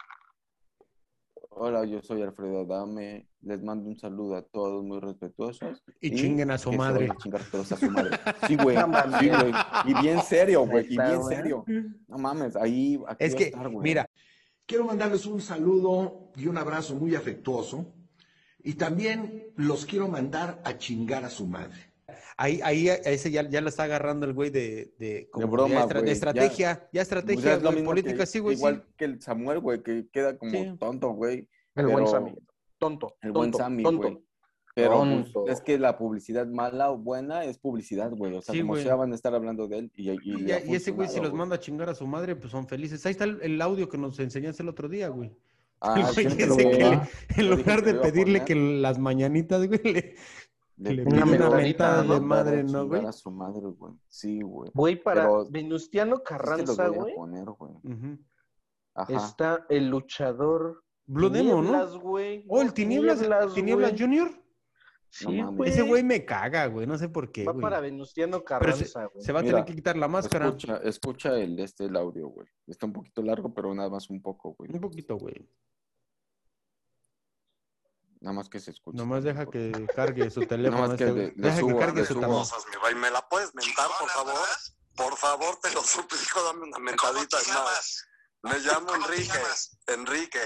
[SPEAKER 2] Hola, yo soy Alfredo Adame, les mando un saludo a todos muy respetuosos.
[SPEAKER 1] y chinguen a su
[SPEAKER 2] que se
[SPEAKER 1] madre.
[SPEAKER 2] vayan a chingar todos a su madre. Sí, güey,
[SPEAKER 3] No mames.
[SPEAKER 2] sí, güey. Y bien serio, güey, y
[SPEAKER 3] Está,
[SPEAKER 2] bien
[SPEAKER 3] güey.
[SPEAKER 2] serio. No mames, ahí... aquí
[SPEAKER 1] Es
[SPEAKER 2] va a
[SPEAKER 1] que,
[SPEAKER 2] estar, güey.
[SPEAKER 1] mira,
[SPEAKER 4] Quiero mandarles un saludo y un abrazo muy afectuoso. Y también los quiero mandar a chingar a su madre.
[SPEAKER 1] ahí, ahí a ese ya, ya la está agarrando el güey de, de, como
[SPEAKER 2] broma,
[SPEAKER 1] ya estra- de
[SPEAKER 2] güey, ya-
[SPEAKER 1] estrategia, ya,
[SPEAKER 2] Pues ya
[SPEAKER 1] estrategia
[SPEAKER 2] es lo
[SPEAKER 1] güey,
[SPEAKER 2] mismo
[SPEAKER 1] política,
[SPEAKER 2] que-
[SPEAKER 1] sí, güey. sí.
[SPEAKER 2] Igual que el Samuel, güey, que queda como
[SPEAKER 1] Sí.
[SPEAKER 2] tonto, güey.
[SPEAKER 3] El
[SPEAKER 2] pero-
[SPEAKER 3] buen Sammy. Tonto.
[SPEAKER 2] El
[SPEAKER 3] tonto,
[SPEAKER 2] buen Sammy,
[SPEAKER 3] tonto.
[SPEAKER 2] güey. Pero pues,
[SPEAKER 3] Tonto.
[SPEAKER 2] es que la publicidad mala o buena es publicidad, güey. O sea,
[SPEAKER 1] Sí,
[SPEAKER 2] como
[SPEAKER 1] güey.
[SPEAKER 2] sea, van a estar hablando de él. Y, y,
[SPEAKER 1] Y,
[SPEAKER 2] le
[SPEAKER 1] ya-
[SPEAKER 2] ha
[SPEAKER 1] y ese güey, si
[SPEAKER 2] funcionado,
[SPEAKER 1] los manda a chingar a su madre, pues son felices. Ahí está el, el audio que nos enseñaste el otro día, güey.
[SPEAKER 2] Ah,
[SPEAKER 1] el güey
[SPEAKER 2] sí,
[SPEAKER 1] que
[SPEAKER 2] pero,
[SPEAKER 1] dice que
[SPEAKER 2] güey,
[SPEAKER 1] le-
[SPEAKER 2] ah,
[SPEAKER 1] En
[SPEAKER 2] Lo dije
[SPEAKER 1] lugar
[SPEAKER 2] que
[SPEAKER 1] de
[SPEAKER 2] le iba a
[SPEAKER 1] pedirle
[SPEAKER 2] poner.
[SPEAKER 1] que las mañanitas, güey, le,
[SPEAKER 2] le
[SPEAKER 1] le pide
[SPEAKER 2] pide
[SPEAKER 3] una
[SPEAKER 1] una
[SPEAKER 3] mentada,
[SPEAKER 1] mentada
[SPEAKER 3] ¿no?
[SPEAKER 1] de madre,
[SPEAKER 2] para
[SPEAKER 1] ¿no, güey?
[SPEAKER 2] chingar A su madre, güey. Sí, güey.
[SPEAKER 3] Güey, para
[SPEAKER 2] Pero-
[SPEAKER 3] Venustiano
[SPEAKER 2] Es que
[SPEAKER 3] Carranza,
[SPEAKER 2] los voy
[SPEAKER 3] güey,
[SPEAKER 2] a poner, güey.
[SPEAKER 1] Ujú.
[SPEAKER 2] Ajá.
[SPEAKER 3] está el luchador.
[SPEAKER 1] Blue Demo, ¿no?
[SPEAKER 3] Tinieblas, güey.
[SPEAKER 1] Oh, el Tinieblas, Tinieblas
[SPEAKER 3] güey.
[SPEAKER 1] Junior.
[SPEAKER 2] No
[SPEAKER 3] Sí,
[SPEAKER 2] mames.
[SPEAKER 3] güey.
[SPEAKER 1] Ese güey me caga, güey. No sé por qué,
[SPEAKER 3] va
[SPEAKER 1] güey.
[SPEAKER 3] para Venustiano
[SPEAKER 1] Pero se-
[SPEAKER 3] Carranza, güey.
[SPEAKER 1] Se va a
[SPEAKER 2] Mira,
[SPEAKER 1] tener que quitar la máscara.
[SPEAKER 2] Escucha, escucha el, este, el audio, güey. Está un poquito largo, pero nada más un poco, güey.
[SPEAKER 1] Un poquito, güey.
[SPEAKER 2] Nada más que se escuche.
[SPEAKER 1] Nomás deja que cargue su teléfono.
[SPEAKER 2] Nomás que
[SPEAKER 1] este güey.
[SPEAKER 2] le- le
[SPEAKER 1] deja que
[SPEAKER 2] subo,
[SPEAKER 1] cargue
[SPEAKER 2] le
[SPEAKER 1] su
[SPEAKER 2] subo.
[SPEAKER 1] teléfono.
[SPEAKER 5] cosas, mi rey. ¿Me la puedes mentar, por favor? Por favor, te lo suplico, dame una mentadita más. Me llamo Enrique. Enrique.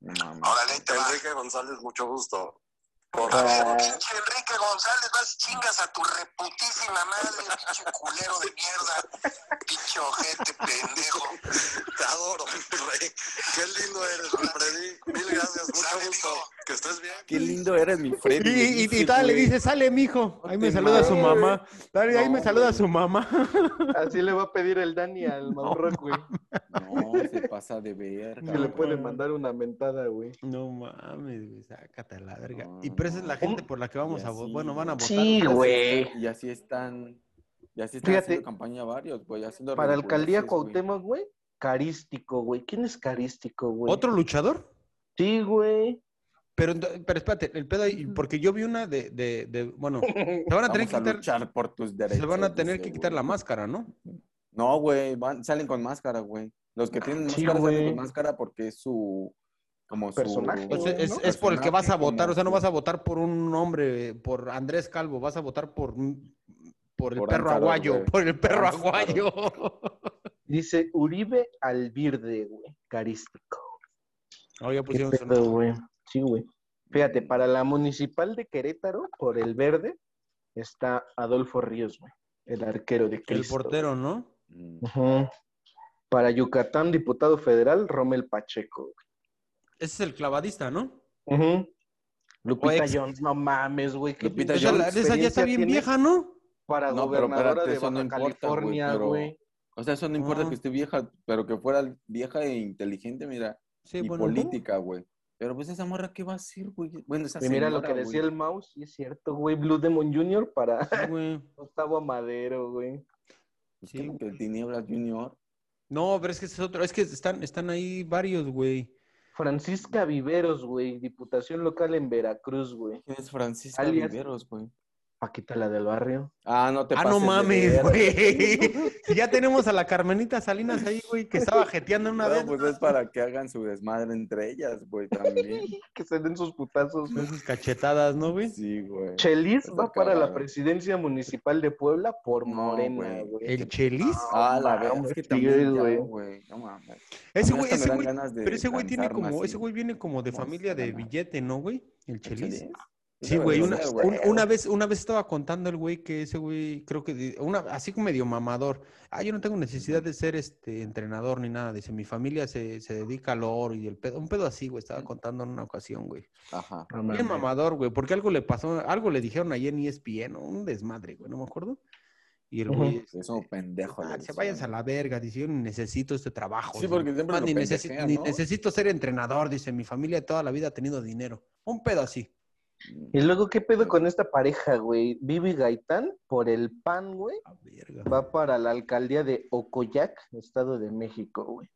[SPEAKER 2] No mames.
[SPEAKER 5] Enrique González, mucho gusto. Por
[SPEAKER 2] Ah.
[SPEAKER 5] favor. Pinche Enrique González, vas chingas a tu reputísima madre, pinche culero de mierda. Pinche ojete, pendejo. Te adoro, mi rey. Qué lindo eres, mi Freddy. Mil gracias, mucho gusto. Que estés bien.
[SPEAKER 2] Qué lindo eres, mi Freddy. le
[SPEAKER 1] Y, y,
[SPEAKER 2] dice,
[SPEAKER 1] y tal, le
[SPEAKER 2] güey.
[SPEAKER 1] dice, sale, mijo. Ahí me
[SPEAKER 2] Te
[SPEAKER 1] saluda su
[SPEAKER 2] mames.
[SPEAKER 1] mamá. Dale, ahí me
[SPEAKER 2] No,
[SPEAKER 1] saluda
[SPEAKER 2] güey.
[SPEAKER 1] su mamá.
[SPEAKER 3] Así le va a pedir el Dani al Mamrock, güey.
[SPEAKER 2] No, se pasa de ver.
[SPEAKER 1] No,
[SPEAKER 3] que le
[SPEAKER 1] güey.
[SPEAKER 3] puede mandar una mentada, güey.
[SPEAKER 1] No mames, güey, sácate a la verga.
[SPEAKER 2] No,
[SPEAKER 1] y pero esa es la
[SPEAKER 2] no.
[SPEAKER 1] gente por la que vamos
[SPEAKER 2] Y
[SPEAKER 1] a votar.
[SPEAKER 2] así,
[SPEAKER 1] Bueno, van a votar.
[SPEAKER 2] güey.
[SPEAKER 3] Sí,
[SPEAKER 1] ustedes.
[SPEAKER 3] güey.
[SPEAKER 2] Y así están, y así están
[SPEAKER 3] Fíjate.
[SPEAKER 2] haciendo campaña varios, güey. haciendo
[SPEAKER 3] Para alcaldía
[SPEAKER 2] ridiculeces, güey.
[SPEAKER 3] Cuauhtémoc, güey. Carístico, güey. ¿Quién es Carístico, güey?
[SPEAKER 1] ¿Otro luchador?
[SPEAKER 3] Sí, güey.
[SPEAKER 1] Pero, ento- pero espérate, el pedo ahí, porque yo vi una de, de, de- bueno, se van a tener
[SPEAKER 2] Vamos
[SPEAKER 1] que
[SPEAKER 2] a
[SPEAKER 1] quitar,
[SPEAKER 2] luchar por tus derechos.
[SPEAKER 1] se van a tener
[SPEAKER 2] dice,
[SPEAKER 1] que quitar
[SPEAKER 2] güey.
[SPEAKER 1] la máscara, ¿no?
[SPEAKER 2] No, güey, van- salen con máscara, güey. Los que tienen
[SPEAKER 3] Sí,
[SPEAKER 2] máscara salen
[SPEAKER 3] güey.
[SPEAKER 2] con máscara porque es su como su
[SPEAKER 3] Personaje,
[SPEAKER 1] O
[SPEAKER 3] Pues
[SPEAKER 1] sea,
[SPEAKER 3] ¿no?
[SPEAKER 1] es, es por el que vas a
[SPEAKER 2] personaje,
[SPEAKER 1] votar,
[SPEAKER 2] como
[SPEAKER 1] o sea, no
[SPEAKER 2] su-
[SPEAKER 1] vas a votar por un hombre, eh, por Andrés Calvo, vas a votar por, por el
[SPEAKER 2] Por
[SPEAKER 1] perro
[SPEAKER 2] Anzaro,
[SPEAKER 1] aguayo,
[SPEAKER 2] güey.
[SPEAKER 1] por el perro
[SPEAKER 2] Anzaro.
[SPEAKER 1] aguayo.
[SPEAKER 3] Dice Uribe Alvirde, güey. Carístico.
[SPEAKER 1] Oh, ya
[SPEAKER 3] ¿Qué
[SPEAKER 1] pusieron su
[SPEAKER 3] pedo, güey? Sí, güey. Fíjate, para la municipal de Querétaro, por el verde, está Adolfo Ríos, güey. El arquero de
[SPEAKER 1] El
[SPEAKER 3] Cristo.
[SPEAKER 1] portero, ¿no?
[SPEAKER 2] Mm.
[SPEAKER 3] Ujú. Para Yucatán, diputado federal, Romel Pacheco.
[SPEAKER 1] Ese es el clavadista, ¿no?
[SPEAKER 3] güey. Lupita
[SPEAKER 1] ex-
[SPEAKER 3] Jones, no mames, güey. qué
[SPEAKER 2] Lupita
[SPEAKER 1] O
[SPEAKER 3] pinche
[SPEAKER 1] sea,
[SPEAKER 2] Jones.
[SPEAKER 1] la- esa ya está
[SPEAKER 3] experiencia
[SPEAKER 1] bien
[SPEAKER 3] tiene
[SPEAKER 1] vieja, ¿no?
[SPEAKER 3] Para
[SPEAKER 2] No, pero
[SPEAKER 3] gobernadora
[SPEAKER 2] espérate,
[SPEAKER 3] de
[SPEAKER 2] eso
[SPEAKER 3] Baja
[SPEAKER 2] no importa, güey,
[SPEAKER 3] California,
[SPEAKER 2] pero-
[SPEAKER 3] güey.
[SPEAKER 2] O sea, eso no importa
[SPEAKER 1] Ah.
[SPEAKER 2] que esté vieja, pero que fuera vieja e inteligente, mira,
[SPEAKER 1] Sí,
[SPEAKER 2] y
[SPEAKER 1] bueno.
[SPEAKER 2] política, güey. Pero pues esa morra, ¿qué va a hacer, güey? Bueno, esa
[SPEAKER 3] Y mira lo
[SPEAKER 2] señora,
[SPEAKER 3] que
[SPEAKER 2] güey.
[SPEAKER 3] decía el mouse, sí es cierto, güey. Blue Demon Jr. para
[SPEAKER 1] Sí, güey.
[SPEAKER 3] Gustavo Amadero, güey.
[SPEAKER 2] Pues
[SPEAKER 1] Sí.
[SPEAKER 2] como que el Tinieblas Junior.
[SPEAKER 1] No, pero es que ese es otro, es que están, están ahí varios, güey.
[SPEAKER 3] Francisca Viveros, güey. Diputación local en Veracruz, güey.
[SPEAKER 2] ¿Quién es Francisca
[SPEAKER 3] Alias.
[SPEAKER 2] Viveros, güey?
[SPEAKER 3] Paquita la del barrio.
[SPEAKER 2] Ah, no te
[SPEAKER 1] Ah, no
[SPEAKER 2] pases de
[SPEAKER 1] mames,
[SPEAKER 2] ver.
[SPEAKER 1] güey. Si ya tenemos a la Carmenita Salinas ahí, güey, que estaba jeteando una
[SPEAKER 2] No,
[SPEAKER 1] vez.
[SPEAKER 2] pues es para que hagan su desmadre entre ellas, güey, también. Pues
[SPEAKER 3] que se den sus putazos,
[SPEAKER 1] ¿no?
[SPEAKER 3] güey.
[SPEAKER 1] Sus cachetadas, ¿no, güey?
[SPEAKER 2] Sí, güey.
[SPEAKER 3] Chelis
[SPEAKER 2] Está
[SPEAKER 3] va para la
[SPEAKER 2] cagado.
[SPEAKER 3] presidencia municipal de Puebla por
[SPEAKER 2] No,
[SPEAKER 3] Morena,
[SPEAKER 2] güey.
[SPEAKER 3] güey.
[SPEAKER 1] El Chelis.
[SPEAKER 2] Ah, la verdad
[SPEAKER 3] mames,
[SPEAKER 2] es que
[SPEAKER 3] sí,
[SPEAKER 2] también ya,
[SPEAKER 3] güey.
[SPEAKER 2] güey. No mames.
[SPEAKER 1] Ese
[SPEAKER 2] A mí
[SPEAKER 1] güey,
[SPEAKER 2] hasta me
[SPEAKER 1] ese
[SPEAKER 2] dan
[SPEAKER 1] güey.
[SPEAKER 2] ganas de
[SPEAKER 1] Pero ese güey tiene
[SPEAKER 2] lanzarme
[SPEAKER 1] como,
[SPEAKER 2] así.
[SPEAKER 1] ese güey viene como de
[SPEAKER 2] Vamos a
[SPEAKER 1] familia de
[SPEAKER 2] ganar.
[SPEAKER 1] billete, ¿no, güey? El
[SPEAKER 2] ¿El
[SPEAKER 1] Chelis.
[SPEAKER 2] Chelis?
[SPEAKER 1] Sí,
[SPEAKER 2] Ese
[SPEAKER 1] güey,
[SPEAKER 2] lo
[SPEAKER 1] una,
[SPEAKER 2] sé,
[SPEAKER 1] un- una vez, una vez estaba contando el güey que ese güey, creo que, di- una, así como medio mamador, ah, yo no tengo necesidad de ser este entrenador ni nada, dice, mi familia se, se dedica al oro y el pedo, un pedo así, güey, estaba contando en una ocasión, güey.
[SPEAKER 2] Ajá.
[SPEAKER 3] No
[SPEAKER 1] Bien
[SPEAKER 3] mames.
[SPEAKER 1] E mamador, güey, porque algo le pasó, algo le dijeron ayer en ESPN, ¿no? un desmadre, güey, no me acuerdo. Y el güey,
[SPEAKER 2] Eso Es un pendejo.
[SPEAKER 1] "Ah,
[SPEAKER 2] le
[SPEAKER 1] se vayan a
[SPEAKER 2] decían.
[SPEAKER 1] la verga, dice, yo ni necesito este trabajo.
[SPEAKER 2] Sí,
[SPEAKER 1] ¿no?
[SPEAKER 2] porque siempre
[SPEAKER 1] Más
[SPEAKER 2] lo
[SPEAKER 1] ni, necesi-
[SPEAKER 2] pendejean,
[SPEAKER 1] ni
[SPEAKER 2] ¿no?
[SPEAKER 1] necesito ser entrenador, dice, mi familia toda la vida ha tenido dinero. Un pedo así.
[SPEAKER 2] Mm,
[SPEAKER 3] Y luego, ¿qué pedo con esta pareja, güey? Vivi Gaitán, por el pan, güey,
[SPEAKER 1] A verga.
[SPEAKER 3] va para la alcaldía de Ocoyac, Estado de México, güey.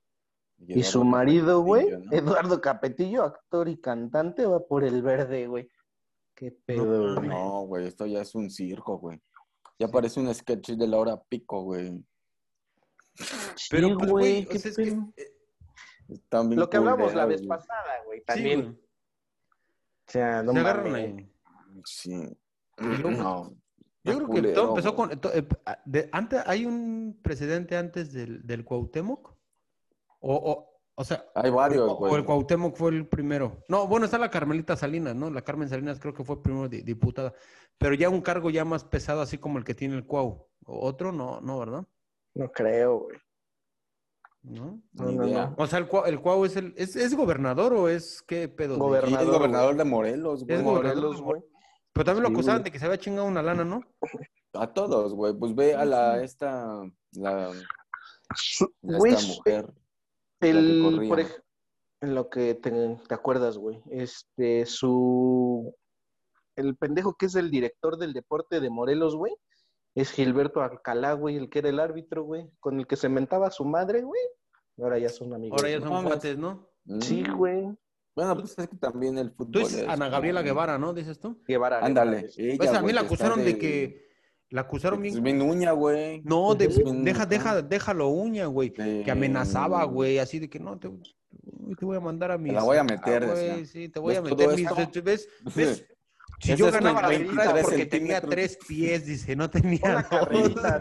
[SPEAKER 3] Y
[SPEAKER 2] Eduardo
[SPEAKER 3] su marido, güey,
[SPEAKER 2] Capetillo, ¿no?
[SPEAKER 3] Eduardo Capetillo, actor y cantante, va por el verde, güey. Qué pedo, güey.
[SPEAKER 2] No, güey, esto ya es un circo, güey. Ya parece un sketch de la hora pico, güey.
[SPEAKER 1] Pero,
[SPEAKER 3] Sí,
[SPEAKER 1] pues, güey,
[SPEAKER 3] qué
[SPEAKER 1] o sea, es que-
[SPEAKER 3] pedo.
[SPEAKER 1] eh,
[SPEAKER 2] Están bien
[SPEAKER 3] Lo que hablamos la
[SPEAKER 2] culeros,
[SPEAKER 3] vez
[SPEAKER 2] güey.
[SPEAKER 3] pasada, güey,
[SPEAKER 1] sí,
[SPEAKER 3] también.
[SPEAKER 1] güey.
[SPEAKER 3] o sea, no
[SPEAKER 1] se agarran
[SPEAKER 3] mames.
[SPEAKER 1] ahí.
[SPEAKER 2] Sí.
[SPEAKER 1] luego-
[SPEAKER 2] No.
[SPEAKER 1] Yo
[SPEAKER 2] está
[SPEAKER 1] creo que
[SPEAKER 2] culero,
[SPEAKER 1] todo empezó
[SPEAKER 2] güey.
[SPEAKER 1] con. to- eh, a- de- antes, ¿Hay un precedente antes del, del Cuauhtémoc? O, o, o sea,
[SPEAKER 2] Hay varios,
[SPEAKER 1] o
[SPEAKER 2] güey.
[SPEAKER 1] el Cuauhtémoc fue el primero. No, bueno, está la Carmelita Salinas, ¿no? La Carmen Salinas creo que fue primero di- diputada. Pero ya un cargo ya más pesado, así como el que tiene el Cuau. O Otro no, no, ¿verdad?
[SPEAKER 3] No creo, güey.
[SPEAKER 1] ¿No?
[SPEAKER 3] No,
[SPEAKER 2] Ni
[SPEAKER 3] no,
[SPEAKER 2] idea.
[SPEAKER 3] no.
[SPEAKER 1] O sea, el Cuau, el Cuau es el. ¿Es, es gobernador o es qué pedo? de-
[SPEAKER 3] Gobernador.
[SPEAKER 2] Y es gobernador de Morelos,
[SPEAKER 1] Es
[SPEAKER 2] güey.
[SPEAKER 3] Morelos, güey.
[SPEAKER 1] Pero también lo
[SPEAKER 3] Sí,
[SPEAKER 1] acusaban
[SPEAKER 3] güey.
[SPEAKER 1] de que se había chingado una lana, ¿no?
[SPEAKER 2] A todos, güey. Pues ve a la esta la
[SPEAKER 3] Su-
[SPEAKER 2] la
[SPEAKER 3] Güey,
[SPEAKER 2] esta
[SPEAKER 3] su-
[SPEAKER 2] mujer.
[SPEAKER 3] el,
[SPEAKER 2] la que
[SPEAKER 3] por
[SPEAKER 2] corría.
[SPEAKER 3] ej- en lo que te, te acuerdas, güey, este, su, el pendejo que es el director del deporte de Morelos, güey, es Gilberto Alcalá, güey, el que era el árbitro, güey, con el que se mentaba a su madre, güey, ahora ya son amigos.
[SPEAKER 1] Ahora ya
[SPEAKER 3] güey.
[SPEAKER 1] son
[SPEAKER 2] mames.
[SPEAKER 1] cuates, ¿no?
[SPEAKER 2] Mm.
[SPEAKER 3] Sí, güey,
[SPEAKER 2] Bueno, pues es que también el fútbol.
[SPEAKER 1] Tú dices
[SPEAKER 2] es
[SPEAKER 1] Ana Gabriela
[SPEAKER 2] como-
[SPEAKER 1] Guevara, ¿no? Dices tú.
[SPEAKER 3] Guevara.
[SPEAKER 2] Ándale.
[SPEAKER 3] Guevara.
[SPEAKER 2] Ella,
[SPEAKER 1] Pues a mí
[SPEAKER 2] güey,
[SPEAKER 1] la
[SPEAKER 2] que está
[SPEAKER 1] acusaron de que. La acusaron
[SPEAKER 2] Es
[SPEAKER 1] bien.
[SPEAKER 2] bien uña, güey.
[SPEAKER 1] No, de-
[SPEAKER 3] Ujú.
[SPEAKER 1] deja, deja, déjalo uña, güey.
[SPEAKER 2] De-
[SPEAKER 1] Que amenazaba, güey, así de que no, te, te voy a mandar a mi.
[SPEAKER 2] la voy a meter,
[SPEAKER 1] güey,
[SPEAKER 2] decía.
[SPEAKER 1] sí, te voy a
[SPEAKER 2] ¿Ves
[SPEAKER 1] meter
[SPEAKER 2] todo
[SPEAKER 1] mis.
[SPEAKER 2] esto?
[SPEAKER 1] te- ¿Ves?
[SPEAKER 2] Sí.
[SPEAKER 1] ¿Ves? Si
[SPEAKER 2] Ese
[SPEAKER 1] yo
[SPEAKER 2] es con
[SPEAKER 1] ganaba la carrera
[SPEAKER 2] 23
[SPEAKER 1] porque tenía
[SPEAKER 2] centímetros.
[SPEAKER 1] tres pies, dice, no tenía.
[SPEAKER 3] Pon la
[SPEAKER 1] dos.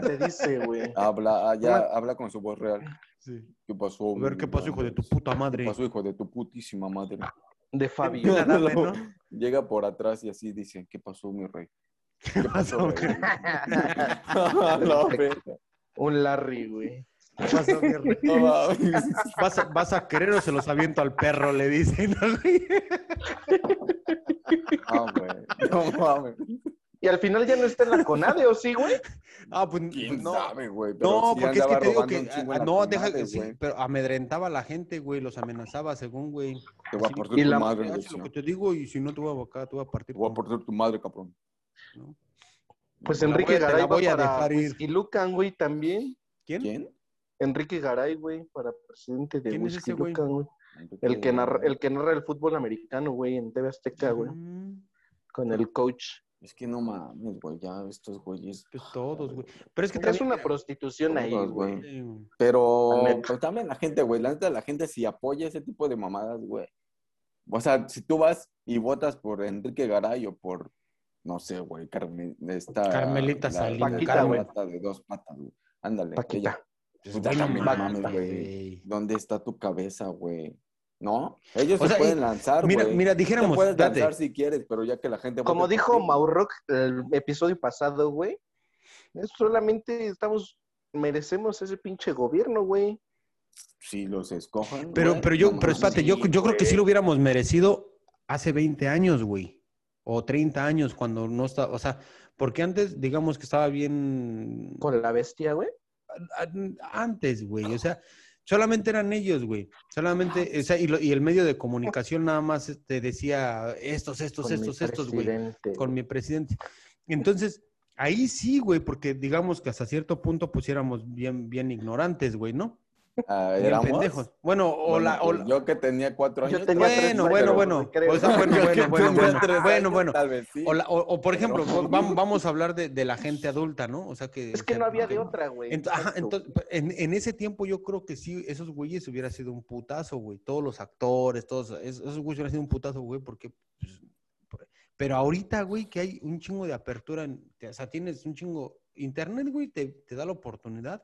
[SPEAKER 3] carrerita, te dice, güey.
[SPEAKER 2] Habla, ah, ya
[SPEAKER 1] Hola.
[SPEAKER 2] habla con su voz real.
[SPEAKER 1] Sí.
[SPEAKER 2] ¿Qué pasó?
[SPEAKER 1] A ver qué pasó, hijo de tu puta
[SPEAKER 2] ¿Qué
[SPEAKER 1] madre.
[SPEAKER 2] pasó, hijo de tu putísima madre?
[SPEAKER 3] De
[SPEAKER 1] Y
[SPEAKER 3] Fabio.
[SPEAKER 1] la dame, ¿no?
[SPEAKER 2] Llega por atrás y así dice, ¿qué pasó, mi rey?
[SPEAKER 1] ¿Qué pasó,
[SPEAKER 2] rey?
[SPEAKER 1] güey?
[SPEAKER 2] La verga.
[SPEAKER 3] Un Larry, güey.
[SPEAKER 1] ¿Qué pasó, mi rey?
[SPEAKER 2] No mames.
[SPEAKER 1] ¿Vas a, vas a querer o se los aviento al perro? Le dicen, ¿no, güey?
[SPEAKER 2] No, güey. No mames.
[SPEAKER 3] Y al final ya no está en la CONADE, ¿o sí, güey?
[SPEAKER 1] Ah, pues
[SPEAKER 2] ¿Quién
[SPEAKER 1] no.
[SPEAKER 2] sabe, güey? Pero
[SPEAKER 1] No,
[SPEAKER 2] sí
[SPEAKER 1] porque es que
[SPEAKER 2] andaba
[SPEAKER 1] te digo
[SPEAKER 2] robando
[SPEAKER 1] que
[SPEAKER 2] un chingo
[SPEAKER 1] ah,
[SPEAKER 2] en la
[SPEAKER 1] no, deja
[SPEAKER 2] comadre,
[SPEAKER 1] que sí,
[SPEAKER 2] güey.
[SPEAKER 1] pero amedrentaba a la gente, güey, los amenazaba según, güey.
[SPEAKER 2] Te voy a
[SPEAKER 1] Así,
[SPEAKER 2] partir
[SPEAKER 3] y
[SPEAKER 2] tu
[SPEAKER 3] la-
[SPEAKER 2] madre,
[SPEAKER 1] Haz
[SPEAKER 2] decía.
[SPEAKER 1] lo que te digo y si no te voy a bocar, te voy a partir.
[SPEAKER 2] Te voy a
[SPEAKER 1] tu-
[SPEAKER 2] partir tu madre, cabrón.
[SPEAKER 3] Pues
[SPEAKER 1] Te la
[SPEAKER 3] Enrique
[SPEAKER 1] voy a- te la
[SPEAKER 3] Garay va
[SPEAKER 1] voy a
[SPEAKER 3] para
[SPEAKER 1] dejar ir.
[SPEAKER 3] Huizquilucan, güey, también.
[SPEAKER 1] ¿Quién?
[SPEAKER 2] ¿Quién?
[SPEAKER 3] Enrique Garay, güey, para presidente de
[SPEAKER 1] ¿Quién es ese güey? Oh.
[SPEAKER 3] Huizquilucan, güey. El que, narra, el que narra el fútbol americano, güey, en TV Azteca, güey,
[SPEAKER 1] Mm,
[SPEAKER 3] con el coach.
[SPEAKER 2] Es que no mames, güey, ya estos güeyes.
[SPEAKER 1] Pues todos, güey. Pero es que
[SPEAKER 3] Es
[SPEAKER 1] también...
[SPEAKER 3] una prostitución ahí,
[SPEAKER 2] Todos,
[SPEAKER 3] güey.
[SPEAKER 2] güey.
[SPEAKER 1] eh, güey,
[SPEAKER 2] Pero
[SPEAKER 3] La neta.
[SPEAKER 2] pues, también la gente, güey, la neta, la gente si apoya ese tipo de mamadas, güey. O sea, si tú vas y votas por Enrique Garay o por, no sé, güey, Carmen, esta...
[SPEAKER 1] Carmelita
[SPEAKER 2] la-
[SPEAKER 1] Salinas.
[SPEAKER 2] la
[SPEAKER 3] Paquita, güey.
[SPEAKER 2] rata de dos patas, güey. Ándale,
[SPEAKER 3] Paquita.
[SPEAKER 2] ella.
[SPEAKER 1] pues,
[SPEAKER 2] Pues,
[SPEAKER 1] güey, no
[SPEAKER 2] también,
[SPEAKER 1] mames,
[SPEAKER 2] mames,
[SPEAKER 1] güey.
[SPEAKER 2] ¿Dónde está tu cabeza, güey? ¿No? Ellos
[SPEAKER 1] O
[SPEAKER 2] se
[SPEAKER 1] sea,
[SPEAKER 2] pueden
[SPEAKER 1] y-
[SPEAKER 2] lanzar,
[SPEAKER 1] Mira,
[SPEAKER 2] güey.
[SPEAKER 1] mira,
[SPEAKER 2] Tú te
[SPEAKER 1] dijéramos,
[SPEAKER 2] puedes
[SPEAKER 1] espérate,
[SPEAKER 2] lanzar si quieres, pero ya que la gente...
[SPEAKER 3] Como
[SPEAKER 2] vote
[SPEAKER 3] dijo
[SPEAKER 2] por ti,
[SPEAKER 3] Mauroc el episodio pasado, güey, es solamente estamos, merecemos ese pinche gobierno, güey.
[SPEAKER 2] Si los escojan,
[SPEAKER 1] Pero,
[SPEAKER 2] güey,
[SPEAKER 1] pero yo,
[SPEAKER 2] no
[SPEAKER 1] pero
[SPEAKER 2] mames.
[SPEAKER 1] espérate, yo,
[SPEAKER 3] sí,
[SPEAKER 1] yo creo que sí
[SPEAKER 3] güey.
[SPEAKER 1] lo hubiéramos merecido hace 20 años, güey. O 30 años, cuando no está, o sea, porque antes, digamos que estaba bien
[SPEAKER 3] Con la bestia, güey.
[SPEAKER 1] an- antes, güey. O sea, solamente eran ellos, güey.
[SPEAKER 3] Ah,
[SPEAKER 1] Solamente, o sea, y, lo- y el medio de comunicación nada más te decía estos, estos,
[SPEAKER 3] Con mi
[SPEAKER 1] estos, estos, güey
[SPEAKER 3] presidente.
[SPEAKER 1] con mi presidente. Entonces, ahí sí, güey, porque digamos que hasta cierto punto pusiéramos bien, bien ignorantes, güey, ¿no?
[SPEAKER 2] Ah,
[SPEAKER 1] Bien
[SPEAKER 2] ¿éramos?
[SPEAKER 1] pendejos. Bueno, o
[SPEAKER 2] Bueno,
[SPEAKER 1] la- o
[SPEAKER 2] pues,
[SPEAKER 1] la-
[SPEAKER 2] Yo que tenía cuatro años.
[SPEAKER 3] Yo tenía
[SPEAKER 2] tal vez,
[SPEAKER 1] bueno,
[SPEAKER 3] años,
[SPEAKER 1] bueno,
[SPEAKER 2] pero-
[SPEAKER 1] bueno.
[SPEAKER 3] creo.
[SPEAKER 1] O sea, bueno,
[SPEAKER 2] Yo que
[SPEAKER 1] bueno, bueno,
[SPEAKER 2] tenía
[SPEAKER 1] bueno. ah,
[SPEAKER 2] tres
[SPEAKER 1] Bueno,
[SPEAKER 2] años,
[SPEAKER 1] bueno.
[SPEAKER 2] tal vez sí.
[SPEAKER 1] O, la- o- o, por ejemplo,
[SPEAKER 2] Pero-
[SPEAKER 1] vam- vamos, a hablar de, de la gente adulta, ¿no? O sea que...
[SPEAKER 3] Es que no había de otra, güey.
[SPEAKER 1] Ent- ajá,
[SPEAKER 3] Exacto.
[SPEAKER 1] entonces, pues, en, en ese tiempo yo creo que sí, esos güeyes hubiera sido un putazo, güey. Todos los actores, todos, es- esos güeyes hubieran sido un putazo, güey, porque... pues, por- pero ahorita, güey, que hay un chingo de apertura, en- te- o sea, tienes un chingo... Internet, güey, te, te da la oportunidad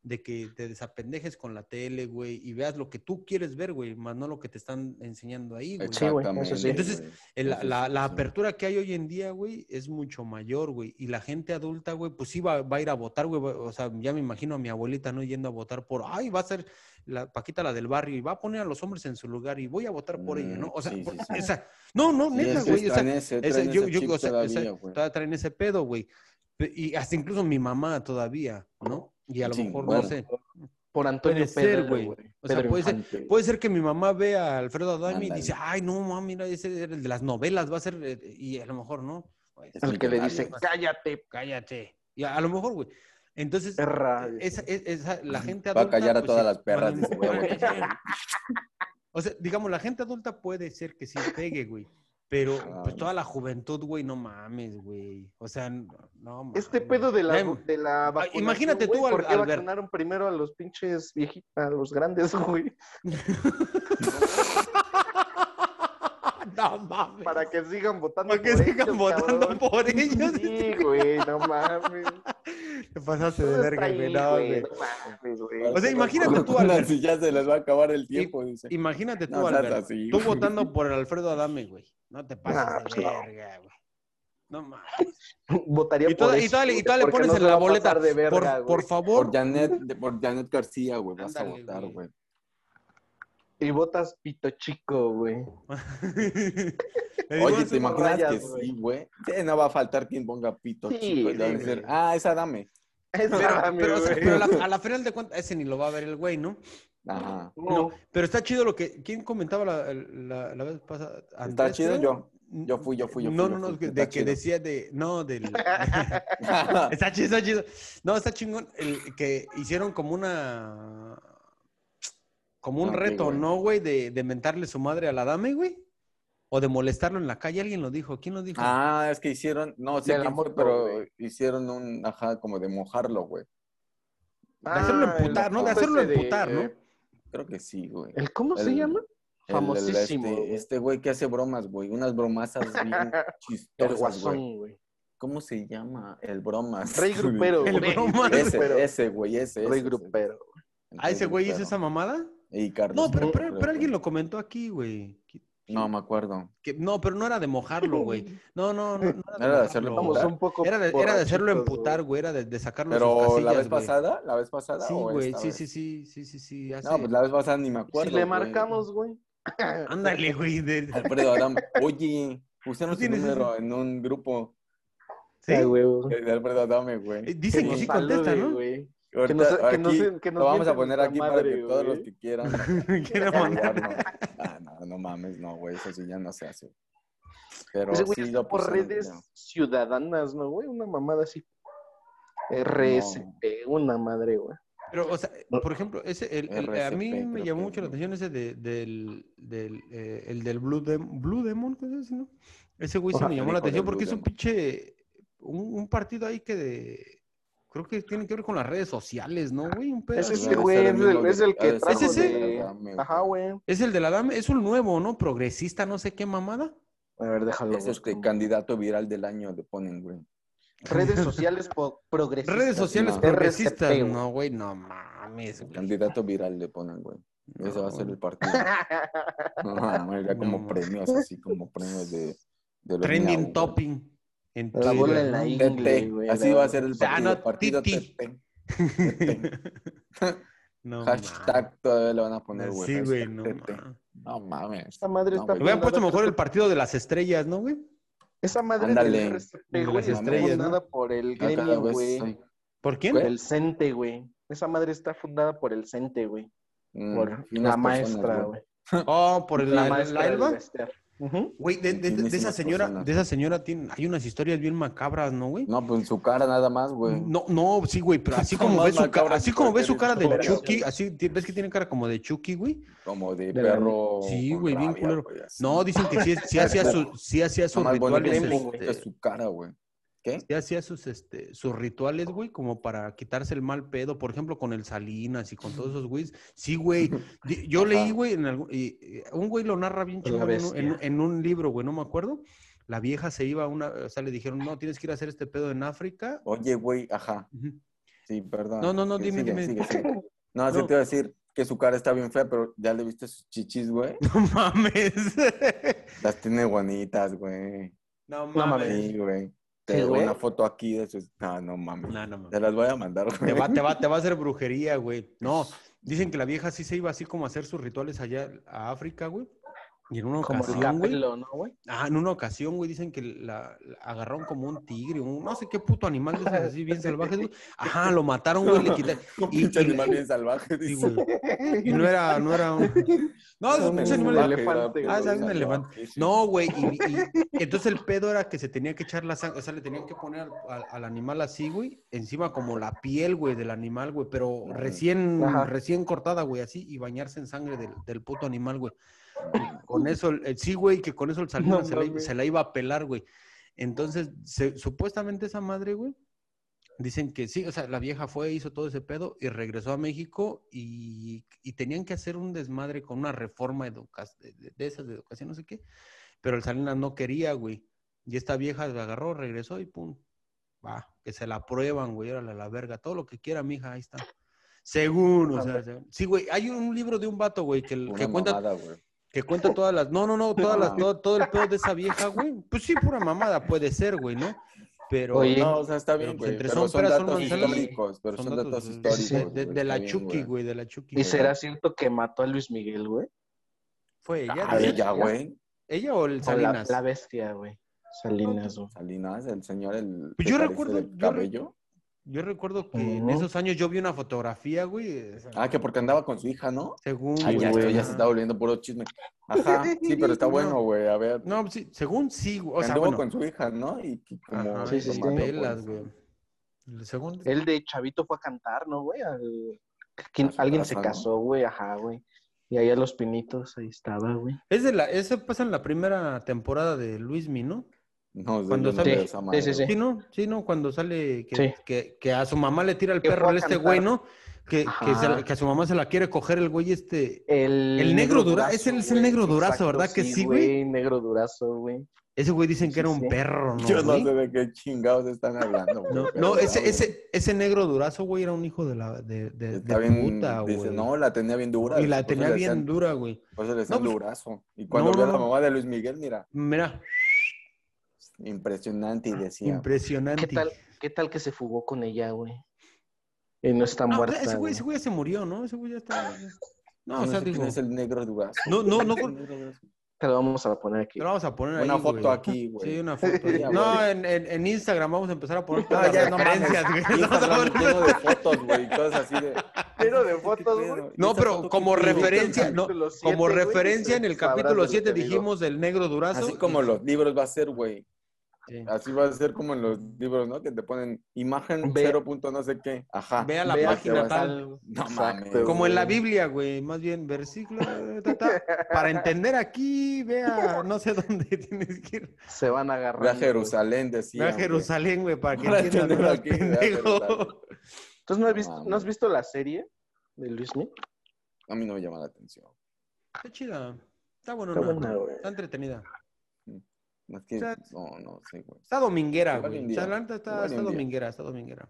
[SPEAKER 1] de que te desapendejes con la tele, güey, y veas lo que tú quieres ver, güey, más no lo que te están enseñando ahí, güey.
[SPEAKER 3] Sí, güey, eso sí.
[SPEAKER 1] Entonces,
[SPEAKER 2] güey.
[SPEAKER 1] El- la,
[SPEAKER 2] Entonces,
[SPEAKER 1] la- la
[SPEAKER 2] sí.
[SPEAKER 1] apertura que hay hoy en día, güey, es mucho mayor, güey. Y la gente adulta, güey, pues sí va, va a ir a votar, güey. va- O sea, ya me imagino a mi abuelita, ¿no? Yendo a votar por, ay, va a ser la Paquita la del barrio y va a poner a los hombres en su lugar y voy a votar por ella, ¿no? O sea,
[SPEAKER 2] Mm, sí,
[SPEAKER 1] por-
[SPEAKER 2] sí, sí.
[SPEAKER 1] esa- no, no,
[SPEAKER 2] Sí,
[SPEAKER 1] neta,
[SPEAKER 2] es que
[SPEAKER 1] güey. o sea,
[SPEAKER 2] traen ese-
[SPEAKER 1] esa-
[SPEAKER 2] traen
[SPEAKER 1] yo,
[SPEAKER 2] ese
[SPEAKER 1] yo-
[SPEAKER 2] chip
[SPEAKER 1] o sea, esa-
[SPEAKER 2] todavía, güey.
[SPEAKER 1] todavía traen ese pedo, güey. Pe- Y hasta incluso mi mamá todavía, ¿no? Y a lo
[SPEAKER 2] Sí,
[SPEAKER 1] mejor
[SPEAKER 2] bueno.
[SPEAKER 1] no sé.
[SPEAKER 3] Por Antonio
[SPEAKER 1] Puede ser,
[SPEAKER 3] Pedro,
[SPEAKER 1] güey.
[SPEAKER 3] güey.
[SPEAKER 1] O sea,
[SPEAKER 3] Pedro
[SPEAKER 1] puede ser-
[SPEAKER 3] Infante.
[SPEAKER 1] Puede ser que mi mamá vea a Alfredo Adame y
[SPEAKER 2] Ándale.
[SPEAKER 1] dice, ay, no, mamá, mira, ese era el de las novelas, va a ser, eh, y a lo mejor, ¿no? Pues, Güey,
[SPEAKER 2] Es
[SPEAKER 3] Al que le dice,
[SPEAKER 2] millonario.
[SPEAKER 3] cállate,
[SPEAKER 1] Cállate. Y a, a lo mejor, güey. Entonces, e,
[SPEAKER 3] perra.
[SPEAKER 1] esa, es- esa- la gente
[SPEAKER 2] Va a
[SPEAKER 1] adulta... pues,
[SPEAKER 2] callar a todas
[SPEAKER 1] se
[SPEAKER 2] las perras, dice, güey,
[SPEAKER 1] manipula.
[SPEAKER 2] güey.
[SPEAKER 1] O sea, digamos, la gente adulta puede ser que sí pegue, güey. Pero,
[SPEAKER 2] Ah,
[SPEAKER 1] pues, toda la juventud, güey, no mames, güey. O sea, no mames.
[SPEAKER 3] Este pedo de la,
[SPEAKER 1] Nadie-
[SPEAKER 3] de la vacunación,
[SPEAKER 1] Ah, imagínate tú,
[SPEAKER 3] güey,
[SPEAKER 1] Al-
[SPEAKER 3] ¿Por qué
[SPEAKER 1] Albert.
[SPEAKER 3] vacunaron primero a los pinches viejitos, a los grandes, güey?
[SPEAKER 1] No mames.
[SPEAKER 3] Para que sigan votando
[SPEAKER 1] Para que
[SPEAKER 3] por
[SPEAKER 1] sigan
[SPEAKER 3] ellos,
[SPEAKER 1] votando
[SPEAKER 3] cabrón.
[SPEAKER 1] por ellos.
[SPEAKER 3] Sí, güey, no mames.
[SPEAKER 1] Te pasaste
[SPEAKER 3] Todo
[SPEAKER 1] de
[SPEAKER 3] está
[SPEAKER 1] verga,
[SPEAKER 3] ahí,
[SPEAKER 1] güey. No, güey.
[SPEAKER 3] no mames, güey.
[SPEAKER 1] O sea, imagínate tú,
[SPEAKER 2] Con las
[SPEAKER 1] Albert.
[SPEAKER 2] sillas se les va a acabar el tiempo, dice.
[SPEAKER 1] Imagínate tú,
[SPEAKER 2] No seas
[SPEAKER 1] Albert.
[SPEAKER 2] así,
[SPEAKER 1] Tú
[SPEAKER 2] güey.
[SPEAKER 1] votando por Alfredo Adame, güey. No te pases
[SPEAKER 3] Ah,
[SPEAKER 1] de
[SPEAKER 3] pues no.
[SPEAKER 1] verga, güey. No mames.
[SPEAKER 3] votaría
[SPEAKER 1] Y toda,
[SPEAKER 3] por
[SPEAKER 1] y toda le- y
[SPEAKER 3] güey,
[SPEAKER 1] toda le
[SPEAKER 3] porque
[SPEAKER 1] pones
[SPEAKER 3] no se
[SPEAKER 1] en
[SPEAKER 3] va
[SPEAKER 1] la
[SPEAKER 3] a pasar
[SPEAKER 1] boleta.
[SPEAKER 3] de verga,
[SPEAKER 1] por,
[SPEAKER 3] güey.
[SPEAKER 1] por favor.
[SPEAKER 2] Por Janet, de- por Janet García, güey, vas a
[SPEAKER 1] Ándale,
[SPEAKER 2] votar,
[SPEAKER 1] güey.
[SPEAKER 2] güey.
[SPEAKER 3] Y votas pito chico, güey.
[SPEAKER 1] Le
[SPEAKER 2] Oye,
[SPEAKER 1] dimos-
[SPEAKER 2] ¿te imaginas
[SPEAKER 3] rayas,
[SPEAKER 2] que
[SPEAKER 3] güey.
[SPEAKER 2] sí, güey? Sí, no va a faltar quien ponga pito
[SPEAKER 3] Sí,
[SPEAKER 2] chico. Y le va a
[SPEAKER 3] sí,
[SPEAKER 2] decir,
[SPEAKER 1] güey.
[SPEAKER 2] ah, esa dame.
[SPEAKER 3] Es
[SPEAKER 1] Pero,
[SPEAKER 3] verdad, mi
[SPEAKER 1] pero, o sea,
[SPEAKER 3] güey.
[SPEAKER 1] pero a, la, a la final de cuentas, ese ni lo va a ver el güey, ¿no?
[SPEAKER 2] Ajá.
[SPEAKER 3] No,
[SPEAKER 1] Pero está chido lo que. ¿Quién comentaba la, la- la vez pasada? ¿Andrés,
[SPEAKER 2] chido,
[SPEAKER 1] creo?
[SPEAKER 2] yo fui, yo fui, yo
[SPEAKER 1] No,
[SPEAKER 2] fui,
[SPEAKER 1] no,
[SPEAKER 2] yo
[SPEAKER 1] no,
[SPEAKER 2] fui.
[SPEAKER 1] de
[SPEAKER 2] Está
[SPEAKER 1] que
[SPEAKER 2] chido.
[SPEAKER 1] decía de. No, del. Está chido, está chido. No, está chingón. El que hicieron como una. Como un
[SPEAKER 2] Ok,
[SPEAKER 1] reto,
[SPEAKER 2] güey.
[SPEAKER 1] ¿no, güey? De, de mentarle su madre a la dame, güey. O de molestarlo en la calle. Alguien lo dijo. ¿Quién lo dijo?
[SPEAKER 2] ah, es que hicieron, no sé
[SPEAKER 3] De la
[SPEAKER 2] quién fue,
[SPEAKER 3] moto,
[SPEAKER 2] pero
[SPEAKER 3] güey.
[SPEAKER 2] hicieron un, ajá, como de mojarlo, güey.
[SPEAKER 1] de hacerlo
[SPEAKER 3] Ah,
[SPEAKER 1] emputar,
[SPEAKER 3] el
[SPEAKER 1] ¿no? De
[SPEAKER 3] vato
[SPEAKER 1] hacerlo
[SPEAKER 3] ese de-
[SPEAKER 1] emputar, ¿no?
[SPEAKER 2] Creo que sí, güey.
[SPEAKER 3] ¿El cómo se
[SPEAKER 2] El-
[SPEAKER 3] llama?
[SPEAKER 2] El- el-
[SPEAKER 3] famosísimo,
[SPEAKER 2] este-
[SPEAKER 3] güey.
[SPEAKER 2] Este güey que hace bromas, güey. Unas bromazas bien
[SPEAKER 3] El
[SPEAKER 2] chistosas, güey.
[SPEAKER 3] guasón, güey.
[SPEAKER 2] ¿Cómo se llama? El bromas.
[SPEAKER 3] Rey grupero,
[SPEAKER 1] El
[SPEAKER 3] güey.
[SPEAKER 1] broma,
[SPEAKER 3] Rey
[SPEAKER 1] güey.
[SPEAKER 2] Ese,
[SPEAKER 3] grupero.
[SPEAKER 2] ese, güey, ese.
[SPEAKER 3] Rey
[SPEAKER 2] ese,
[SPEAKER 3] grupero.
[SPEAKER 2] ese.
[SPEAKER 1] ¿A Ah, ese
[SPEAKER 2] El
[SPEAKER 1] güey hizo
[SPEAKER 2] grupero.
[SPEAKER 1] esa mamada?
[SPEAKER 2] Y Carlos.
[SPEAKER 1] No, pero,
[SPEAKER 2] Trejo,
[SPEAKER 1] pero-
[SPEAKER 2] creo,
[SPEAKER 1] pero alguien
[SPEAKER 2] güey.
[SPEAKER 1] lo comentó aquí, güey. Que-
[SPEAKER 2] No, me acuerdo.
[SPEAKER 1] que- no, pero no era de mojarlo, güey. No, no, no. No
[SPEAKER 2] No era de hacerlo
[SPEAKER 3] Vamos
[SPEAKER 1] mojarlo, güey.
[SPEAKER 2] emputar.
[SPEAKER 3] un poco
[SPEAKER 1] Era de, era de hacerlo
[SPEAKER 3] borrachitos,
[SPEAKER 1] emputar, güey. Era de, de sacarlo de sus
[SPEAKER 2] Pero
[SPEAKER 1] casillas,
[SPEAKER 2] la vez
[SPEAKER 1] güey.
[SPEAKER 2] pasada, la vez pasada.
[SPEAKER 1] Sí,
[SPEAKER 2] o
[SPEAKER 1] güey.
[SPEAKER 2] esta
[SPEAKER 1] Sí,
[SPEAKER 2] vez?
[SPEAKER 1] sí, sí, sí, sí, sí. hace-
[SPEAKER 2] No, pues la vez pasada ni me
[SPEAKER 3] güey.
[SPEAKER 2] acuerdo.
[SPEAKER 3] Si le
[SPEAKER 2] güey.
[SPEAKER 3] marcamos, güey.
[SPEAKER 1] Ándale, güey. de-
[SPEAKER 2] Alfredo Adam, oye, pusieron
[SPEAKER 1] ¿Tú
[SPEAKER 2] su
[SPEAKER 1] tienes
[SPEAKER 2] número en un grupo
[SPEAKER 1] ¿Sí?
[SPEAKER 3] Ay, güey.
[SPEAKER 2] de Alfredo Adame,
[SPEAKER 1] Eh,
[SPEAKER 2] güey.
[SPEAKER 1] Dicen que
[SPEAKER 3] nos
[SPEAKER 1] sí contesta,
[SPEAKER 3] salude,
[SPEAKER 1] ¿no?
[SPEAKER 3] güey.
[SPEAKER 2] Ahorita
[SPEAKER 3] nos- que nos-
[SPEAKER 2] aquí
[SPEAKER 3] que nos
[SPEAKER 2] lo vamos
[SPEAKER 3] miente
[SPEAKER 2] a poner
[SPEAKER 3] nuestra
[SPEAKER 2] aquí para
[SPEAKER 3] madre,
[SPEAKER 2] que todos
[SPEAKER 3] güey.
[SPEAKER 2] los que quieran
[SPEAKER 1] Que no mames.
[SPEAKER 2] saludarnos. Ah, no, no mames, no, güey, eso sí ya no se hace. Pero
[SPEAKER 3] Ese Pues, güey
[SPEAKER 2] sí
[SPEAKER 3] está
[SPEAKER 2] lo
[SPEAKER 3] por
[SPEAKER 2] pusieron,
[SPEAKER 3] redes
[SPEAKER 2] no.
[SPEAKER 3] ciudadanas, ¿no, güey? Una mamada así. RSP, una madre, güey.
[SPEAKER 1] Pero, o sea, por ejemplo, ese, el- el- a mí
[SPEAKER 2] RSP,
[SPEAKER 1] me
[SPEAKER 2] creo
[SPEAKER 1] llamó
[SPEAKER 2] que
[SPEAKER 1] mucho la
[SPEAKER 2] es, ¿no?
[SPEAKER 1] atención ese de- del, del, eh, el del Blue, Dem- Blue Demon, ¿qué es ese, no? Ese güey se
[SPEAKER 2] Ojalá,
[SPEAKER 1] me llamó la
[SPEAKER 2] hijo del
[SPEAKER 1] atención
[SPEAKER 2] Blue
[SPEAKER 1] porque es un
[SPEAKER 2] Demon.
[SPEAKER 1] pinche, un, un partido ahí que de, creo que tiene que ver con las redes sociales, ¿no, güey? Un pedo
[SPEAKER 3] Es
[SPEAKER 1] así.
[SPEAKER 3] ese este
[SPEAKER 2] Ha de
[SPEAKER 3] güey,
[SPEAKER 2] ser
[SPEAKER 3] es el-
[SPEAKER 2] mismo
[SPEAKER 3] es el
[SPEAKER 2] ha
[SPEAKER 3] que
[SPEAKER 2] de ser
[SPEAKER 1] trajo
[SPEAKER 2] este el
[SPEAKER 1] de-
[SPEAKER 2] del Adame,
[SPEAKER 3] Ajá,
[SPEAKER 2] güey.
[SPEAKER 3] güey.
[SPEAKER 1] Es el de la dama, es un nuevo, ¿no? Progresista, no sé qué mamada.
[SPEAKER 3] A ver, déjalo.
[SPEAKER 2] Es este
[SPEAKER 3] busco.
[SPEAKER 2] candidato viral del año, le ponen, güey.
[SPEAKER 3] Redes sociales po- progresistas.
[SPEAKER 1] Redes sociales
[SPEAKER 2] no.
[SPEAKER 1] progresistas.
[SPEAKER 3] RSP, güey.
[SPEAKER 1] No, güey, no mames, güey.
[SPEAKER 2] Candidato viral le ponen, güey. Ese
[SPEAKER 1] No,
[SPEAKER 2] va a ser
[SPEAKER 1] güey.
[SPEAKER 2] el partido. Ajá, güey, ya como
[SPEAKER 1] No.
[SPEAKER 2] premios, así como premios de... de los miau,
[SPEAKER 1] Trending
[SPEAKER 2] güey.
[SPEAKER 1] topping. en
[SPEAKER 3] La bola
[SPEAKER 1] Twitter,
[SPEAKER 3] en la
[SPEAKER 1] ¿no?
[SPEAKER 3] ingle,
[SPEAKER 2] Tete,
[SPEAKER 3] güey,
[SPEAKER 2] así
[SPEAKER 3] la
[SPEAKER 2] va a
[SPEAKER 3] verdad.
[SPEAKER 2] ser el
[SPEAKER 1] Ya,
[SPEAKER 2] partido.
[SPEAKER 1] no,
[SPEAKER 2] partido
[SPEAKER 1] titi.
[SPEAKER 2] Tete.
[SPEAKER 1] No mames.
[SPEAKER 2] Hashtag todavía le van a poner, güey.
[SPEAKER 1] Ah, Sí, güey,
[SPEAKER 2] hashtag
[SPEAKER 1] no
[SPEAKER 2] Tete.
[SPEAKER 1] mames.
[SPEAKER 2] No mames.
[SPEAKER 3] Esta madre
[SPEAKER 2] No,
[SPEAKER 3] está.
[SPEAKER 1] Le
[SPEAKER 3] fundada
[SPEAKER 1] hubieran puesto mejor
[SPEAKER 3] por-
[SPEAKER 1] el partido de las estrellas, ¿no, güey?
[SPEAKER 3] Esa madre
[SPEAKER 2] Ándale.
[SPEAKER 3] del RSP,
[SPEAKER 1] De
[SPEAKER 3] güey,
[SPEAKER 1] las
[SPEAKER 3] está
[SPEAKER 1] estrellas, ¿no?
[SPEAKER 3] fundada por el
[SPEAKER 2] Ah, cada
[SPEAKER 3] gremio,
[SPEAKER 2] vez
[SPEAKER 3] güey.
[SPEAKER 2] soy-
[SPEAKER 1] ¿Por quién?
[SPEAKER 2] ¿Qué?
[SPEAKER 3] El CENTE, güey. Esa madre está fundada por el CENTE, güey.
[SPEAKER 2] Mm,
[SPEAKER 3] Por
[SPEAKER 2] finas
[SPEAKER 3] la
[SPEAKER 2] personas,
[SPEAKER 3] maestra, güey.
[SPEAKER 1] Oh, por el,
[SPEAKER 3] La
[SPEAKER 1] la-
[SPEAKER 3] maestra
[SPEAKER 1] la
[SPEAKER 3] del
[SPEAKER 1] Elba.
[SPEAKER 3] Bester. Ujú.
[SPEAKER 1] Güey, de, de- de- de esa
[SPEAKER 2] Finísimas
[SPEAKER 1] señora,
[SPEAKER 2] personas.
[SPEAKER 1] de esa señora tiene, hay unas historias bien macabras, ¿no, güey?
[SPEAKER 2] No, pues en su cara nada más, güey.
[SPEAKER 1] No, no, sí, güey, pero así como
[SPEAKER 2] Más
[SPEAKER 1] ves su cara,
[SPEAKER 2] macabras
[SPEAKER 1] así
[SPEAKER 2] que
[SPEAKER 1] como ves su cara
[SPEAKER 2] cualquier
[SPEAKER 1] de
[SPEAKER 2] historia,
[SPEAKER 1] Chucky, así ti- ves que tiene cara como de Chucky, güey.
[SPEAKER 2] Como de,
[SPEAKER 3] De la-
[SPEAKER 2] perro.
[SPEAKER 1] Sí,
[SPEAKER 2] con
[SPEAKER 1] güey, bien
[SPEAKER 2] rabia,
[SPEAKER 1] culero.
[SPEAKER 2] güey, así.
[SPEAKER 1] No, dicen que sí, sí hacía su, sí hacía
[SPEAKER 2] Lo
[SPEAKER 1] sus
[SPEAKER 2] más bonito
[SPEAKER 1] rituales,
[SPEAKER 2] es,
[SPEAKER 1] este,
[SPEAKER 2] es su cara, güey. ¿Qué?
[SPEAKER 1] sí hacía sus este, sus rituales, güey, como para quitarse el mal pedo, por ejemplo, con el Salinas y con todos esos güeyes. Sí, güey. Di- Yo
[SPEAKER 2] Ajá.
[SPEAKER 1] leí, güey, en algún- y- y un güey lo narra bien
[SPEAKER 3] La
[SPEAKER 1] chingón en, un- en-
[SPEAKER 3] bestia.
[SPEAKER 1] en un libro, güey, no me acuerdo. La vieja se iba a una, o sea, le dijeron, no, tienes que ir a hacer este pedo en África.
[SPEAKER 2] Oye, güey, ajá.
[SPEAKER 1] Ujú.
[SPEAKER 2] Sí, perdón.
[SPEAKER 1] No, no, no,
[SPEAKER 2] Sí,
[SPEAKER 1] dime,
[SPEAKER 2] sigue,
[SPEAKER 1] dime.
[SPEAKER 2] sigue, sigue. No, así
[SPEAKER 1] No.
[SPEAKER 2] te iba a decir que su cara está bien fea, pero ya le viste sus chichis, güey.
[SPEAKER 1] No mames.
[SPEAKER 2] Las tiene guanitas, güey.
[SPEAKER 1] No mames.
[SPEAKER 3] No
[SPEAKER 1] No
[SPEAKER 3] mames.
[SPEAKER 2] Sí, güey.
[SPEAKER 3] Sí,
[SPEAKER 2] Te doy
[SPEAKER 3] güey.
[SPEAKER 2] una foto aquí de sus. No, no mames.
[SPEAKER 1] No,
[SPEAKER 2] Te
[SPEAKER 1] mames.
[SPEAKER 2] las voy a mandar, güey.
[SPEAKER 1] Te va, te va, te va a hacer brujería, güey. No, dicen que la vieja sí se iba así como a hacer sus rituales allá a África, güey. Y en una
[SPEAKER 3] Como el
[SPEAKER 1] ocasión, güey.
[SPEAKER 3] capelo, ¿no, güey?
[SPEAKER 1] Ah, en una ocasión, güey, dicen que la, la agarraron como un tigre, un no sé qué puto animal de esos así bien salvajes, güey. Ajá, lo mataron, güey, le quitaron.
[SPEAKER 2] Un
[SPEAKER 1] Y-
[SPEAKER 2] pinche
[SPEAKER 1] y-
[SPEAKER 2] animal bien salvaje,
[SPEAKER 1] Sí,
[SPEAKER 2] dice.
[SPEAKER 1] güey. Y no era, no era un. No, es un pinche animal de-
[SPEAKER 3] elefante,
[SPEAKER 1] Ah, es un elefante. No, güey. y- y- entonces el pedo era que se tenía que echar la sangre, o sea, le tenían que poner al, al- al animal así, güey, encima como la piel, güey, del animal, güey, pero
[SPEAKER 2] Ajá.
[SPEAKER 1] recién,
[SPEAKER 3] Mm, Ajá.
[SPEAKER 1] recién cortada, güey, así, y bañarse en sangre del, del puto animal, güey. Con eso, el, el- sí, güey, que con eso el Salinas
[SPEAKER 3] No
[SPEAKER 1] se, la, i-
[SPEAKER 3] mames.
[SPEAKER 1] se la iba a pelar, güey. Entonces, se- supuestamente esa madre, güey, dicen que sí, o sea, la vieja fue, hizo todo ese pedo y regresó a México y, y tenían que hacer un desmadre con una reforma educa- de, de- de esas de educación, no sé qué. Pero el Salinas no quería, güey. Y esta vieja la agarró, regresó y pum. Va, que se la prueban, güey, órale a la verga, todo lo que quiera, mija, ahí está. Según,
[SPEAKER 2] Ah,
[SPEAKER 1] o sea, según. sí, güey, hay un libro de un vato, güey, que, que
[SPEAKER 2] Una
[SPEAKER 1] cuenta
[SPEAKER 2] mamada, güey.
[SPEAKER 1] que cuenta todas las. No, no, no, todas las, todo, todo el pedo de esa vieja, güey. Pues sí, pura mamada puede ser, güey, ¿no? Pero.
[SPEAKER 3] Oye,
[SPEAKER 2] No, o sea, está
[SPEAKER 1] Pero,
[SPEAKER 2] bien,
[SPEAKER 1] pues,
[SPEAKER 2] güey.
[SPEAKER 1] entre
[SPEAKER 2] Pero
[SPEAKER 1] son
[SPEAKER 2] son,
[SPEAKER 1] peras, son
[SPEAKER 2] datos
[SPEAKER 1] manzanas.
[SPEAKER 2] históricos, pero son, datos
[SPEAKER 1] de-
[SPEAKER 2] históricos.
[SPEAKER 1] de- De,
[SPEAKER 2] güey,
[SPEAKER 1] de la
[SPEAKER 2] está bien,
[SPEAKER 1] Chucky, güey, de la Chucky.
[SPEAKER 3] ¿y será cierto que mató a Luis Miguel, güey?
[SPEAKER 1] Fue ella.
[SPEAKER 2] Ah,
[SPEAKER 1] ¿no?
[SPEAKER 2] ella, güey.
[SPEAKER 1] ¿Ella o el
[SPEAKER 3] O la,
[SPEAKER 1] Salinas?
[SPEAKER 3] la bestia, güey. Salinas, güey.
[SPEAKER 2] Salinas, el señor, el.
[SPEAKER 1] Pues yo
[SPEAKER 2] vocalista
[SPEAKER 1] recuerdo-
[SPEAKER 2] del
[SPEAKER 1] yo re-
[SPEAKER 2] cabello.
[SPEAKER 1] Yo recuerdo que en
[SPEAKER 3] Ujú.
[SPEAKER 1] esos años yo vi una fotografía, güey. o sea,
[SPEAKER 2] Ah, que porque andaba con su hija, ¿no?
[SPEAKER 1] Según.
[SPEAKER 2] Ay, ya,
[SPEAKER 1] güey,
[SPEAKER 2] esto ya
[SPEAKER 1] ajá.
[SPEAKER 2] se está volviendo puro chisme. Ajá, sí, pero está
[SPEAKER 1] No.
[SPEAKER 2] bueno, güey. A ver.
[SPEAKER 1] No, pues sí, según sí, güey. O
[SPEAKER 2] que
[SPEAKER 1] sea,
[SPEAKER 2] anduvo
[SPEAKER 1] bueno.
[SPEAKER 2] con su hija, ¿no? Y que como.
[SPEAKER 1] Ajá,
[SPEAKER 3] Sí, sí, sí.
[SPEAKER 2] lo mató,
[SPEAKER 1] pelas,
[SPEAKER 2] pues.
[SPEAKER 1] güey. Según.
[SPEAKER 3] Él de chavito fue a cantar, ¿no, güey? Al- ¿quién-
[SPEAKER 2] A su
[SPEAKER 3] alguien
[SPEAKER 2] casa,
[SPEAKER 3] se
[SPEAKER 2] ¿no?
[SPEAKER 3] casó, güey, ajá, güey. Y allá los pinitos, ahí estaba, güey.
[SPEAKER 1] Es de la, ese pasa en la primera temporada de Luismi, ¿no?
[SPEAKER 2] No, sí,
[SPEAKER 1] Cuando
[SPEAKER 2] yo no
[SPEAKER 1] sale-
[SPEAKER 2] veo esa
[SPEAKER 3] Sí,
[SPEAKER 2] madre,
[SPEAKER 3] sí, sí.
[SPEAKER 1] Sí, no, sí, no, cuando sale que,
[SPEAKER 3] Sí.
[SPEAKER 1] que, que a su mamá le tira el
[SPEAKER 3] Que fue
[SPEAKER 1] perro
[SPEAKER 3] a
[SPEAKER 1] al este
[SPEAKER 3] cantar.
[SPEAKER 1] güey, ¿no? Que, que,
[SPEAKER 3] Ajá.
[SPEAKER 1] se la- que a su mamá se la quiere coger el güey este.
[SPEAKER 3] El,
[SPEAKER 1] El negro dura- es el- es el
[SPEAKER 3] güey.
[SPEAKER 1] negro durazo, ¿verdad que sí, güey?
[SPEAKER 3] Negro durazo, güey.
[SPEAKER 1] Ese güey dicen que
[SPEAKER 3] Sí,
[SPEAKER 1] era un
[SPEAKER 3] sí.
[SPEAKER 1] perro, ¿no?
[SPEAKER 2] güey. Yo no
[SPEAKER 1] güey?
[SPEAKER 2] sé de qué chingados están hablando, güey.
[SPEAKER 1] No,
[SPEAKER 2] pero
[SPEAKER 1] no,
[SPEAKER 2] ya,
[SPEAKER 1] ese,
[SPEAKER 2] güey.
[SPEAKER 1] ese, ese negro durazo, güey, era un hijo de la de, de,
[SPEAKER 2] Está
[SPEAKER 1] de
[SPEAKER 2] bien.
[SPEAKER 1] puta,
[SPEAKER 2] dice,
[SPEAKER 1] güey.
[SPEAKER 2] no, la tenía bien dura.
[SPEAKER 1] y la
[SPEAKER 3] pues,
[SPEAKER 2] por eso
[SPEAKER 1] tenía
[SPEAKER 2] le
[SPEAKER 1] bien
[SPEAKER 2] decían-
[SPEAKER 1] dura, güey.
[SPEAKER 2] Por eso le
[SPEAKER 1] No,
[SPEAKER 2] decían
[SPEAKER 1] pues-
[SPEAKER 2] durazo. Y cuando
[SPEAKER 1] No,
[SPEAKER 2] vio
[SPEAKER 1] no,
[SPEAKER 2] a la
[SPEAKER 1] no.
[SPEAKER 2] mamá de Luis Miguel, mira,
[SPEAKER 1] Mira, Ah,
[SPEAKER 2] impresionante y decía.
[SPEAKER 1] impresionante.
[SPEAKER 3] ¿Qué tal, ¿Qué tal que se fugó con ella, güey? Y no está
[SPEAKER 1] No,
[SPEAKER 3] muerta,
[SPEAKER 1] Ah, pues, ese, güey,
[SPEAKER 3] Ah, güey.
[SPEAKER 1] ese güey ya se murió, ¿no? Ese güey ya está.
[SPEAKER 2] Ah.
[SPEAKER 1] No,
[SPEAKER 2] "Yo
[SPEAKER 1] o sea,
[SPEAKER 2] sé quién
[SPEAKER 1] digo.
[SPEAKER 2] es el negro durazo.
[SPEAKER 1] No, no, no.
[SPEAKER 2] El negro durazo".
[SPEAKER 3] Te lo vamos a poner aquí.
[SPEAKER 1] Lo vamos a poner
[SPEAKER 2] Una
[SPEAKER 1] ahí,
[SPEAKER 2] foto
[SPEAKER 1] güey.
[SPEAKER 2] aquí, güey.
[SPEAKER 1] Sí, una foto. ahí.
[SPEAKER 2] Ya,
[SPEAKER 1] No,
[SPEAKER 2] güey.
[SPEAKER 1] en, en, en Instagram vamos a empezar a poner
[SPEAKER 2] Ah,
[SPEAKER 1] todas
[SPEAKER 2] ya,
[SPEAKER 1] las
[SPEAKER 2] no
[SPEAKER 1] referencias,
[SPEAKER 2] mames.
[SPEAKER 1] güey. Vamos a
[SPEAKER 2] Instagram
[SPEAKER 1] poner-
[SPEAKER 2] lleno de fotos, güey, y cosas así de.
[SPEAKER 1] Ah,
[SPEAKER 3] Pero de
[SPEAKER 2] ¿Qué
[SPEAKER 3] fotos,
[SPEAKER 2] pedo?
[SPEAKER 3] güey.
[SPEAKER 2] ¿Y
[SPEAKER 1] No,
[SPEAKER 2] esa
[SPEAKER 1] pero
[SPEAKER 2] foto
[SPEAKER 1] como
[SPEAKER 2] qué pedo?
[SPEAKER 1] referencia, no,
[SPEAKER 3] Capítulo siete,
[SPEAKER 1] Como
[SPEAKER 3] güey,
[SPEAKER 1] referencia en el
[SPEAKER 3] sabrás de
[SPEAKER 1] capítulo
[SPEAKER 3] lo
[SPEAKER 1] 7
[SPEAKER 3] que digo.
[SPEAKER 1] dijimos del negro durazo.
[SPEAKER 2] Así como los libros va a ser, güey.
[SPEAKER 1] Sí.
[SPEAKER 2] Así va a ser como en los libros, ¿no? Que te ponen imagen
[SPEAKER 3] Ve-
[SPEAKER 2] 0. punto no sé qué. Ajá.
[SPEAKER 1] Ve a la
[SPEAKER 2] Ya te
[SPEAKER 1] página
[SPEAKER 2] vas.
[SPEAKER 1] tal.
[SPEAKER 2] No
[SPEAKER 3] Exacto,
[SPEAKER 2] mames.
[SPEAKER 3] güey.
[SPEAKER 1] Como en la Biblia, güey, más bien versículo. ta, ta. Para entender aquí, vea, no sé dónde tienes que ir.
[SPEAKER 3] Se van a agarrar.
[SPEAKER 2] Ve a Jerusalén, decía.
[SPEAKER 1] Ve a Jerusalén, güey, para que
[SPEAKER 2] Para
[SPEAKER 1] entiendan
[SPEAKER 2] entender
[SPEAKER 1] los
[SPEAKER 2] aquí, ve a Jerusalén.
[SPEAKER 1] pendejo.
[SPEAKER 3] Entonces, ¿no has,
[SPEAKER 2] No
[SPEAKER 3] visto, ¿no
[SPEAKER 2] mames.
[SPEAKER 3] has visto la serie de Luis Miguel?
[SPEAKER 2] A mí no me llama la atención.
[SPEAKER 1] Está chida. Está bueno,
[SPEAKER 3] Está
[SPEAKER 1] ¿no?
[SPEAKER 3] buena, güey.
[SPEAKER 1] Está entretenida.
[SPEAKER 2] Más que.
[SPEAKER 1] O sea,
[SPEAKER 2] No, no sé, güey.
[SPEAKER 1] Está dominguera,
[SPEAKER 2] Igual y
[SPEAKER 1] güey.
[SPEAKER 2] un
[SPEAKER 1] O sea,
[SPEAKER 2] día.
[SPEAKER 1] la neta está,
[SPEAKER 2] Igual y
[SPEAKER 1] está
[SPEAKER 2] un día.
[SPEAKER 1] dominguera, está dominguera.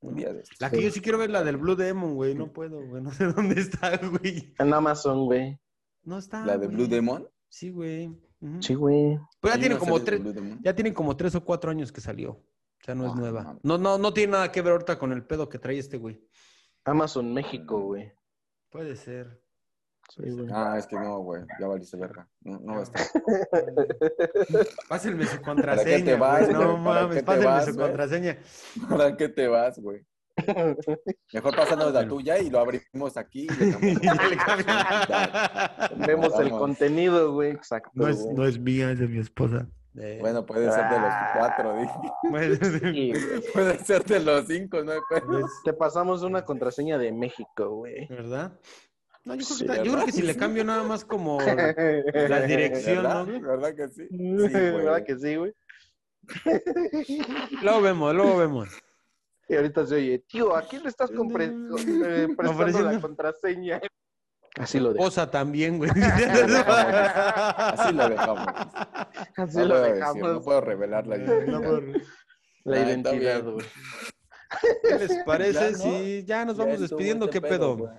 [SPEAKER 2] Un día de estos.
[SPEAKER 1] La que yo sí quiero ver, la del Blue Demon, güey. No puedo, güey. No sé dónde está, güey.
[SPEAKER 3] En Amazon, güey.
[SPEAKER 1] No
[SPEAKER 3] ah,
[SPEAKER 1] está.
[SPEAKER 2] La de
[SPEAKER 1] güey.
[SPEAKER 2] Blue Demon.
[SPEAKER 1] Sí, güey. Ujú.
[SPEAKER 3] Sí, güey.
[SPEAKER 1] Pero ya
[SPEAKER 2] Hay
[SPEAKER 1] tiene
[SPEAKER 2] una
[SPEAKER 1] como
[SPEAKER 2] serie de
[SPEAKER 1] tres,
[SPEAKER 2] Blue Demon.
[SPEAKER 1] ya tienen como tres o cuatro años que salió. O sea, no es
[SPEAKER 2] Ah,
[SPEAKER 1] nueva.
[SPEAKER 2] mames.
[SPEAKER 1] No, no, no tiene nada que ver ahorita con el pedo que trae este güey.
[SPEAKER 3] Amazon México, güey.
[SPEAKER 1] Puede ser.
[SPEAKER 3] Mm. Sí, güey.
[SPEAKER 2] Ah, es que no, güey. Ya valiste verga. No, no va a estar.
[SPEAKER 1] Pásenme su
[SPEAKER 2] ¿Para qué
[SPEAKER 1] contraseña.
[SPEAKER 2] te vas,
[SPEAKER 1] güey. No
[SPEAKER 2] güey? ¿Para qué
[SPEAKER 1] mames,
[SPEAKER 2] te
[SPEAKER 1] pásenme
[SPEAKER 2] vas,
[SPEAKER 1] su
[SPEAKER 2] güey?
[SPEAKER 1] contraseña.
[SPEAKER 2] ¿Para qué te vas, güey? Mejor pásanos la tuya y lo abrimos aquí. y le
[SPEAKER 1] Y ya le
[SPEAKER 2] cambiamos.
[SPEAKER 1] cambia.
[SPEAKER 3] Vemos el
[SPEAKER 2] Vamos.
[SPEAKER 3] contenido, güey. Exacto.
[SPEAKER 1] No es,
[SPEAKER 3] güey.
[SPEAKER 1] no es mía, es de mi esposa. Eh,
[SPEAKER 2] Bueno, puede ser de los
[SPEAKER 3] Ah.
[SPEAKER 2] cuatro, dije.
[SPEAKER 1] pues,
[SPEAKER 3] Sí, güey.
[SPEAKER 2] Puede ser de los cinco, no hay pedo.
[SPEAKER 1] pues,
[SPEAKER 3] Te pasamos una contraseña de México, güey.
[SPEAKER 1] ¿Verdad? No, yo creo, que,
[SPEAKER 2] Sí,
[SPEAKER 1] está- yo
[SPEAKER 2] ¿verdad?
[SPEAKER 1] creo que si le cambio nada más como la dirección, ¿no?
[SPEAKER 2] ¿Verdad?
[SPEAKER 1] güey?
[SPEAKER 2] ¿Verdad que sí? Sí,
[SPEAKER 3] Mm, ¿Verdad
[SPEAKER 2] güey.
[SPEAKER 3] que sí, güey?
[SPEAKER 1] Luego vemos, luego vemos.
[SPEAKER 3] Y ahorita se oye, tío, ¿a quién le estás compre-
[SPEAKER 1] No.
[SPEAKER 3] eh, prestando
[SPEAKER 1] Ofreciendo.
[SPEAKER 3] la contraseña? Así lo dejo.
[SPEAKER 1] Esposa también, güey.
[SPEAKER 2] Así lo dejamos.
[SPEAKER 3] Así
[SPEAKER 2] No
[SPEAKER 3] lo
[SPEAKER 2] puedo decir,
[SPEAKER 3] dejamos.
[SPEAKER 2] no puedo revelar la
[SPEAKER 1] Eh, no,
[SPEAKER 2] identidad.
[SPEAKER 1] por-
[SPEAKER 3] La
[SPEAKER 2] Ah, está
[SPEAKER 3] identidad,
[SPEAKER 2] bien.
[SPEAKER 3] güey.
[SPEAKER 1] ¿Qué les parece?
[SPEAKER 2] Ya, ¿no?
[SPEAKER 1] Si ya nos vamos
[SPEAKER 2] Ya estuvo
[SPEAKER 1] despidiendo,
[SPEAKER 2] este
[SPEAKER 1] ¿qué pedo?
[SPEAKER 2] güey.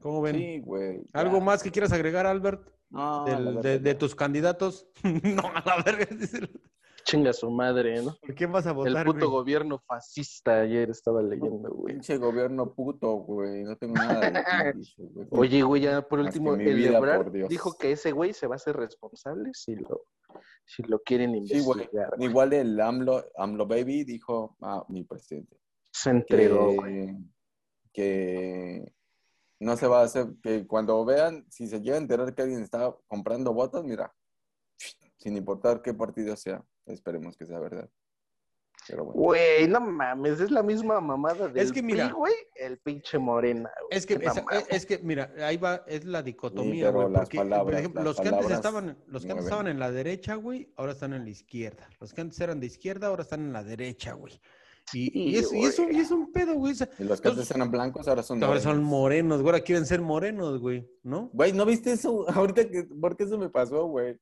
[SPEAKER 1] ¿Cómo ven?
[SPEAKER 2] Sí, güey. ya.
[SPEAKER 1] ¿Algo más que quieras agregar, Albert?
[SPEAKER 2] No,
[SPEAKER 1] del-
[SPEAKER 2] la
[SPEAKER 1] de,
[SPEAKER 2] verdad,
[SPEAKER 1] de tus candidatos. no, a la verga. dice el-
[SPEAKER 3] Chinga su madre, ¿no?
[SPEAKER 1] ¿Por quién vas a votar,
[SPEAKER 3] El puto
[SPEAKER 1] güey?
[SPEAKER 3] gobierno fascista ayer estaba leyendo, güey.
[SPEAKER 2] Pinche gobierno puto, güey. No tengo nada de pinche, güey.
[SPEAKER 3] Oye, güey, ya por
[SPEAKER 2] Más que
[SPEAKER 3] último,
[SPEAKER 2] mi
[SPEAKER 3] el
[SPEAKER 2] vida,
[SPEAKER 3] Ebrard
[SPEAKER 2] por Dios.
[SPEAKER 3] dijo que ese güey se va a hacer responsable si lo, si lo quieren
[SPEAKER 2] Sí, güey.
[SPEAKER 3] investigar. güey.
[SPEAKER 2] Igual el AMLO, AMLO Baby dijo, ah, mi presidente,
[SPEAKER 3] se
[SPEAKER 2] que,
[SPEAKER 3] entregó, güey.
[SPEAKER 2] que no se va a hacer, que cuando vean, si se llega a enterar que alguien está comprando votos, mira, sin importar qué partido sea, esperemos que sea verdad. Pero bueno.
[SPEAKER 3] Güey, no mames, es la misma mamada del
[SPEAKER 1] Es que mira-
[SPEAKER 3] PRI, güey, el pinche Morena, güey.
[SPEAKER 1] Es que,
[SPEAKER 3] No
[SPEAKER 1] esa- e,
[SPEAKER 3] mames.
[SPEAKER 1] es que, mira, ahí va, es la
[SPEAKER 2] Sí,
[SPEAKER 1] dicotomía,
[SPEAKER 2] pero
[SPEAKER 1] güey.
[SPEAKER 2] las
[SPEAKER 1] Porque, eh, por
[SPEAKER 2] palabras-
[SPEAKER 1] ejemplo,
[SPEAKER 2] las
[SPEAKER 1] los que antes
[SPEAKER 2] palabras
[SPEAKER 1] estaban, los que antes
[SPEAKER 2] mueven.
[SPEAKER 1] estaban en la derecha, güey, ahora están en la izquierda. Los que antes eran de izquierda, ahora están en la derecha, güey. Y, y
[SPEAKER 3] Sí,
[SPEAKER 1] es, y
[SPEAKER 3] güey.
[SPEAKER 1] es un, y es un pedo, güey. esa-
[SPEAKER 2] Y los que antes
[SPEAKER 1] Entonces-
[SPEAKER 2] eran blancos ahora son
[SPEAKER 1] Pues, Ahora son
[SPEAKER 2] morenos.
[SPEAKER 1] morenos, güey. Ahora quieren ser morenos, güey, ¿no?
[SPEAKER 2] Güey, ¿no viste eso? Ahorita, que, ¿por qué eso me pasó, güey?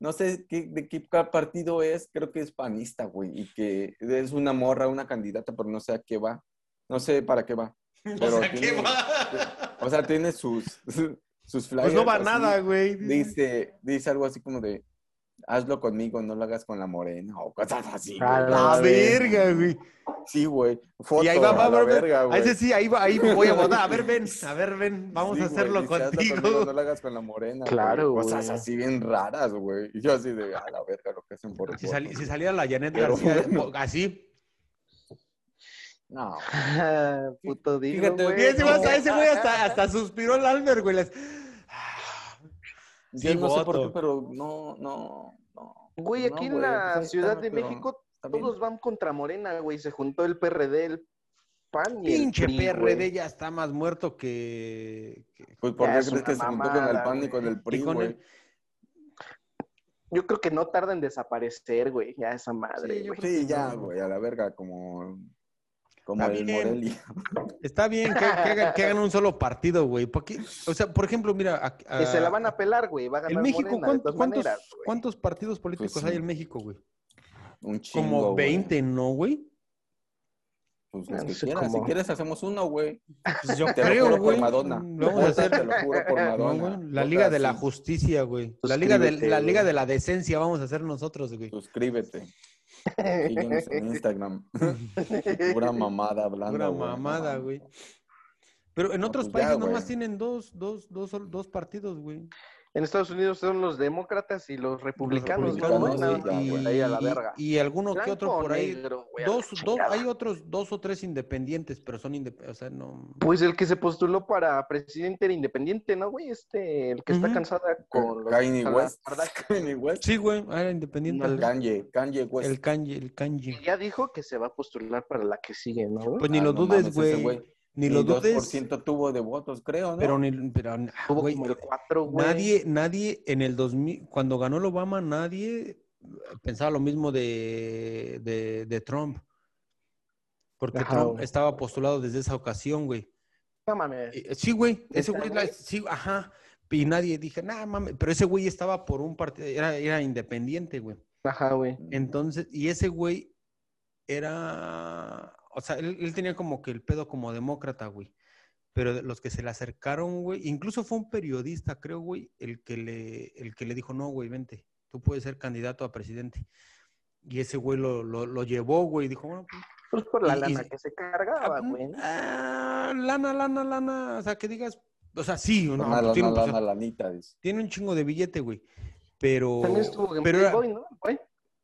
[SPEAKER 2] No sé qué, de qué ca- partido es, creo que es panista, güey, y que es una morra, una candidata, pero no sé a qué va. No sé para qué va. Pero
[SPEAKER 1] o sea, ¿qué
[SPEAKER 2] tiene-
[SPEAKER 1] va?
[SPEAKER 2] O sea, tiene sus, sus flyers.
[SPEAKER 1] Pues no va
[SPEAKER 2] así.
[SPEAKER 1] nada, güey.
[SPEAKER 2] Dice, dice algo así como de, hazlo conmigo, no lo hagas con la morena, o cosas así. güey.
[SPEAKER 3] A la
[SPEAKER 1] La verga,
[SPEAKER 2] verga,
[SPEAKER 1] güey.
[SPEAKER 2] Sí, güey. Foto,
[SPEAKER 1] y ahí va,
[SPEAKER 2] a
[SPEAKER 1] va,
[SPEAKER 2] la
[SPEAKER 1] va, va.
[SPEAKER 2] verga,
[SPEAKER 1] A
[SPEAKER 2] güey.
[SPEAKER 1] ese sí, ahí va, ahí voy a votar. A ver, ven, a ver, ven, vamos
[SPEAKER 2] Sí,
[SPEAKER 1] a
[SPEAKER 2] güey,
[SPEAKER 1] hacerlo
[SPEAKER 2] dice, "Hazlo
[SPEAKER 1] contigo.
[SPEAKER 2] conmigo, no lo hagas con la morena. güey".
[SPEAKER 3] Claro,
[SPEAKER 2] Cosas
[SPEAKER 3] güey.
[SPEAKER 2] así bien raras, güey. Y yo así de, a la verga, lo que hacen por el
[SPEAKER 1] Ah, Si,
[SPEAKER 2] voto".
[SPEAKER 1] sali- si saliera la Janet
[SPEAKER 2] Pero
[SPEAKER 1] García
[SPEAKER 2] bueno.
[SPEAKER 1] así.
[SPEAKER 2] No,
[SPEAKER 3] Ah, Puto digo,
[SPEAKER 2] Fíjate,
[SPEAKER 1] Y
[SPEAKER 3] güey.
[SPEAKER 1] ese güey, hasta,
[SPEAKER 2] Pues, No.
[SPEAKER 1] ese güey hasta, hasta suspiró el Albert, güey. las-
[SPEAKER 2] yo
[SPEAKER 1] Sí,
[SPEAKER 2] no sé por
[SPEAKER 1] voto.
[SPEAKER 2] qué, pero no, no, no.
[SPEAKER 3] Güey,
[SPEAKER 2] No,
[SPEAKER 3] aquí en la
[SPEAKER 2] pues ahí está,
[SPEAKER 3] Ciudad de
[SPEAKER 2] pero
[SPEAKER 3] México
[SPEAKER 2] está bien.
[SPEAKER 3] todos van contra Morena, güey. Se juntó el PRD, el PAN y
[SPEAKER 1] Pinche
[SPEAKER 3] el PRI,
[SPEAKER 1] PRD
[SPEAKER 3] güey.
[SPEAKER 1] ya está más muerto que. que-
[SPEAKER 2] Pues por
[SPEAKER 3] Ya
[SPEAKER 2] qué
[SPEAKER 3] es
[SPEAKER 2] crees
[SPEAKER 3] una
[SPEAKER 2] que se juntó con el
[SPEAKER 3] mamada,
[SPEAKER 2] pan y con
[SPEAKER 3] güey.
[SPEAKER 2] el PRI,
[SPEAKER 1] con
[SPEAKER 2] güey.
[SPEAKER 1] el-
[SPEAKER 3] Yo creo que no tarda en desaparecer, güey. Ya esa madre,
[SPEAKER 1] Sí, yo
[SPEAKER 3] güey.
[SPEAKER 1] creo
[SPEAKER 2] Sí,
[SPEAKER 1] que
[SPEAKER 2] ya,
[SPEAKER 1] no.
[SPEAKER 2] güey, a la verga, como, como
[SPEAKER 1] Está
[SPEAKER 2] el
[SPEAKER 1] bien.
[SPEAKER 2] Morelia.
[SPEAKER 1] Está bien que, que hagan, que hagan un solo partido, güey. ¿Por qué? O sea, por ejemplo, mira. a- a-
[SPEAKER 3] Que se la van a pelar, güey. Va a ganar
[SPEAKER 1] Ah. En México,
[SPEAKER 3] Morena, de
[SPEAKER 1] ¿cuántos,
[SPEAKER 3] todas
[SPEAKER 1] cuántos-
[SPEAKER 3] maneras, güey.
[SPEAKER 1] cuántos partidos políticos
[SPEAKER 2] Pues sí.
[SPEAKER 1] hay en México, güey?
[SPEAKER 2] Un chingo,
[SPEAKER 1] Como
[SPEAKER 2] güey.
[SPEAKER 1] 20, ¿no, güey?
[SPEAKER 2] Pues los
[SPEAKER 3] No
[SPEAKER 2] que
[SPEAKER 3] sé
[SPEAKER 2] quieras. Si
[SPEAKER 3] cómo.
[SPEAKER 2] quieres, hacemos uno, güey.
[SPEAKER 1] Pues yo
[SPEAKER 2] Te lo
[SPEAKER 1] creo,
[SPEAKER 2] juro
[SPEAKER 1] güey.
[SPEAKER 2] por Madonna.
[SPEAKER 1] Lo vamos a hacer.
[SPEAKER 2] Te lo juro por
[SPEAKER 1] No,
[SPEAKER 2] Madonna.
[SPEAKER 1] güey, la
[SPEAKER 2] Vota
[SPEAKER 1] Liga de la
[SPEAKER 2] sí. Pues
[SPEAKER 1] Justicia, güey. La Liga, de,
[SPEAKER 3] Suscríbete,
[SPEAKER 1] la Liga
[SPEAKER 3] güey.
[SPEAKER 1] de la Decencia vamos a hacer nosotros, güey.
[SPEAKER 2] Suscríbete. Síguenos en Instagram. Pura mamada hablando.
[SPEAKER 1] Una
[SPEAKER 2] güey, no
[SPEAKER 1] mamada,
[SPEAKER 2] mames.
[SPEAKER 1] güey. Pero en
[SPEAKER 2] No,
[SPEAKER 1] otros
[SPEAKER 2] pues ya,
[SPEAKER 1] países
[SPEAKER 2] güey.
[SPEAKER 1] nomás tienen dos, dos, dos, sol- dos partidos, güey.
[SPEAKER 3] En Estados Unidos son los demócratas y los republicanos,
[SPEAKER 2] Los
[SPEAKER 3] ¿no, güey?
[SPEAKER 2] republicanos,
[SPEAKER 3] Nada
[SPEAKER 2] sí,
[SPEAKER 3] más
[SPEAKER 2] ya,
[SPEAKER 3] por
[SPEAKER 2] güey.
[SPEAKER 3] ahí a la verga.
[SPEAKER 1] y- y alguno que
[SPEAKER 3] Blanco
[SPEAKER 1] otro
[SPEAKER 3] o
[SPEAKER 1] por ahí.
[SPEAKER 3] negro, güey, a la
[SPEAKER 1] Dos, dos,
[SPEAKER 3] chingada.
[SPEAKER 1] hay otros dos o tres independientes, pero son independientes. O sea, no.
[SPEAKER 3] Pues el que se postuló para presidente era independiente, ¿no, güey? Este, el que está
[SPEAKER 1] Ujú.
[SPEAKER 3] cansada con los...
[SPEAKER 2] Kanye
[SPEAKER 3] a la
[SPEAKER 2] West.
[SPEAKER 3] Kardashian.
[SPEAKER 2] Kanye West.
[SPEAKER 1] Sí, güey, ah, era independiente.
[SPEAKER 3] No,
[SPEAKER 2] Kanye, Kanye West. Ah,
[SPEAKER 1] El kanji, el kanji.
[SPEAKER 3] Ya dijo que se va a postular para la que sigue, ¿no, güey?
[SPEAKER 1] Pues ni
[SPEAKER 2] Ah,
[SPEAKER 1] lo
[SPEAKER 2] no
[SPEAKER 1] dudes,
[SPEAKER 2] mames, ese
[SPEAKER 1] güey. Ni lo dudes.
[SPEAKER 2] 2% tuvo de votos, creo, ¿no? Mm.
[SPEAKER 1] Pero, ni, pero ah,
[SPEAKER 3] Tuvo
[SPEAKER 1] güey,
[SPEAKER 3] como el 4, güey.
[SPEAKER 1] nadie, nadie en el 2000, cuando ganó el Obama, nadie eh, pensaba lo mismo de, de, de Trump. Porque
[SPEAKER 3] Ajá,
[SPEAKER 1] Trump
[SPEAKER 3] güey.
[SPEAKER 1] estaba postulado desde esa ocasión, güey.
[SPEAKER 3] No mames.
[SPEAKER 1] Eh, Sí, güey, ese
[SPEAKER 3] ¿Neta,
[SPEAKER 1] güey,
[SPEAKER 3] güey?
[SPEAKER 1] la- sí, ajá. Y nadie dije, nah, mames, pero ese güey estaba por un partido, era, era independiente, güey.
[SPEAKER 3] Ajá, güey.
[SPEAKER 1] Entonces, y ese güey era, o sea, él, él tenía como que el pedo como demócrata, güey. Pero de los que se le acercaron, güey, incluso fue un periodista, creo, güey, el que le, el que le dijo, no, güey, vente, tú puedes ser candidato a presidente. Y ese güey lo, lo, lo llevó, güey, y dijo, bueno, pues,
[SPEAKER 3] Pues por la
[SPEAKER 1] Y- y-
[SPEAKER 3] lana que se cargaba, güey.
[SPEAKER 1] ah, lana, lana, lana, o sea, que digas, o sea, sí, o no,
[SPEAKER 2] Una
[SPEAKER 1] pues
[SPEAKER 2] lana,
[SPEAKER 1] tiene, un- o sea,
[SPEAKER 2] lana, lanita, dice.
[SPEAKER 1] tiene un chingo de billete, güey. Pero,
[SPEAKER 3] También estuvo en
[SPEAKER 1] pero era-
[SPEAKER 3] Playboy, ¿no, güey?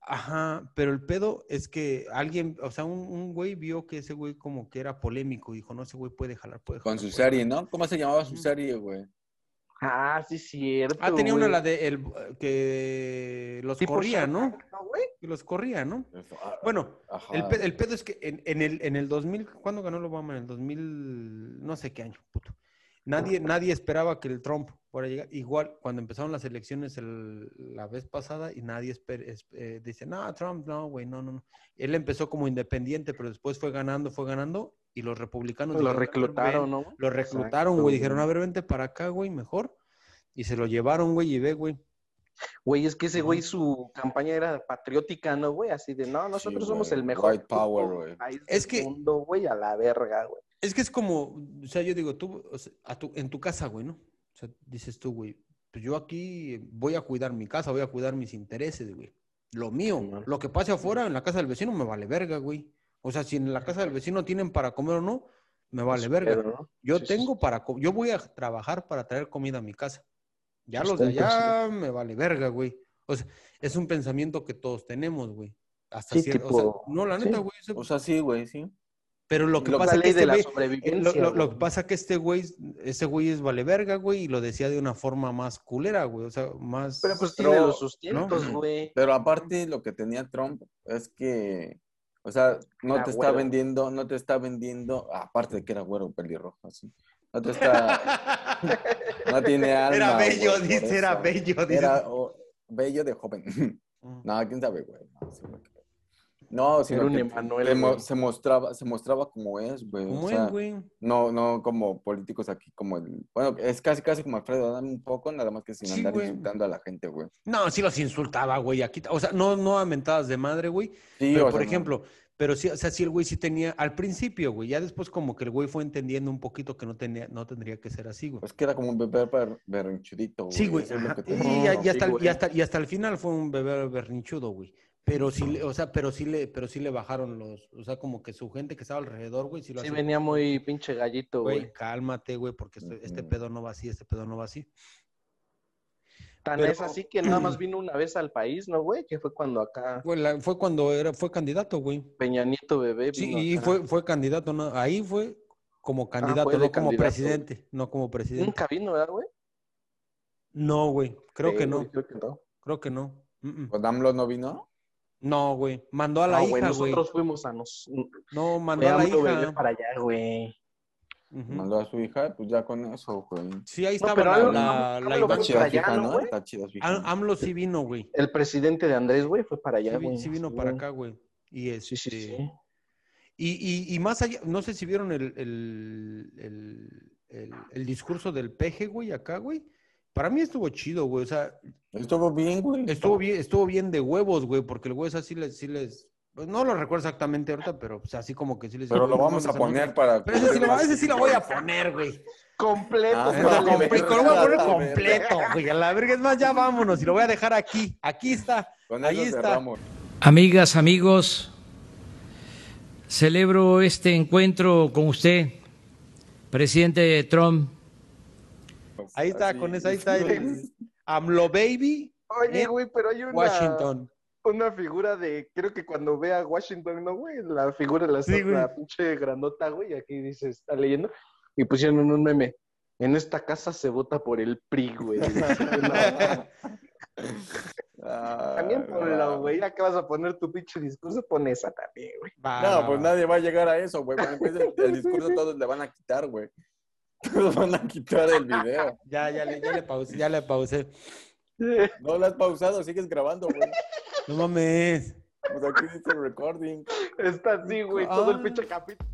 [SPEAKER 1] Ajá, pero el pedo es que alguien, o sea, un, un güey vio que ese güey como que era polémico y dijo, no, ese güey puede jalar, puede jalar. Ah,
[SPEAKER 2] Con su
[SPEAKER 1] puede
[SPEAKER 2] serie, ¿no? ¿Cómo se llamaba su
[SPEAKER 1] Ujú.
[SPEAKER 2] serie, güey?
[SPEAKER 3] Ah, sí, cierto,
[SPEAKER 1] jalar". Ah, tenía una
[SPEAKER 3] güey.
[SPEAKER 1] la de el que los
[SPEAKER 3] Tipo
[SPEAKER 1] corría,
[SPEAKER 3] Shark
[SPEAKER 1] ¿no?
[SPEAKER 3] Tank, ¿no, güey?
[SPEAKER 1] Que los corría, ¿no? Bueno,
[SPEAKER 2] ah, Ajá.
[SPEAKER 3] Ah,
[SPEAKER 1] el, pe- el pedo es que en, en el, en el 2000, ¿cuándo ganó el Obama? En el 2000, no sé qué año, puto. Nadie, nadie esperaba que el Trump fuera a llegar. Igual, cuando empezaron las elecciones el- la vez pasada y nadie esper- es- eh, dice, no, Trump, no, güey, no, no, no. Él empezó como independiente, pero después fue ganando, fue ganando y los republicanos...
[SPEAKER 3] Pues Lo
[SPEAKER 1] dijeron, "A ver,
[SPEAKER 3] reclutaron,
[SPEAKER 1] ven".
[SPEAKER 3] ¿no, güey?
[SPEAKER 1] Lo reclutaron,
[SPEAKER 2] Exacto,
[SPEAKER 1] güey.
[SPEAKER 2] güey.
[SPEAKER 1] Dijeron, a ver, vente para acá, güey, mejor. Y se lo llevaron, güey, y ve, güey.
[SPEAKER 3] Güey, es que ese
[SPEAKER 1] Ujú.
[SPEAKER 3] güey su campaña era patriótica, ¿no, güey? Así de, no, nosotros
[SPEAKER 2] Sí,
[SPEAKER 3] somos
[SPEAKER 2] güey.
[SPEAKER 3] el mejor
[SPEAKER 2] White power,
[SPEAKER 3] puto
[SPEAKER 2] güey.
[SPEAKER 3] país
[SPEAKER 1] Es
[SPEAKER 3] del
[SPEAKER 1] que-
[SPEAKER 3] mundo, güey, a la verga, güey.
[SPEAKER 1] Es que es como, o sea, yo digo, tú, o sea, a tu, en tu casa, güey, ¿no? O sea, dices tú, güey, pues yo aquí voy a cuidar mi casa, voy a cuidar mis intereses, güey. Lo mío.
[SPEAKER 3] Sí, man.
[SPEAKER 1] Lo que pase afuera en la casa del vecino me vale verga, güey. O sea, si en la casa del vecino tienen para comer o no, me vale verga.
[SPEAKER 3] Pues Pero, ¿no?
[SPEAKER 1] Yo
[SPEAKER 3] Sí, sí,
[SPEAKER 1] tengo para... co- Yo voy a trabajar para traer comida a mi casa. Ya los
[SPEAKER 3] Está
[SPEAKER 1] de allá me vale verga, güey. O sea, es un pensamiento que todos tenemos, güey. Hasta
[SPEAKER 3] Sí,
[SPEAKER 1] cierto...
[SPEAKER 3] tipo-
[SPEAKER 1] no, la
[SPEAKER 3] sí.
[SPEAKER 1] neta, güey. ese-
[SPEAKER 2] O sea, sí, güey, sí.
[SPEAKER 1] Pero lo que
[SPEAKER 3] Lo
[SPEAKER 1] pasa
[SPEAKER 3] la
[SPEAKER 1] es que
[SPEAKER 3] ley
[SPEAKER 1] este
[SPEAKER 3] de la
[SPEAKER 1] güey-
[SPEAKER 3] sobrevivencia.
[SPEAKER 1] Lo, lo- lo
[SPEAKER 3] güey.
[SPEAKER 1] que pasa es que este güey, ese güey es vale verga, güey, y lo decía de una forma más culera, güey. O sea, más.
[SPEAKER 3] Pero pues
[SPEAKER 2] Pero-
[SPEAKER 3] tiene los sustentos,
[SPEAKER 1] ¿no?
[SPEAKER 3] güey.
[SPEAKER 2] Pero aparte lo que tenía Trump es que, o sea, no
[SPEAKER 3] Era
[SPEAKER 2] te está
[SPEAKER 3] güero.
[SPEAKER 2] vendiendo, no te está vendiendo, aparte de que era güero pelirrojo, así. No te está, no tiene alma.
[SPEAKER 1] era bello,
[SPEAKER 2] güey, por
[SPEAKER 1] dice, era
[SPEAKER 2] eso.
[SPEAKER 1] bello, dice.
[SPEAKER 2] Era oh, bello de joven. No, quién sabe, güey. No, sí, güey. No, sino
[SPEAKER 3] Era un
[SPEAKER 2] que
[SPEAKER 3] Emanuel,
[SPEAKER 2] se, mo-
[SPEAKER 3] güey.
[SPEAKER 2] se mostraba, se mostraba como es, güey. o
[SPEAKER 1] ¿Cómo
[SPEAKER 2] sea,
[SPEAKER 1] es, güey?
[SPEAKER 2] No, no como políticos aquí, como el, bueno, es casi casi como Alfredo Adame un poco, nada más que sin
[SPEAKER 1] Sí,
[SPEAKER 2] andar
[SPEAKER 1] güey.
[SPEAKER 2] insultando a la gente, güey.
[SPEAKER 1] No, sí los insultaba, güey. Aquí, o sea, no, no a mentadas de madre, güey.
[SPEAKER 2] Sí,
[SPEAKER 1] Pero,
[SPEAKER 2] o
[SPEAKER 1] por
[SPEAKER 2] sea, no.
[SPEAKER 1] ejemplo, pero sí, o sea, sí el güey sí tenía, al principio, güey. Ya después, como que el güey fue entendiendo un poquito que no tenía, no tendría que ser así, güey.
[SPEAKER 2] Pues que era como un bebé ber- berrinchudito, güey.
[SPEAKER 1] Sí, güey.
[SPEAKER 2] eso es lo
[SPEAKER 1] ajá.
[SPEAKER 2] que te-
[SPEAKER 1] Y, ya- y
[SPEAKER 3] Sí,
[SPEAKER 1] hasta, el- y,
[SPEAKER 3] güey.
[SPEAKER 1] hasta, y hasta el final fue un bebé berrinchudo, güey. Pero sí, le- o sea, pero sí le, pero sí le bajaron los, o sea, como que su gente que estaba alrededor, güey, sí lo
[SPEAKER 3] Sí
[SPEAKER 1] hacía,
[SPEAKER 3] venía muy pinche gallito,
[SPEAKER 1] güey,
[SPEAKER 3] güey.
[SPEAKER 1] cálmate, güey, porque este, este
[SPEAKER 2] Ujú.
[SPEAKER 1] pedo no va así, este pedo no va así.
[SPEAKER 3] Tan
[SPEAKER 1] Pero-
[SPEAKER 3] es así que nada más vino una vez al país, ¿no, güey? Que fue cuando acá
[SPEAKER 1] Güey, la- fue cuando era, fue candidato, güey.
[SPEAKER 3] Peña Nieto bebé
[SPEAKER 1] Sí,
[SPEAKER 3] vino
[SPEAKER 1] y
[SPEAKER 3] acá.
[SPEAKER 1] fue, fue candidato, ¿no? ahí fue como candidato,
[SPEAKER 3] Ah, fue de
[SPEAKER 1] no como
[SPEAKER 3] candidato.
[SPEAKER 1] presidente, no como presidente.
[SPEAKER 3] Nunca vino, ¿verdad, güey?
[SPEAKER 1] No, güey, creo
[SPEAKER 3] Sí,
[SPEAKER 1] que no,
[SPEAKER 3] güey, Creo que no.
[SPEAKER 1] creo que no. Mm, mm.
[SPEAKER 2] Pues AMLO no vino.
[SPEAKER 1] No, güey, mandó a la
[SPEAKER 3] No, güey,
[SPEAKER 1] hija, güey.
[SPEAKER 3] nosotros fuimos a nos...
[SPEAKER 1] No, mandó
[SPEAKER 3] Fue
[SPEAKER 1] a la
[SPEAKER 3] AMLO bebé
[SPEAKER 1] hija.
[SPEAKER 3] para allá, güey.
[SPEAKER 1] Ujú.
[SPEAKER 2] Mandó a su hija, pues ya con eso, güey.
[SPEAKER 1] Sí, ahí
[SPEAKER 3] No,
[SPEAKER 1] estaba
[SPEAKER 3] pero
[SPEAKER 1] la,
[SPEAKER 3] algo-
[SPEAKER 1] la,
[SPEAKER 3] no, no lo
[SPEAKER 1] la
[SPEAKER 2] Está
[SPEAKER 1] Iván-
[SPEAKER 3] vamos
[SPEAKER 2] chida
[SPEAKER 3] para
[SPEAKER 2] su hija,
[SPEAKER 3] allá, ¿no,
[SPEAKER 2] ¿no?
[SPEAKER 3] güey?
[SPEAKER 2] Está chida su hija.
[SPEAKER 1] Am- AMLO sí vino, güey.
[SPEAKER 3] El presidente de Andrés, güey, fue para
[SPEAKER 1] Sí,
[SPEAKER 3] allá,
[SPEAKER 1] vi-
[SPEAKER 3] güey.
[SPEAKER 1] sí vino para acá, güey. Y,
[SPEAKER 3] Sí, sí,
[SPEAKER 1] este,
[SPEAKER 3] sí.
[SPEAKER 1] Y, y- y más allá, no sé si vieron el, el, el- el- el discurso del peje, güey, acá, güey. Para mí estuvo chido, güey. O sea,
[SPEAKER 2] Estuvo bien, güey.
[SPEAKER 1] estuvo bien, estuvo bien de huevos, güey, porque el güey es así, les, sí les. pues, no lo recuerdo exactamente ahorita, pero o sea, así como que sí les.
[SPEAKER 2] Pero
[SPEAKER 1] güey,
[SPEAKER 2] lo
[SPEAKER 1] no
[SPEAKER 2] vamos a
[SPEAKER 1] mames,
[SPEAKER 2] poner
[SPEAKER 1] anuncio.
[SPEAKER 2] para.
[SPEAKER 1] Pero ese sí, lo, ese sí lo voy a poner, güey.
[SPEAKER 3] Completo.
[SPEAKER 2] Ah,
[SPEAKER 1] Ese
[SPEAKER 3] güey.
[SPEAKER 1] lo
[SPEAKER 2] vale,
[SPEAKER 1] compré,
[SPEAKER 2] verga,
[SPEAKER 1] con- lo voy a poner
[SPEAKER 2] vale,
[SPEAKER 1] completo, güey. A la verga, es más, ya vámonos y lo voy a dejar aquí. Aquí está.
[SPEAKER 2] Con
[SPEAKER 1] Ahí
[SPEAKER 2] eso
[SPEAKER 1] está.
[SPEAKER 2] cerramos.
[SPEAKER 6] Amigas, amigos, celebro este encuentro con usted, presidente Trump.
[SPEAKER 1] Ahí está,
[SPEAKER 2] Así.
[SPEAKER 1] con esa, ahí está. el- AMLO Baby,
[SPEAKER 3] Oye,
[SPEAKER 1] en
[SPEAKER 3] güey, pero hay una...
[SPEAKER 1] Washington.
[SPEAKER 3] Una figura de... Creo que cuando ve a Washington, ¿no, güey? La figura de la,
[SPEAKER 1] Sí,
[SPEAKER 3] estatua,
[SPEAKER 1] güey.
[SPEAKER 3] pinche grandota, güey. y Aquí dice, está leyendo. Y pusieron un meme. En esta casa se vota por el PRI, güey.
[SPEAKER 2] Ah,
[SPEAKER 3] También por
[SPEAKER 2] no,
[SPEAKER 3] la güey, que vas a poner tu pinche discurso, pon esa también, güey.
[SPEAKER 1] Va,
[SPEAKER 2] No,
[SPEAKER 1] va,
[SPEAKER 2] pues
[SPEAKER 1] va.
[SPEAKER 2] nadie va a llegar a eso, güey. Cuando empiece el, el discurso todos le van a quitar, güey. Todos van a quitar el video.
[SPEAKER 1] Ya, ya le, ya le pausé, ya le pausé.
[SPEAKER 2] No lo has pausado, sigues grabando, güey.
[SPEAKER 1] No mames.
[SPEAKER 2] Pues aquí dice recording.
[SPEAKER 3] Está así, güey, todo el pinche capítulo.